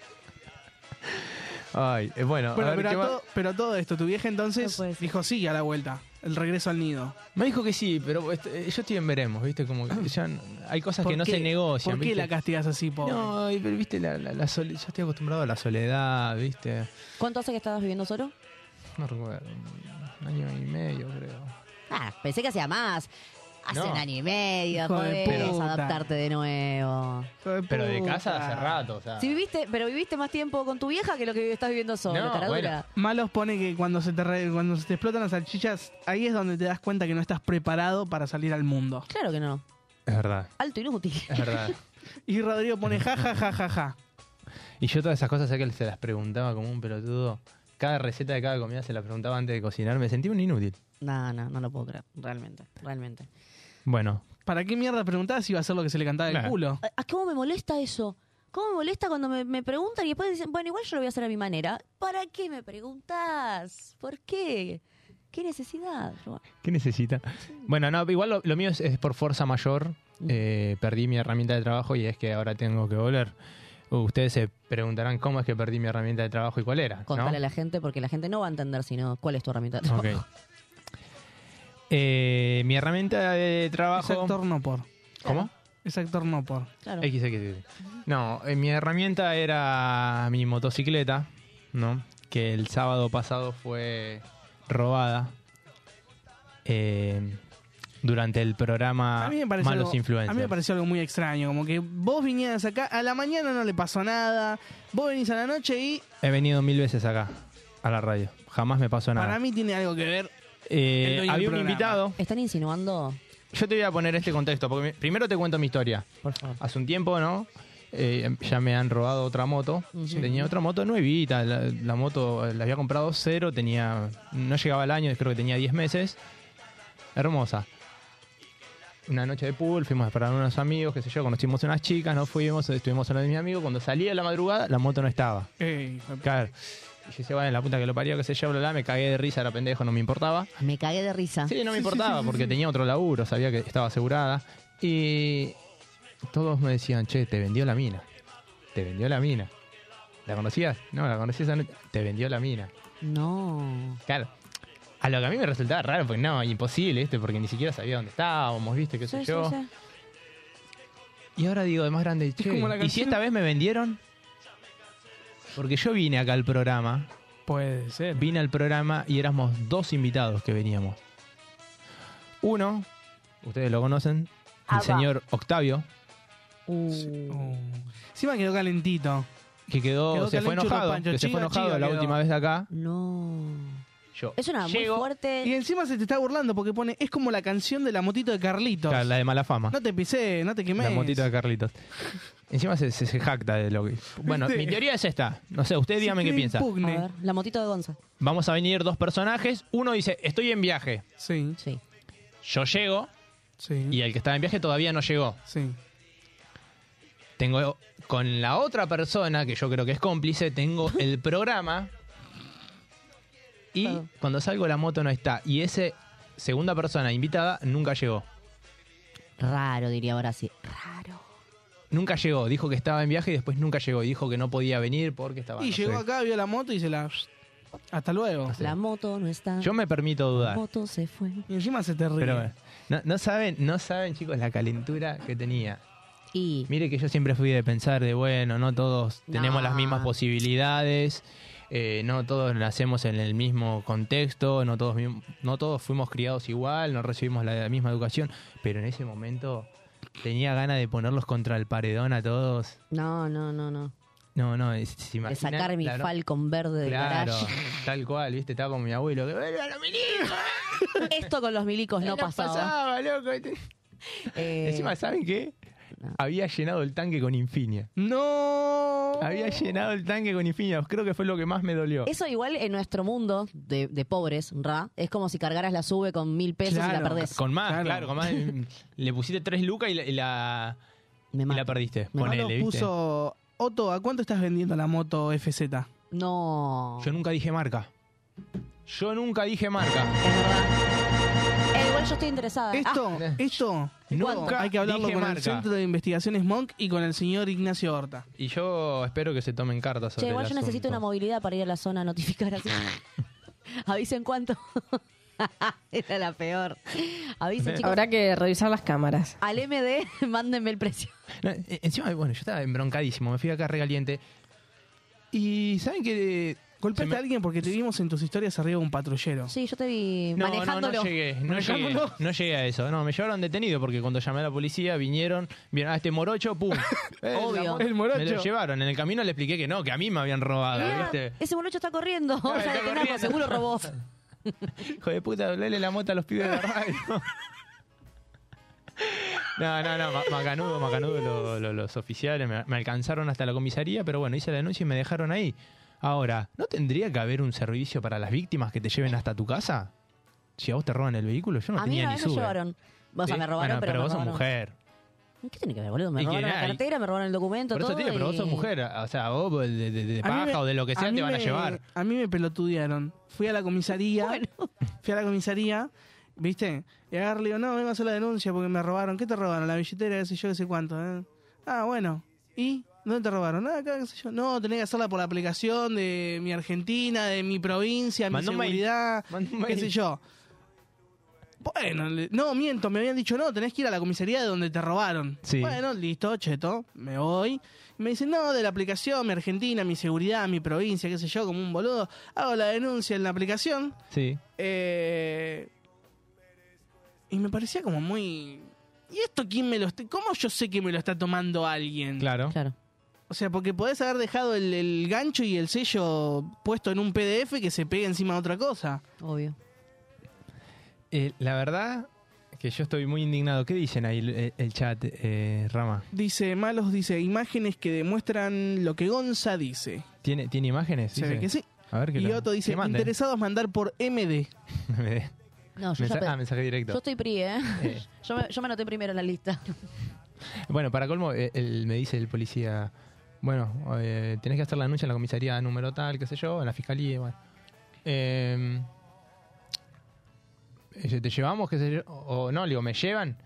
F: Ay, eh, bueno,
E: Bueno,
F: a ver,
E: pero,
F: ¿qué
E: a
F: más?
E: todo, pero a todo esto, tu vieja entonces dijo sí a la vuelta, el regreso al nido.
F: Me dijo que sí, pero este, yo estoy en veremos, ¿viste? Como que ya n- hay cosas
E: ¿Por
F: que no
E: qué?
F: se negocian.
E: ¿Por qué
F: ¿viste?
E: la castigas así, pobre?
F: No, y- pero viste, la, la, la sole- yo estoy acostumbrado a la soledad, viste.
D: ¿Cuánto hace que estabas viviendo solo?
F: No recuerdo, un año y medio creo.
D: Ah, pensé que hacía más. Hace
F: No.
D: un año y medio,
F: Hijo de
D: podés
F: puta.
D: adaptarte de nuevo.
F: Pero de
E: puta.
F: casa hace rato, o sea.
D: Si viviste, pero viviste más tiempo con tu vieja que lo que estás viviendo solo,
F: No,
D: cara dura.
F: bueno.
E: Malos pone que cuando se, te re- cuando se te explotan las salchichas, ahí es donde te das cuenta que no estás preparado para salir al mundo.
D: Claro que no.
F: Es verdad,
D: Alto inútil.
F: es verdad.
E: Y Rodrigo pone ja, ja, ja, ja, ja.
F: (laughs) y yo todas esas cosas sé que se las preguntaba como un pelotudo. Cada receta de cada comida se la preguntaba antes de cocinar. Me sentí un inútil.
D: No, no, no lo puedo creer. Realmente, realmente.
F: Bueno,
E: ¿Para qué mierda preguntabas si iba a ser lo que se le cantaba del
F: Nah.
E: culo?
D: ¿A- ¿A cómo me molesta eso? ¿Cómo me molesta cuando me, me preguntan y después dicen, bueno, igual yo lo voy a hacer a mi manera? ¿Para qué me preguntás? ¿Por qué? ¿Qué necesidad?
F: ¿Qué necesita? Bueno, no, igual lo, lo mío es, es por fuerza mayor. Eh, perdí mi herramienta de trabajo y es que ahora tengo que volver. Ustedes se preguntarán cómo es que perdí mi herramienta de trabajo y cuál era. ¿no?
D: Contale a la gente porque la gente no va a entender sino cuál es tu herramienta. de
F: Ok.
D: trabajo.
F: Eh, mi herramienta de trabajo.
E: Sector no por.
F: ¿Cómo?
E: Es actor no por.
D: Claro.
F: Eh, XXX. No, eh, mi herramienta era mi motocicleta, ¿no? Que el sábado pasado fue robada eh, durante el programa
E: A mí me pareció
F: Malos
E: algo,
F: Influencers.
E: A mí me pareció algo muy extraño, como que vos vinieras acá, a la mañana no le pasó nada, vos venís a la noche y
F: He venido mil veces acá, a la radio. Jamás me pasó nada.
E: para mí tiene algo que ver. el
F: Eh,
E: dueño del
F: había un
E: programa.
F: invitado.
D: ¿Están insinuando?
F: Yo te voy a poner este contexto, porque mi- primero te cuento mi historia. Hace un tiempo, ¿no? Eh, ya me han robado otra moto. Tenía otra moto nuevita. La, la moto eh, la había comprado cero, tenía. No llegaba al año, creo que tenía 10 meses. Hermosa. Una noche de pool, fuimos a esperar a unos amigos, qué sé yo, conocimos unas chicas, nos fuimos, estuvimos hablando de mi amigo. Cuando salía a la madrugada, la moto no estaba.
E: eh,
F: Claro. Y yo decía, bueno, la puta que lo parió, qué sé yo, bla, bla, me cagué de risa, era pendejo, no me importaba.
D: Me cagué de risa.
F: Sí, no me importaba porque tenía otro laburo, sabía que estaba asegurada. Y todos me decían, che, te vendió la mina. Te vendió la mina. ¿La conocías? No, la conocías. Te vendió la mina.
D: No.
F: Claro. A lo que a mí me resultaba raro, porque no, imposible, este, porque ni siquiera sabía dónde estábamos, viste, qué sé yo. Y ahora digo, de más grande, che,
E: como la
F: ¿y si
E: canción-
F: esta vez me vendieron? Porque yo vine acá al programa.
E: Puede ser.
F: Vine al programa y éramos dos invitados que veníamos. Uno, ustedes lo conocen, el
E: Apa.
F: señor Octavio,
D: Uh,
E: Encima quedó calentito.
F: que quedó,
E: Quedó
F: se fue
E: calentito,
F: enojado,
E: Pancho,
F: que se fue
E: chiga,
F: enojado
E: chiga
F: la
E: quedó.
F: última vez de acá.
D: No.
F: Yo
D: Es una
E: Llego.
D: muy fuerte.
E: Y encima se te está burlando porque pone, es como la canción de la motito de Carlitos.
F: Claro, la de mala fama.
E: No te pisé, no te quemé.
F: La motita de Carlitos. Encima se, se- se jacta de lo que. Bueno,
E: ¿Viste?
F: mi teoría es esta. No sé, ustedes díganme qué piensan.
D: A ver, la motito de Gonza.
F: Vamos a venir dos personajes. Uno dice, estoy en viaje.
E: Sí.
D: Sí.
F: Yo llego. Y el que estaba en viaje todavía no llegó.
E: Sí.
F: Tengo con la otra persona, que yo creo que es cómplice, tengo
D: (laughs)
F: el programa. Y cuando salgo la moto no está. Y ese segunda persona invitada nunca llegó.
D: Raro, diría ahora sí.
F: Nunca llegó. Dijo que estaba en viaje y después nunca llegó. Y Dijo que no podía venir porque estaba.
E: y
F: Ah, no sé.
E: llegó acá, vio la moto y se la. Hasta luego.
D: La moto no está.
F: Yo me permito dudar.
D: La moto se fue.
E: Y encima se te ríe.
F: Pero bueno, no, no saben, no saben, chicos, la calentura que tenía.
D: Y
F: mire que yo siempre fui de pensar de bueno, no todos tenemos
D: No.
F: las mismas posibilidades, eh, no todos nacemos en el mismo contexto, no todos mi- no todos fuimos criados igual, no recibimos la, la misma educación, pero en ese momento tenía ganas de ponerlos contra el paredón a todos.
D: No, no, no, no.
F: No, no, es- se
D: De
F: imaginan
D: sacar mi
F: la bro-
D: Falcon verde del
F: Claro, (laughs)
D: garage.
F: tal cual, viste, estaba con mi abuelo. que, "Vuelvan a mi
D: Esto con los milicos no
F: No
D: pasaba.
F: pasaba, loco.
D: Eh,
F: Encima, ¿saben qué? Había llenado el tanque con Infinia.
E: ¡No!
F: Había llenado el tanque con Infinia. Creo que fue lo que más me dolió.
D: eso igual en nuestro mundo de, de pobres, ra, es como si cargaras la sube con mil pesos y la perdés.
F: Con más, claro, con (laughs) más. Le pusiste tres lucas y la, y la, y la perdiste.
E: Malo
F: Ponele, ¿viste?
E: puso. Otto, ¿a cuánto estás vendiendo la moto FZ?
D: No.
F: Yo nunca dije marca. Yo nunca dije marca.
D: Eh, igual yo estoy interesada.
E: Esto,
D: Ah,
E: esto,
F: Nunca
E: hay que hablarlo
F: dije
E: con el
F: marca.
E: Centro de Investigaciones Monk y con el señor Ignacio Horta.
F: Y yo espero que se tomen cartas sobre
D: che, igual
F: el
D: yo necesito una
F: asunto.
D: movilidad para ir a la zona a notificar así. (laughs) Avisen cuánto. (laughs) Era la peor. Avisen, chicos.
I: Habrá que revisar las cámaras.
D: Al MD, (laughs) mándenme el precio.
F: No, e- encima, bueno, yo estaba embroncadísimo. Me fui acá regaliente. Y saben que.
E: Golpeaste a alguien porque te vimos en tus historias arriba de un patrullero.
D: Sí, yo te vi
F: No, no,
D: manejándolo.
F: no llegué, no llegué,
E: Manejándolo.
F: no llegué a eso. No, me llevaron detenido porque cuando llamé a la policía vinieron, vieron a este morocho,
E: (laughs)
F: pum. Eh,
D: Obvio.
F: la moto.
D: El morocho.
F: Me lo llevaron. En el camino le expliqué que no, que a mí me habían robado, ¿viste?
D: Ese morocho está
F: (laughs)
D: corriendo. Vamos a detenerlo, seguro robó.
F: Hijo de puta, doblele la mota a los pibes de la radio. (laughs) No, no, no, ma- macanudo, macanudo lo- lo- los oficiales me, me alcanzaron hasta la comisaría, pero bueno, hice la denuncia y me dejaron ahí. Ahora, ¿no tendría que haber un servicio para las víctimas que te lleven hasta tu casa? Si a vos te roban el vehículo, yo no
D: a mí
F: tenía
D: una
F: ni
D: vez me
F: sube.
D: llevaron. O sea,
F: ¿Sí?
D: me robaron,
F: Bueno,
D: pero, me
F: vos sos
D: robaron.
F: mujer.
D: ¿Qué tiene que ver, boludo? Me
F: Y que
D: robaron la
F: nada, y-
D: cartera, me robaron el documento,
F: Por eso
D: todo.
F: te digo, pero vos sos
D: y-
F: mujer. O sea, vos de, de- de
E: A mí
F: paja
E: me-
F: o de lo que sea
E: mí
F: te van a
E: me-
F: llevar.
E: A mí me pelotudearon. Fui a la comisaría. Fui a la comisaría, ¿viste? Y agarré y le digo, no, vengo a hacer la denuncia porque me robaron. ¿Qué te robaron? La billetera, qué sé yo, qué sé cuánto. ¿eh? Ah, bueno. ¿Y? ¿Dónde te robaron? Ah, acá, qué sé yo. No, tenés que hacerla por la aplicación de mi Argentina, de mi provincia, mi
F: Mandó un mail.
E: seguridad,
F: Mandó un
E: qué
F: mail.
E: sé yo. Bueno, le- no, miento, me habían dicho, no, tenés que ir a la comisaría de donde te robaron.
F: Sí.
E: Bueno, listo, cheto, me voy. Y Me dicen, no, de la aplicación, mi Argentina, mi seguridad, mi provincia, qué sé yo, como un boludo. Hago la denuncia en la aplicación.
F: Sí.
E: Eh, y me parecía como muy... ¿Y esto quién me lo está...? ¿Cómo yo sé que me lo está tomando alguien?
F: Claro.
D: Claro.
E: O sea, porque podés haber dejado el, el gancho y el sello puesto en un PDF que se pegue encima de otra cosa.
D: Obvio.
F: Eh, la verdad que yo estoy muy indignado. ¿Qué dicen ahí el, el chat, eh, Rama?
E: Dice, Malos dice, imágenes que demuestran lo que Gonza dice.
F: ¿Tiene, ¿Tiene imágenes?
E: Se ve
F: Dice.
E: que sí.
F: A ver, que
E: y
F: lo-
E: Otto dice,
F: que manden. (laughs)
E: interesados mandar por MD.
D: No, yo ya
F: Mensa-
D: pe-
F: ah, mensaje directo.
D: Yo estoy PRI, ¿eh?
F: Eh.
D: (laughs) Yo, me, yo me anoté primero en la lista. (laughs)
F: Bueno, para colmo, eh, el- me dice el policía, bueno, eh, tenés que hacer la denuncia en la comisaría número tal, qué sé yo, en la fiscalía, bueno. Eh, eh, ¿Te llevamos, qué sé yo? O o no, le digo, ¿me llevan?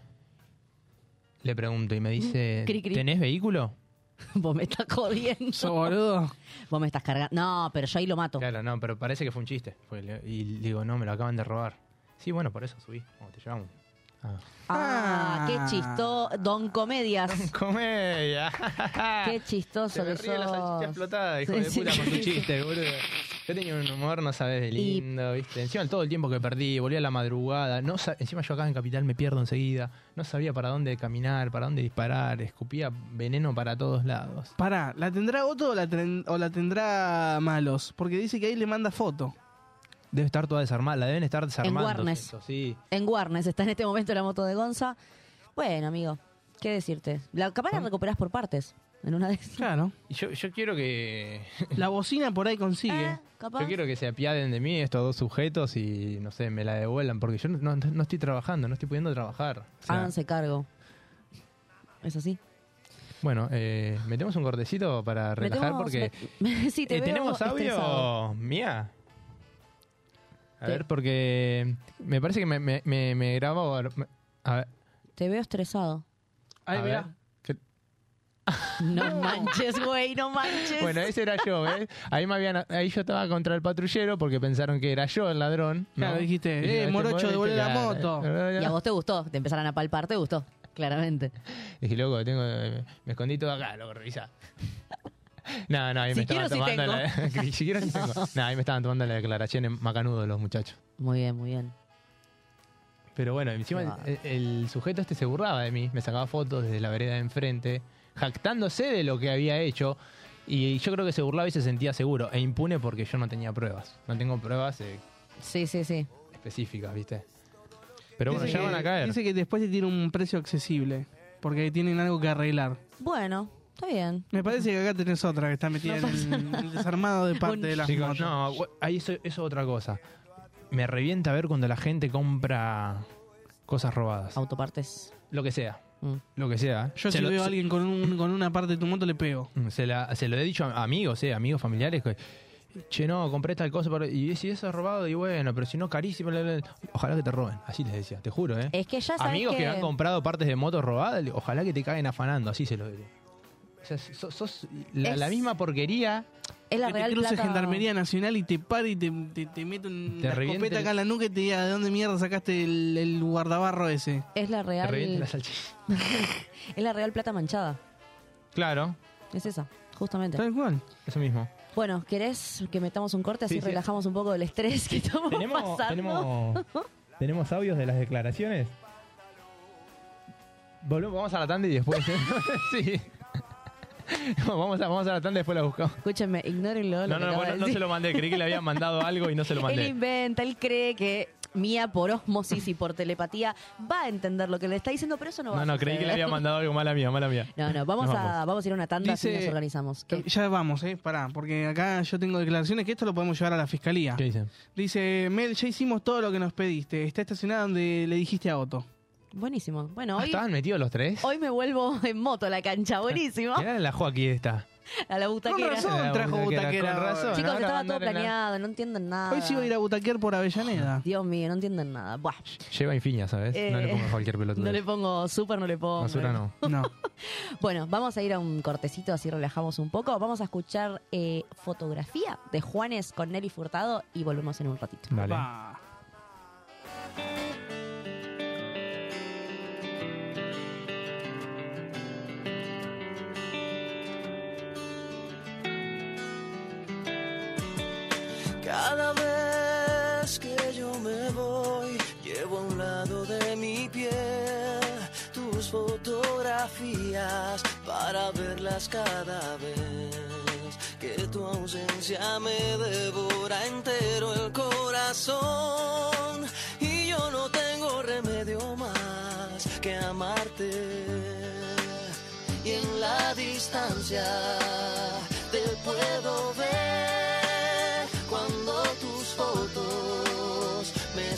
F: Le pregunto y me dice,
D: Cri, cri.
F: ¿tenés vehículo?
D: Vos me estás jodiendo.
E: boludo.
D: Vos me estás cargando. No, pero yo ahí lo mato.
F: Claro, no, pero parece que fue un chiste. Fue, le- y le digo, no, me lo acaban de robar. Sí, bueno, por eso subí. Bueno, te llevamos. Ah.
D: Ah, qué chistoso. Don Comedias.
F: (laughs) Comedia.
D: (laughs) Qué chistoso
F: Se me
D: que
F: ríe la
D: sos.
F: salchicha explotada, hijo
D: Sí,
F: de
D: sí.
F: puta, con tu chiste, boludo. Yo tenía un humor, no sabes, de
D: Y-
F: lindo, ¿viste? Encima todo el tiempo que perdí, volví a la madrugada. No sa- Encima yo acá en Capital me pierdo enseguida. No sabía para dónde caminar, para dónde disparar. Escupía veneno para todos lados.
E: Pará, ¿la tendrá Otto o la, tren- o la tendrá Malos? Porque dice que ahí le manda foto.
F: Debe estar toda desarmada, la deben estar desarmando.
D: Warnes.
F: eso, sí.
D: En Warnes está en este momento la moto de Gonza. Bueno, amigo, ¿qué decirte? La capaz
F: Ah.
D: la recuperás por partes. En una de esas.
E: Claro.
F: Y yo, yo quiero que.
E: La bocina por ahí consigue.
D: Eh, capaz.
F: eh. Yo quiero que se apiaden de mí estos dos sujetos y, no sé, me la devuelvan. Porque yo no, no- no estoy trabajando, no estoy pudiendo trabajar. O
E: Ah,
F: sea,
D: Háganse cargo. Ah, ¿Es así?
F: Bueno, eh, metemos un cortecito para relajar
D: Metemos-
F: porque...
D: me- (laughs) sí, te
F: Eh,
D: veo
F: ¿Tenemos
D: estresado.
F: audio, Mía? A
D: Te-
F: ver, porque me parece que me, me, me, me grabo... A ver,
D: Te veo estresado.
E: Ahí,
F: a ver.
E: mirá.
F: ¿Qué-
D: No manches, güey, no manches.
F: Bueno, ese era yo, ¿ves? Ahí, me habían, ahí yo estaba contra el patrullero porque pensaron que era yo el ladrón. ¿no?
E: Claro, dijiste,
F: Y
E: eh,
F: este
E: morocho, devuelve la
F: claro,
E: moto.
F: eh,
D: Y a vos te gustó, te empezaron a palpar, te gustó, claramente.
F: (laughs) Dije, loco, tengo, me escondí todo acá, loco, revisá. (laughs) No, no, ahí
D: Si
F: me estaban
D: quiero, si
F: tomando
D: tengo.
F: la... (laughs) si quiero, si tengo. No, ahí me estaban tomando la declaración en macanudo los muchachos.
D: Muy bien, muy bien.
F: Pero bueno, encima el, el sujeto este se burlaba de mí, me sacaba fotos desde la vereda de enfrente, jactándose de lo que había hecho. Y yo creo que se burlaba y se sentía seguro e impune porque yo no tenía pruebas. No tengo pruebas eh,
D: Sí, sí, sí.
F: específicas, ¿viste? Pero bueno,
E: Dice
F: ya
E: que-
F: van a caer.
E: Dice que después te tiene un precio accesible. Porque tienen algo que arreglar.
D: Bueno, está bien.
E: Me parece que acá tenés otra que está metida en, el, en el desarmado de parte de las
F: Chicos,
E: motos.
F: no, gu- ahí eso, eso es otra cosa. Me revienta ver cuando la gente compra cosas robadas.
D: Autopartes.
F: Lo que sea.
D: Mm.
F: Lo que sea. ¿eh?
E: Yo
F: Se
E: si
F: lo-
E: veo a
F: se-
E: alguien con, un- con una parte de tu moto le pego.
F: Se, la- se lo he dicho a amigos, eh, amigos familiares. Que, che, no, compré tal cosa. por- Y si eso es robado, y bueno, pero si no, carísimo. bla, bla, bla". Ojalá que te roben. Así les decía, te juro, ¿eh?
D: Es que ya sabes
F: amigos que...
D: que-
F: han comprado partes de motos robadas, le- ojalá que te caguen afanando. Así se lo digo. O sea, so- sos la,
D: Es-
F: la misma porquería.
D: Es la
E: que
D: real
E: te cruce
D: plata.
E: Gendarmería Nacional y te para y te, te, te mete un-
F: Te
E: una
F: reviente
E: escopeta
F: el-
E: acá en la nuca y te diga de dónde mierda sacaste el, el guardabarro ese.
D: Es la
F: Te revienta
D: real.
F: la salchicha.
D: Es la real plata manchada.
F: Claro,
D: Es esa, justamente.
E: Tal cual.
F: eso mismo.
D: Bueno, ¿querés que metamos un corte así
F: Sí, sí.
D: relajamos un poco del estrés que estamos
F: ¿Tenemos,
D: pasando?
F: tenemos, tenemos audios de las declaraciones? Volvemos, vamos a la tanda y después. ¿eh? (laughs) sí. No, vamos, a, vamos a la tanda y después la buscamos.
D: Escúchame, ignórenlo. lo
F: No,
D: que
F: no, no,
D: acaba
F: bueno,
D: de
F: no
D: decir.
F: se lo mandé. Creí que le habían mandado algo y no se lo
D: Él
F: mandé.
D: inventa, él cree que Mía por osmosis y por telepatía va a entender lo que le está diciendo, pero eso no va
F: No,
D: a
F: no, creí que le
D: suceder.
F: había mandado algo. Mala mía, mala mía.
D: No, no, vamos,
F: Nos
D: A, vamos a ir a una tanda así
E: Dice-
D: nos organizamos. ¿Qué?
E: Ya vamos, eh, pará, porque acá yo tengo declaraciones que esto lo podemos llevar a la fiscalía.
F: ¿Qué dicen?
E: Dice, Mel, ya hicimos todo lo que nos pediste. Está estacionada donde le dijiste a Otto.
D: Buenísimo. Bueno,
F: Ah,
D: hoy,
F: ¿Estaban metidos los tres?
D: hoy me vuelvo en moto a la cancha. Buenísimo.
F: Mirá la Joaquín esta.
D: A la butaquera.
E: Con razón trajo butaquera.
F: Con razón.
D: Chicos,
F: ahora va a
D: estaba todo
F: andar en la-
D: planeado, no entienden nada.
E: Hoy sí voy a ir a butaquear por Avellaneda.
D: Dios mío, no entienden nada. Buah.
F: Lleva infiña, ¿sabes? no le
D: Eh,
F: pongas cualquier pelota.
D: No le pongo súper, no le pongo.
F: Basura no. (laughs)
E: No.
D: Bueno, vamos a ir a un cortecito, así relajamos un poco. Vamos a escuchar eh, fotografía de Juanes con Nelly Furtado y volvemos en un ratito.
F: Dale.
E: Pa.
G: voy, llevo a un lado de mi piel tus fotografías para verlas cada vez que tu ausencia me devora entero el corazón y yo no tengo remedio más que amarte y en la distancia te puedo ver cuando tus fotos me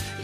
G: y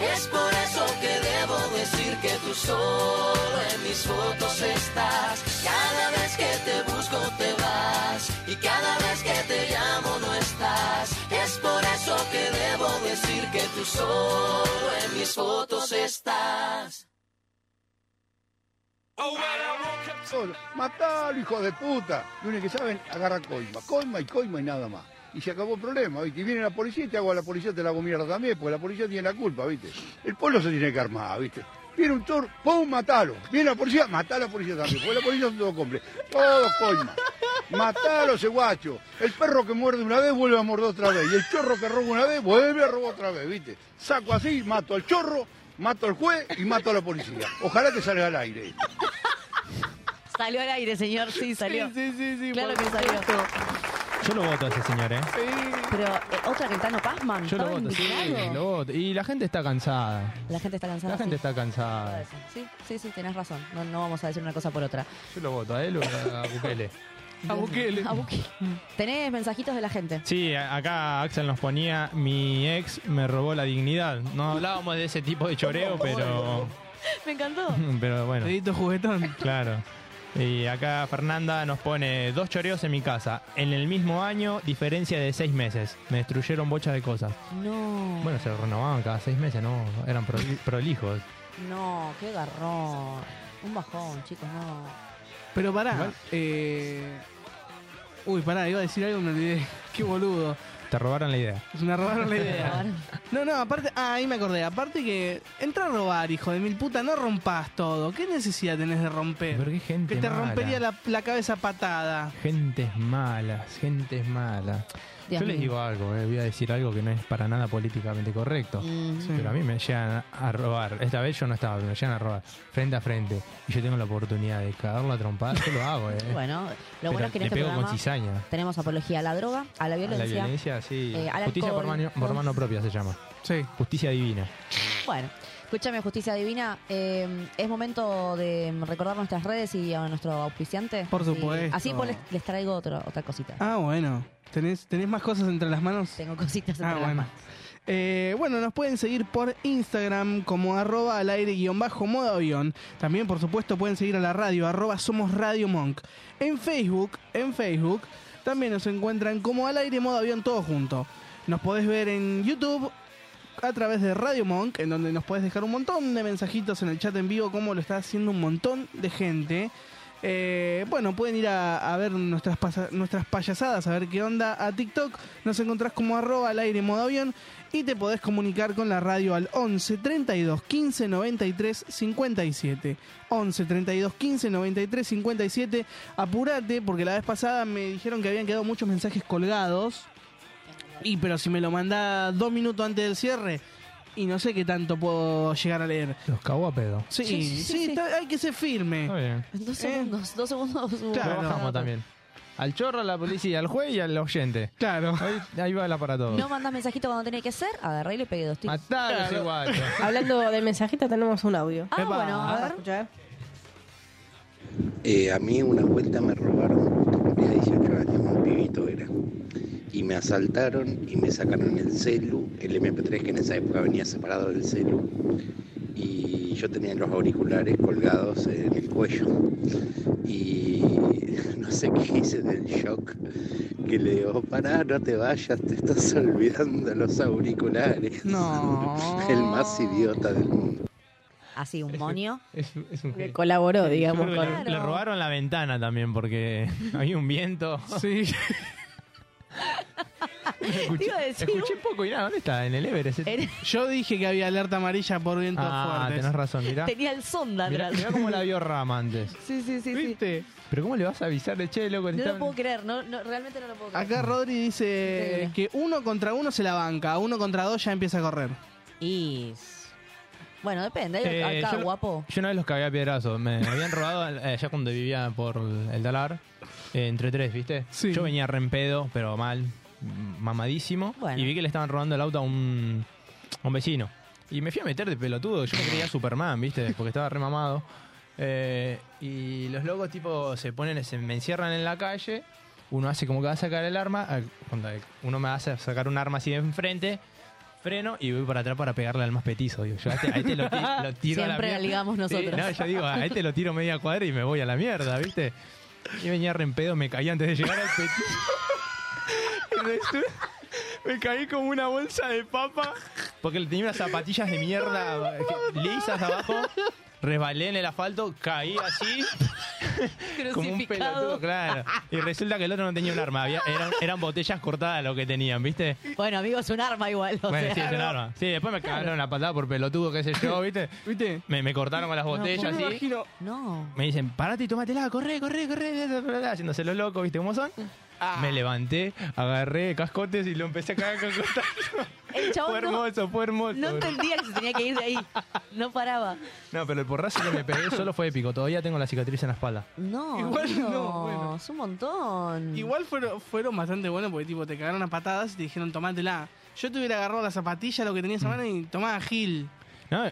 G: Es por eso que debo decir que tú solo en mis fotos estás. Cada vez que te busco te vas y cada vez que te llamo no estás. Es por eso que debo decir que tú solo en mis fotos estás.
P: Solo, Matalo, hijo de puta. Lo único que saben, agarra coima. Coima y coima y nada más. Y se acabó el problema, ¿viste? Y viene la policía y te hago a la policía, te la hago mierda también, porque la policía tiene la culpa, ¿viste? El pueblo se tiene que armar, ¿viste? Viene un toro, ¡pum! Matalo. Viene la policía, matá a la policía también, porque la policía son todos cómplices. Todos coima. Matalo ese guacho. El perro que muerde una vez vuelve a morder otra vez. Y el chorro que roba una vez vuelve a robar otra vez, ¿viste? Saco así, mato al chorro, mato al juez y mato a la policía. Ojalá que salga al aire.
D: Salió al aire, señor, sí, salió.
E: Sí, sí, sí,
D: Claro
E: por
D: que salió.
F: Yo lo voto a ese señor, ¿eh?
D: Pero eh, otra que Tano Pazman.
F: Yo lo
D: estaba
F: voto, sí,
D: indignado.
F: lo voto. Y la gente está cansada.
D: La gente está cansada.
F: La gente
D: Ah, sí. Ah,
F: está cansada.
D: Sí, sí, sí, tenés razón. No, no vamos a decir una cosa por otra.
F: Yo lo voto a él o a Bukele.
D: A Bukele. ¿Tenés mensajitos de la gente?
F: Sí, a- acá Axel nos ponía, mi ex me robó la dignidad. No hablábamos de ese tipo de choreo, pero,
D: Me encantó.
F: (laughs) pero bueno.
E: Pedito juguetón.
F: Claro. Y acá Fernanda nos pone dos choreos en mi casa. En el mismo año, diferencia de seis meses. Me destruyeron bochas de cosas.
D: No.
F: Bueno, se renovaban cada seis meses, ¿no? Eran pro- prolijos.
D: No, qué garrón. Un bajón, chicos, no.
E: Pero pará. eh, Uy, pará, iba a decir algo y me olvidé. (laughs) Qué boludo.
F: Te robaron la idea.
E: Me robaron la
F: Te
E: idea.
F: robaron.
E: No, no, aparte. Ah, ahí me acordé. Aparte que. Entra a robar, hijo de mil puta. No rompas todo. ¿Qué necesidad tenés de romper? que te
F: mala.
E: rompería la, la cabeza a patada.
F: Gentes malas, gentes malas.
E: Dios
F: Yo les
E: mío.
F: digo algo, eh, voy a decir algo que no es para nada políticamente correcto.
E: Sí.
F: Pero a mí me llegan a robar. Esta vez yo no estaba, pero me llegan a robar. Frente a frente. Y yo tengo la oportunidad de cagarlo a trompada. Yo lo hago, eh.
D: Bueno, lo
F: Pero
D: bueno es que en
F: le
D: este
F: pego
D: programa
F: con cizaña.
D: tenemos apología a la droga, a la
F: A la
D: violencia.
F: violencia, sí.
D: eh, al
F: Justicia por
D: alcohol,
F: mano, por
D: con-
F: mano propia se llama.
E: Sí.
F: Justicia divina.
D: Bueno, escúchame, Justicia Divina, eh, es momento de recordar nuestras redes y a nuestro auspiciante.
E: Por
D: Así-
E: supuesto.
D: Así, pues les, les traigo otro- otra cosita.
E: Ah, bueno. ¿Tenés, ¿Tenés más cosas entre las manos?
D: Tengo cositas entre
E: Ah,
D: las
E: bueno.
D: manos.
E: Eh, bueno, nos pueden seguir por Instagram como arroba al aire guión bajo modo guión. También, por supuesto, pueden seguir a la radio, arroba somos Radio Monk. En Facebook, en Facebook, también nos encuentran como al aire modo avión todo junto. Nos podés ver en YouTube a través de Radio Monk, en donde nos podés dejar un montón de mensajitos en el chat en vivo, como lo está haciendo un montón de gente. Eh, bueno, pueden ir a, a ver nuestras, pasa- nuestras payasadas, a ver qué onda a TikTok. Nos encontrás como arroba al aire modo avión y te podés comunicar con la radio al 11 32 15 93 57. 11 32 15 93 57. Apurate, porque la vez pasada me dijeron que habían quedado muchos mensajes colgados. Y pero si me lo manda dos minutos antes del cierre, y no sé qué tanto puedo llegar a leer.
F: Los cagó a pedo.
E: Sí, sí, está- hay que ser firme.
F: Está bien.
D: Dos
E: Eh.
D: segundos, dos segundos. hubo
F: Lo
D: bajada.
F: bajamos también. Al chorro, a la policía, al juez y al oyente.
E: Claro.
F: Ahí, ahí va la para todos.
D: No mandás mensajito cuando tenés que ser, agarré y le pegué dos
E: Ah.
D: tiros.
F: Matalo ese guacho.
I: Hablando de mensajito, tenemos un audio.
D: Ah, bueno, a ver.
Q: Eh, a mí una vuelta me robaron, justo cumplía 18 años, un pibito era. Y me asaltaron y me sacaron el celu, el MP3 que en esa época venía separado del celu. Y yo tenía los auriculares colgados en el cuello. Y (laughs) no sé qué hice del shock que le digo, pará, no te vayas, te estás olvidando los auriculares.
E: No.
Q: (laughs) el más idiota del mundo.
D: Así, un monio.
I: Que colaboró, digamos,
F: Yo creo que
I: con...
F: le, le robaron la ventana también porque (laughs) había un viento. (laughs)
E: Sí.
F: escuché, escuché poco y nada, ¿dónde está? En el Everest.
D: Era-
E: Yo dije que había alerta amarilla por vientos
F: ah,
E: fuertes.
F: tenés razón, mirá.
D: Tenía el sonda
F: Mirá,
D: atrás.
F: mirá cómo la vio Ram antes.
D: Sí, sí, sí. ¿Viste?
F: Pero ¿cómo le vas a avisarle, che, loco? te
D: No lo
F: están-
D: puedo creer, no, no, realmente no lo puedo creer.
E: Acá Rodri dice
D: Increíble.
E: que uno contra uno se la banca, uno contra dos ya empieza a correr.
D: Y. Bueno, depende. Hay
F: Eh,
D: acá,
F: yo-
D: Ah, guapo.
F: Yo una vez los cagué a piedrazos. Me habían robado (laughs) eh, ya cuando vivía por el Dalar. eh, entre tres, ¿viste? Yo venía re en pedo, pero mal. mm, Mamadísimo. Y vi que le estaban robando el auto a un, a un vecino. Y me fui a meter de pelotudo. Yo me creía Superman, ¿viste? Porque estaba re mamado. Eh, y los locos, tipo, se ponen, se me encierran en la calle. Uno hace como que va a sacar el arma. ah, cuando Uno me hace sacar un arma así de enfrente. Freno y voy para atrás para pegarle al más petizo. Digo, yo a este, a este lo, ti- lo tiro a la
D: Siempre la
F: mierda.
D: ligamos
F: Sí,
D: nosotros.
F: no, yo digo, a este lo tiro media cuadra y me voy a la mierda, ¿viste? Y venía re en pedo, me caí antes de llegar al petizo. (laughs) Y restu- Me caí como una bolsa de papa. Porque le tenía unas zapatillas de mierda que- lisas abajo. Resbalé en el asfalto, caí así. (laughs) Como un pelotudo, claro. Y resulta que el otro no tenía un arma. había- eran, eran botellas cortadas lo que tenían, ¿viste?
D: Bueno, amigo, es un arma igual. o
F: Bueno,
D: sea,
F: sí, es un
D: no.
F: arma. Sí, después me cagaron la patada por pelotudo, qué sé
E: (laughs)
F: yo, ¿viste?
E: ¿Viste?
F: Me, me cortaron con las botellas
E: pues,
D: No,
F: así.
D: No.
F: Me dicen, parate y tómatela, corre, corre, corre, bla, bla, bla, haciéndose los locos, ¿viste cómo son?
E: Ah.
F: Me levanté, agarré cascotes y lo empecé
E: (laughs)
F: a cagar con costas.
D: El chabón
F: Fue
D: no-
F: hermoso, fue hermoso.
D: No entendía que se tenía que ir de ahí. No paraba.
F: No, pero el porrazo que me pegué solo fue épico. Todavía tengo la cicatriz en la espalda.
D: No,
E: Igual no,
D: amigo,
E: bueno.
D: es un montón.
E: Igual fueron, fueron bastante buenos porque tipo te cagaron a patadas y te dijeron tomátela. Yo te hubiera agarrado la zapatilla, lo que tenías a mano y tomá Gil.
F: No,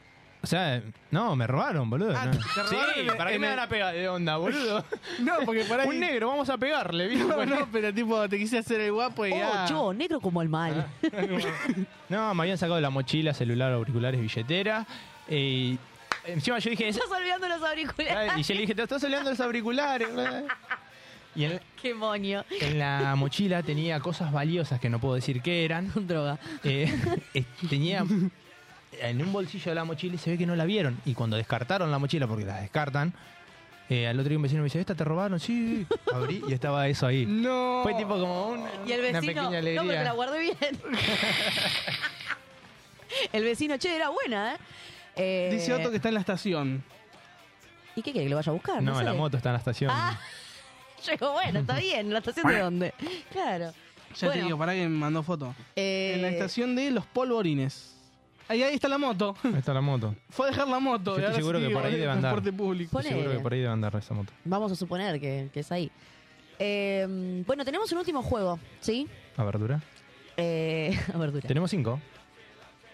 F: o sea, no, me robaron, boludo. no.
E: Ah, robaron
F: sí,
E: en el-
F: ¿para qué
E: en
F: me
E: el-
F: van a pegar de onda, boludo?
E: No, porque (laughs) por ahí...
F: Un (laughs) negro, vamos a pegarle, ¿viste?
E: No, no, pero tipo te quise hacer el guapo y
D: Oh,
E: ah.
D: yo, negro como el mal.
F: No, me habían sacado la mochila, celular, auriculares, billetera. eh, Y encima yo dije,
D: Estás olvidando los
F: y
D: auriculares.
F: yo le dije, te estás olvidando los auriculares. Y en,
D: (laughs) Qué moño.
F: en la
D: (laughs)
F: mochila Eh, tenía cosas valiosas que no puedo decir qué eran.
D: Droga.
F: tenía en un bolsillo de la mochila y se ve que no la vieron. Y cuando descartaron la mochila, porque las descartan, eh, al otro día un vecino me dice, ¿esta te robaron? Sí, sí". abrí y estaba eso ahí.
E: No.
F: Fue tipo como un...
D: Y el
F: Una
D: vecino. No,
F: pequeña
D: pero
F: alegría.
D: me la guardé
E: (laughs)
D: bien. el vecino, che, era buena, ¿eh? Eh,
E: Dice Otto que está en la estación.
D: ¿Y qué quiere? ¿Que lo vaya a buscar?
F: No,
D: sé.
F: la moto está en la estación.
D: Ah, (laughs) yo digo, bueno,
E: (laughs)
D: está bien, ¿la estación de dónde? Claro.
E: Ya
D: Bueno,
E: te digo, pará que me mandó foto.
D: eh,
E: En la estación de Los Polvorines. Ahí, ahí está la moto.
F: Ahí está la moto.
E: Fue a dejar la moto.
F: Yo
E: y
F: estoy
E: ahora
F: seguro
E: sí,
F: que por ahí
E: boludo,
F: debe andar.
E: transporte público.
F: Estoy seguro que
D: Ponele.
F: por ahí debe andar esa moto.
D: Vamos a suponer que, que es ahí. Eh, bueno, tenemos un último juego, ¿sí?
F: ¿A verdura?
D: Eh, (laughs) a verdura.
F: Tenemos cinco.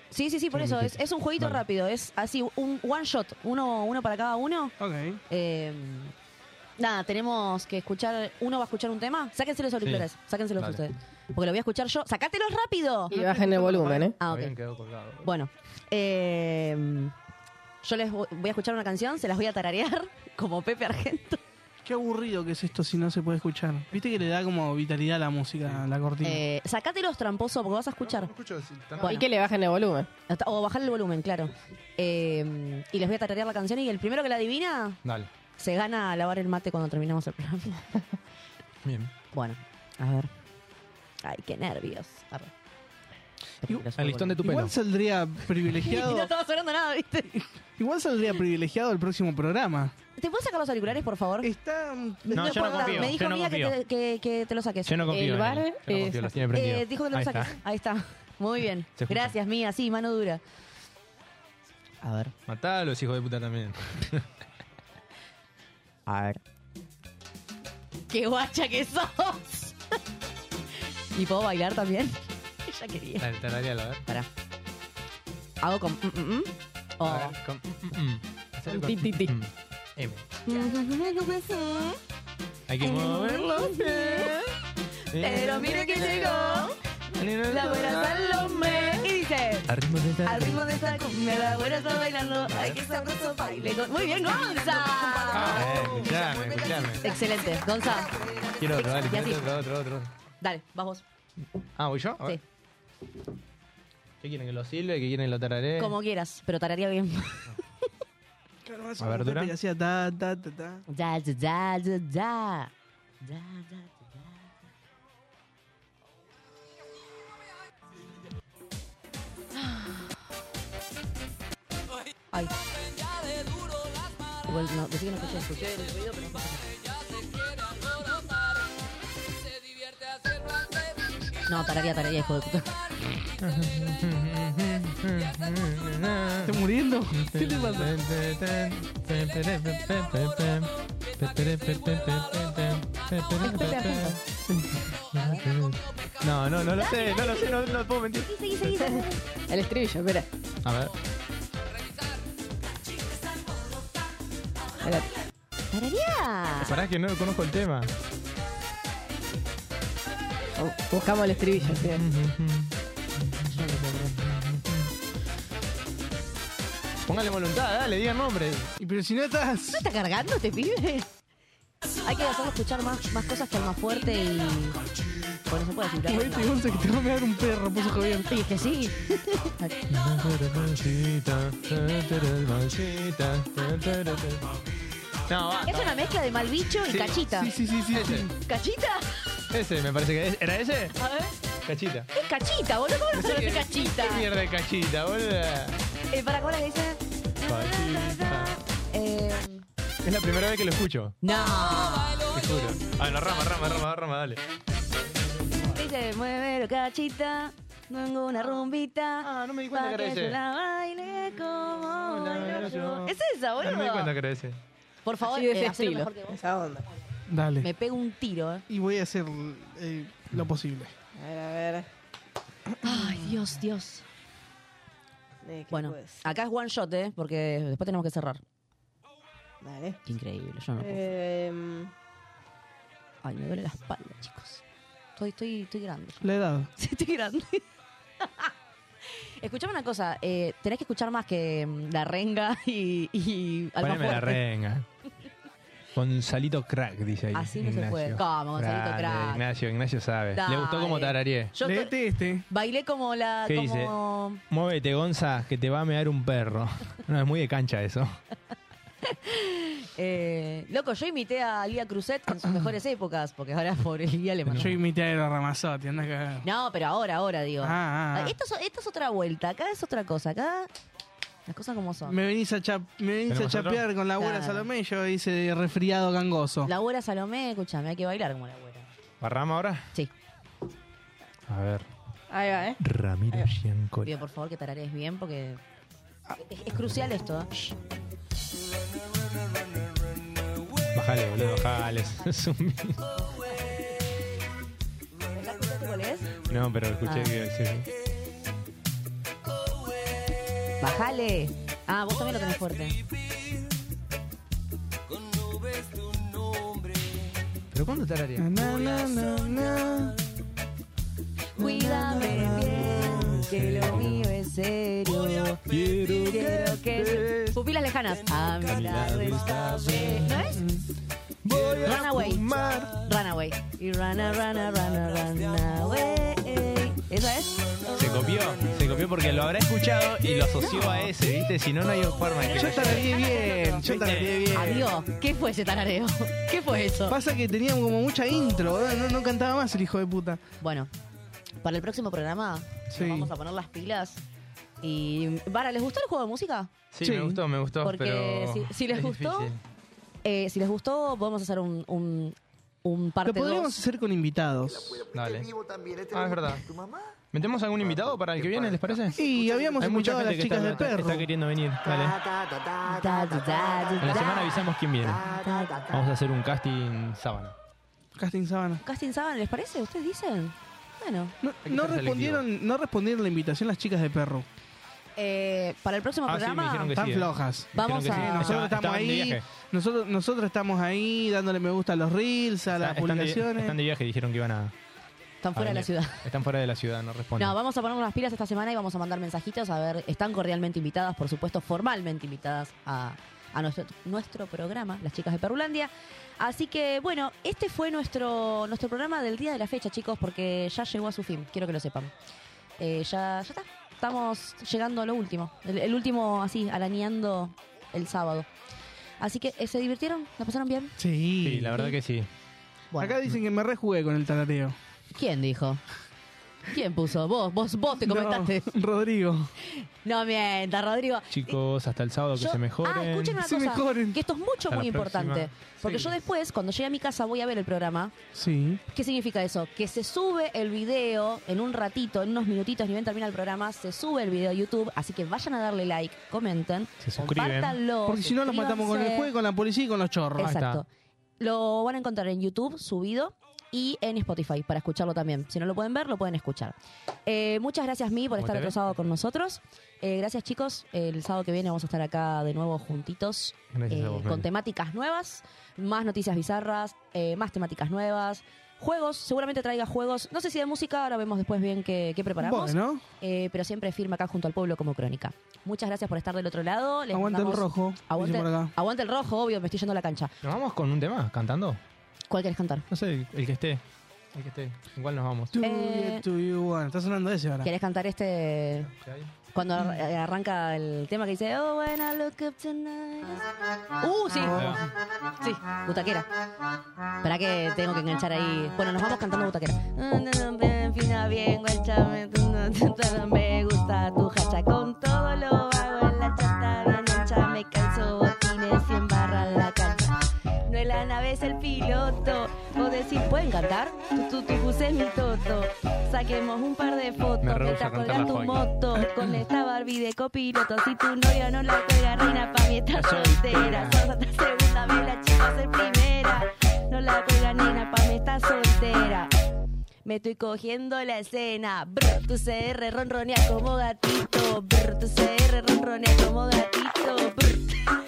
D: Sí, sí, sí, por
F: Sí,
D: eso. Es,
F: dijiste.
D: es un jueguito
F: Vale.
D: rápido. Es así, un one shot. Uno, uno para cada uno. Em,
E: Ok.
D: nada, tenemos que escuchar. Uno va a escuchar un tema. Sáquense los auriculares. Sáquenselos
I: Dale.
D: ustedes. Porque lo voy a escuchar yo. ¡Sácatelos rápido!
I: Y bajen el volumen, ¿eh?
D: Ah, ok. Bueno, eh, yo les vo- voy a escuchar una canción, se las voy a tararear (laughs) como Pepe Argento.
E: Qué aburrido que es esto si no se puede escuchar. Viste que le da como vitalidad a la música, a la cortina.
D: Eh, sacátelos, tramposo, porque vas a escuchar.
I: Y que le bajen el volumen.
D: O bajar el volumen, claro. Eh, y les voy a tararear la canción y el primero que la adivina
F: Dale.
D: se gana a lavar el mate cuando terminamos el
F: (laughs)
D: programa.
F: Bien.
D: Bueno, a ver. Ay, qué nervios. Arre.
E: El
F: listón de tu pelo.
E: Igual saldría
F: (laughs)
D: Y (laughs) no
E: privilegiado.
D: estaba sonando nada, ¿viste?
E: igual saldría privilegiado el próximo programa.
D: ¿Te puedes sacar los auriculares, por favor?
E: Está...
F: yo no
D: importa,
F: confío,
D: Me dijo
F: yo no
D: amiga que
F: confío.
D: te, que- que te lo saques.
F: Yo no confío en
D: El
F: él, eh.
D: bar
F: yo no confío,
D: es-
F: los tiene prendidos.
D: Eh, dijo que lo
F: Ahí
D: saques.
F: está.
D: Ahí está. Muy bien.
F: Se escucha.
D: Gracias, mía. Sí, mano dura. A ver.
F: Matá a los hijos de puta también.
D: A ver. ¡Qué guacha que sos! (laughs) ¿Y puedo bailar también? (laughs) Ella quería.
F: (laughs) Dale, tararealo, a ver.
D: Pará. Hago con... mm, mm, mm, o-
F: A ver, con- Oh. mm, mm.
D: Con
F: Hacelo con-
D: ti, ti, ti.
F: mm. M.
D: mm,
F: Hay que
D: Ay,
F: moverlo.
D: Pero mire que llegó la buena Salomé. Y dice...
F: Al ritmo de esta-
D: Al ritmo de esta cumbia, la buena está bailando. Ay, que sabroso baile. con- Muy bien, Gonza.
F: Eh, Escuchame, escuchame.
D: Excelente, Gonza.
F: Quiero otro, dale,
D: Y así.
F: quiero otro, otro, otro.
D: Dale, vamos.
F: Ah, ¿voy yo? A ver.
D: Sí.
F: ¿Qué quieren que lo silbe? ¿Qué quieren que lo tararé?
D: Como quieras, pero tararía bien.
F: A ver, Durán.
E: Que hacía ta, ta, ta, ta.
D: Ya, ya, ya, ya, ya. Ya, ya, ya. Ay. Igual, no, decí que no escuché, escuché el ruido, pero no escuché. No, tararía, tararía, hijo de puta.
E: ¿Está muriendo? ¿Qué te pasa?
F: No, no, no lo sé, no lo sé, no, no puedo mentir.
I: El estribillo, espera.
F: A ver.
I: espera.
D: ¡Tararía!
F: Pará que no conozco el tema.
I: Bu- Buscamos el estribillo, sí.
F: Póngale voluntad, dale, digan nombre.
E: Y pero si no estás... (laughs)
D: ¿No está cargando este pibe? Hay que hacerlo escuchar más, más cosas que al más fuerte y. Bueno, se puede filtrar.
E: Oíste, Gonza, que te va a mear un perro, pues, puso Javier.
D: Sí, es que sí.
F: No, va.
D: Es una mezcla de mal bicho y
F: Sí,
D: cachita.
E: Sí, sí, sí, sí.
F: Ese,
D: ¿Cachita?
F: ese me parece que es- era ese.
D: A ver.
F: Cachita.
D: Es cachita, boludo. ¿Cómo no conoces cachita?
F: ¿Qué mierda de cachita, boluda?
D: Eh, para cómo la que dice.
F: Cachita.
D: Eh,
F: Es la primera vez que lo escucho,
D: no.
F: te juro. Ah, no, rama, rama, rama, rama, dale.
D: Dice, muévelo, cachita. Tengo una rumbita.
F: Ah, no me di
D: Pa'
F: cuenta que era
D: que yo
F: ese.
D: la baile como bailo yo. Es esa,
F: Ah,
D: boludo.
F: No me di cuenta que era ese.
D: Por favor,
I: Así de ese
D: eh, hacelo
I: estilo.
D: mejor que vos.
I: Esa onda.
E: Dale.
D: Me pego un tiro, eh.
E: Y voy a hacer eh, lo posible.
I: A ver, a ver.
D: Ay, Dios, Dios.
I: Eh, ¿qué
D: Bueno,
I: puede ser?
D: acá es one shot, ¿eh? Porque después tenemos que cerrar.
I: Dale.
D: Qué increíble, yo no puedo.
I: Eh,
D: Ay, me duele la espalda, chicos. Estoy, estoy, estoy
I: (laughs)
D: grande.
E: La edad.
D: Sí, estoy grande. (laughs) Escuchame una cosa, eh, tenés que escuchar más que mm, la renga (laughs) y, y Alma
F: Poneme la
D: Fuerte.
F: renga. Gonzalito Crack, dice ahí.
D: Así no se puede. ¿Cómo, Gonzalito
F: Grande,
D: Crack?
F: Ignacio, Ignacio sabe.
D: Dale.
F: Le gustó como tarareé.
D: Yo to-
E: Este.
D: Bailé como la.
F: ¿Qué dice?
D: como...
F: Muévete, Gonza, que te va a mear un perro. (laughs) No, es muy de cancha eso.
D: Eh, loco, yo imité a Lía Cruzet en
E: (coughs)
D: sus mejores épocas, porque ahora (laughs) pobre Lía le mandó.
E: Yo imité a Eros Ramazzotti, anda que...
D: No, pero ahora, ahora digo.
E: Ah, ah, ah.
D: Esto, es, esto es otra vuelta, acá es otra cosa, acá las cosas como son.
E: Me venís a, chap- me venís a
D: ¿Tenemos otro?
E: chapear con la abuela
D: Claro.
E: Salomé y yo hice resfriado gangoso.
D: (laughs) La abuela Salomé, escúchame, hay que bailar como la abuela.
F: ¿Barrama ahora?
D: Sí.
F: A ver.
D: Ahí va, ¿eh?
F: Ramiro Giancoli.
D: Pido por favor que tararees bien porque es, es crucial esto. ¿eh?
F: Bájale, boludo, bájale. (laughs) Es un-
D: ¿Ya escuchaste cuál es?
F: No, pero escuché
D: Ah.
F: que... sí, sí.
D: Bájale. Ah, vos también lo tenés fuerte.
F: ¿Pero cuándo tarareé?
D: Cuídame bien, que lo mío es serio.
F: Quiero
D: Quiero que Pupilas lejanas. A mi lado esta vez. ¿No es?
F: Voy
D: a Runaway. Runaway. Y rana, rana, rana, runaway. ¿Esa es?
F: Se copió, se copió porque lo habrá escuchado y lo asoció a ese, ¿viste? Si no, no hay forma de que...
E: Yo tarareé bien, yo
F: ¿Viste?
E: tarareé bien.
D: Adiós. ¿Qué fue ese tarareo? ¿Qué fue eso?
E: Pasa que tenía como mucha intro, boludo, no, no cantaba más el hijo de puta.
D: Bueno, para el próximo programa nos
E: Sí.
D: vamos a poner las pilas. Y, Vara, ¿les gustó el juego de música?
F: Sí, me gustó, me gustó,
D: Porque
F: pero...
D: si, si les
F: es
D: gustó,
F: difícil.
D: eh, si les gustó, podemos hacer un, un, un parte
E: Lo podríamos
D: 2.
E: hacer con invitados.
F: Dale. Ah, es verdad. ¿Metemos algún invitado para el que viene, les parece?
E: Y habíamos
F: Hay mucha
E: invitado a las
F: gente que
E: chicas
F: está,
E: del perro.
F: está queriendo venir. Dale. En la semana avisamos quién viene. Vamos a hacer un casting sábana.
E: Casting Sabana.
D: ¿Casting Saban, les parece? ¿Ustedes dicen? Bueno.
E: No
F: ser
E: respondieron, no respondieron la invitación las chicas de perro.
D: Eh, para el próximo
E: Ah, sí, me
D: programa.
E: dijeron que Están sí, eh. flojas.
D: Vamos
E: Sí,
F: Dijeron que
D: a.
F: sí.
E: nosotros
F: Estaba-
E: estamos
F: estaban de
E: ahí,
F: viaje.
E: nosotros, nosotros estamos ahí dándole me gusta a los reels, a las
F: Está- están, de,
E: publicaciones.
F: están de viaje, dijeron que iban a.
D: Están fuera
F: a
D: de la
F: venir.
D: ciudad.
F: Están fuera de la ciudad, no responden.
D: (laughs) No, vamos a ponernos las pilas esta semana y vamos a mandar mensajitos a ver. Están cordialmente invitadas, por supuesto, formalmente invitadas a, a nuestro, nuestro programa, las chicas de Perulandia. Así que, bueno, este fue nuestro, nuestro programa del día de la fecha, chicos, porque ya llegó a su fin. Quiero que lo sepan. Eh, ya, ya está. Estamos llegando a lo último. El, el último, así, arañando el sábado. Así que, eh, ¿se divirtieron? ¿La pasaron bien?
E: Sí.
F: Sí, la verdad que sí.
E: Acá dicen que me rejugué con el talateo.
D: ¿Quién dijo? ¿Quién puso? Vos, vos, vos
E: (laughs)
D: te comentaste.
E: Rodrigo.
D: No, mientas, Rodrigo.
F: Chicos, hasta el sábado que
D: Yo-
F: se mejoren.
D: Ah, escuchen una cosa, que esto es mucho,
F: Hasta
D: muy
F: la próxima.
D: importante. Porque yo después, cuando llegue a mi casa, voy a ver el programa.
E: Sí.
D: ¿Qué significa eso? Que se sube el video en un ratito, en unos minutitos, ni bien termina el programa, se sube el video a YouTube, así que vayan a darle like, comenten,
E: Se
D: compártanlo.
E: Porque si no los matamos con el
D: suscríbanse.
E: juego, con la policía y con los chorros.
D: Exacto. Lo van a encontrar en YouTube subido y en Spotify para escucharlo también. Si no lo pueden ver, lo pueden escuchar. Eh, muchas gracias, Mi, por
I: ¿Cómo
D: estar
I: te
D: otro
I: ves?
D: sábado con nosotros. Eh, gracias, chicos. El sábado que viene vamos a estar acá de nuevo juntitos
F: Gracias a
D: eh,
F: vos,
D: con
F: Meli.
D: temáticas nuevas, más noticias bizarras, eh, más temáticas nuevas. Juegos, seguramente traiga juegos. No sé si de música, ahora vemos después bien qué, qué preparamos.
E: Bueno.
D: Eh, pero siempre firma acá junto al pueblo como crónica. Muchas gracias por estar del otro lado. Les
E: Aguante el
D: mandamos-
E: rojo, dicen
D: Aguante,
E: por acá.
D: aguante el rojo, obvio, me estoy yendo a la cancha.
F: ¿Nos vamos con un tema cantando?
D: ¿Cuál querés cantar?
F: No sé, el que esté. El que esté. Igual nos vamos.
E: Do
D: Eh,
E: you- do you want? Está sonando ese ahora.
D: ¿Querés cantar este cuando ar- eh, arranca el tema que dice Oh, when I look up tonight? Uh, sí. Sí, butaquera. ¿Para que tengo que enganchar ahí? Bueno, nos vamos cantando butaquera. Fina bien, guachame, tú no (laughs) te- todo me gusta tu hacha con todo lo hago en la chata bien ancha, me calzo botines y embarra la cancha. No es la nave, es el piloto. Vos decís, ¿pueden cantar? Tú, tú, tú, puse mi toto. Saquemos un par de fotos.
F: Me rehúso
D: Mientras
F: a cantar
D: colgas
F: la
D: tu
F: joya.
D: moto. Con esta Barbie de copiloto. Si tu novia no la pega, reina, pa' mí está soltera. Sos hasta segunda, vez la chica ser primera. No la pega, nena, pa' mí está soltera. Me estoy cogiendo la escena. Brr, tu CR ronronea como gatito. Brr, tu CR ronronea como gatito. Brr.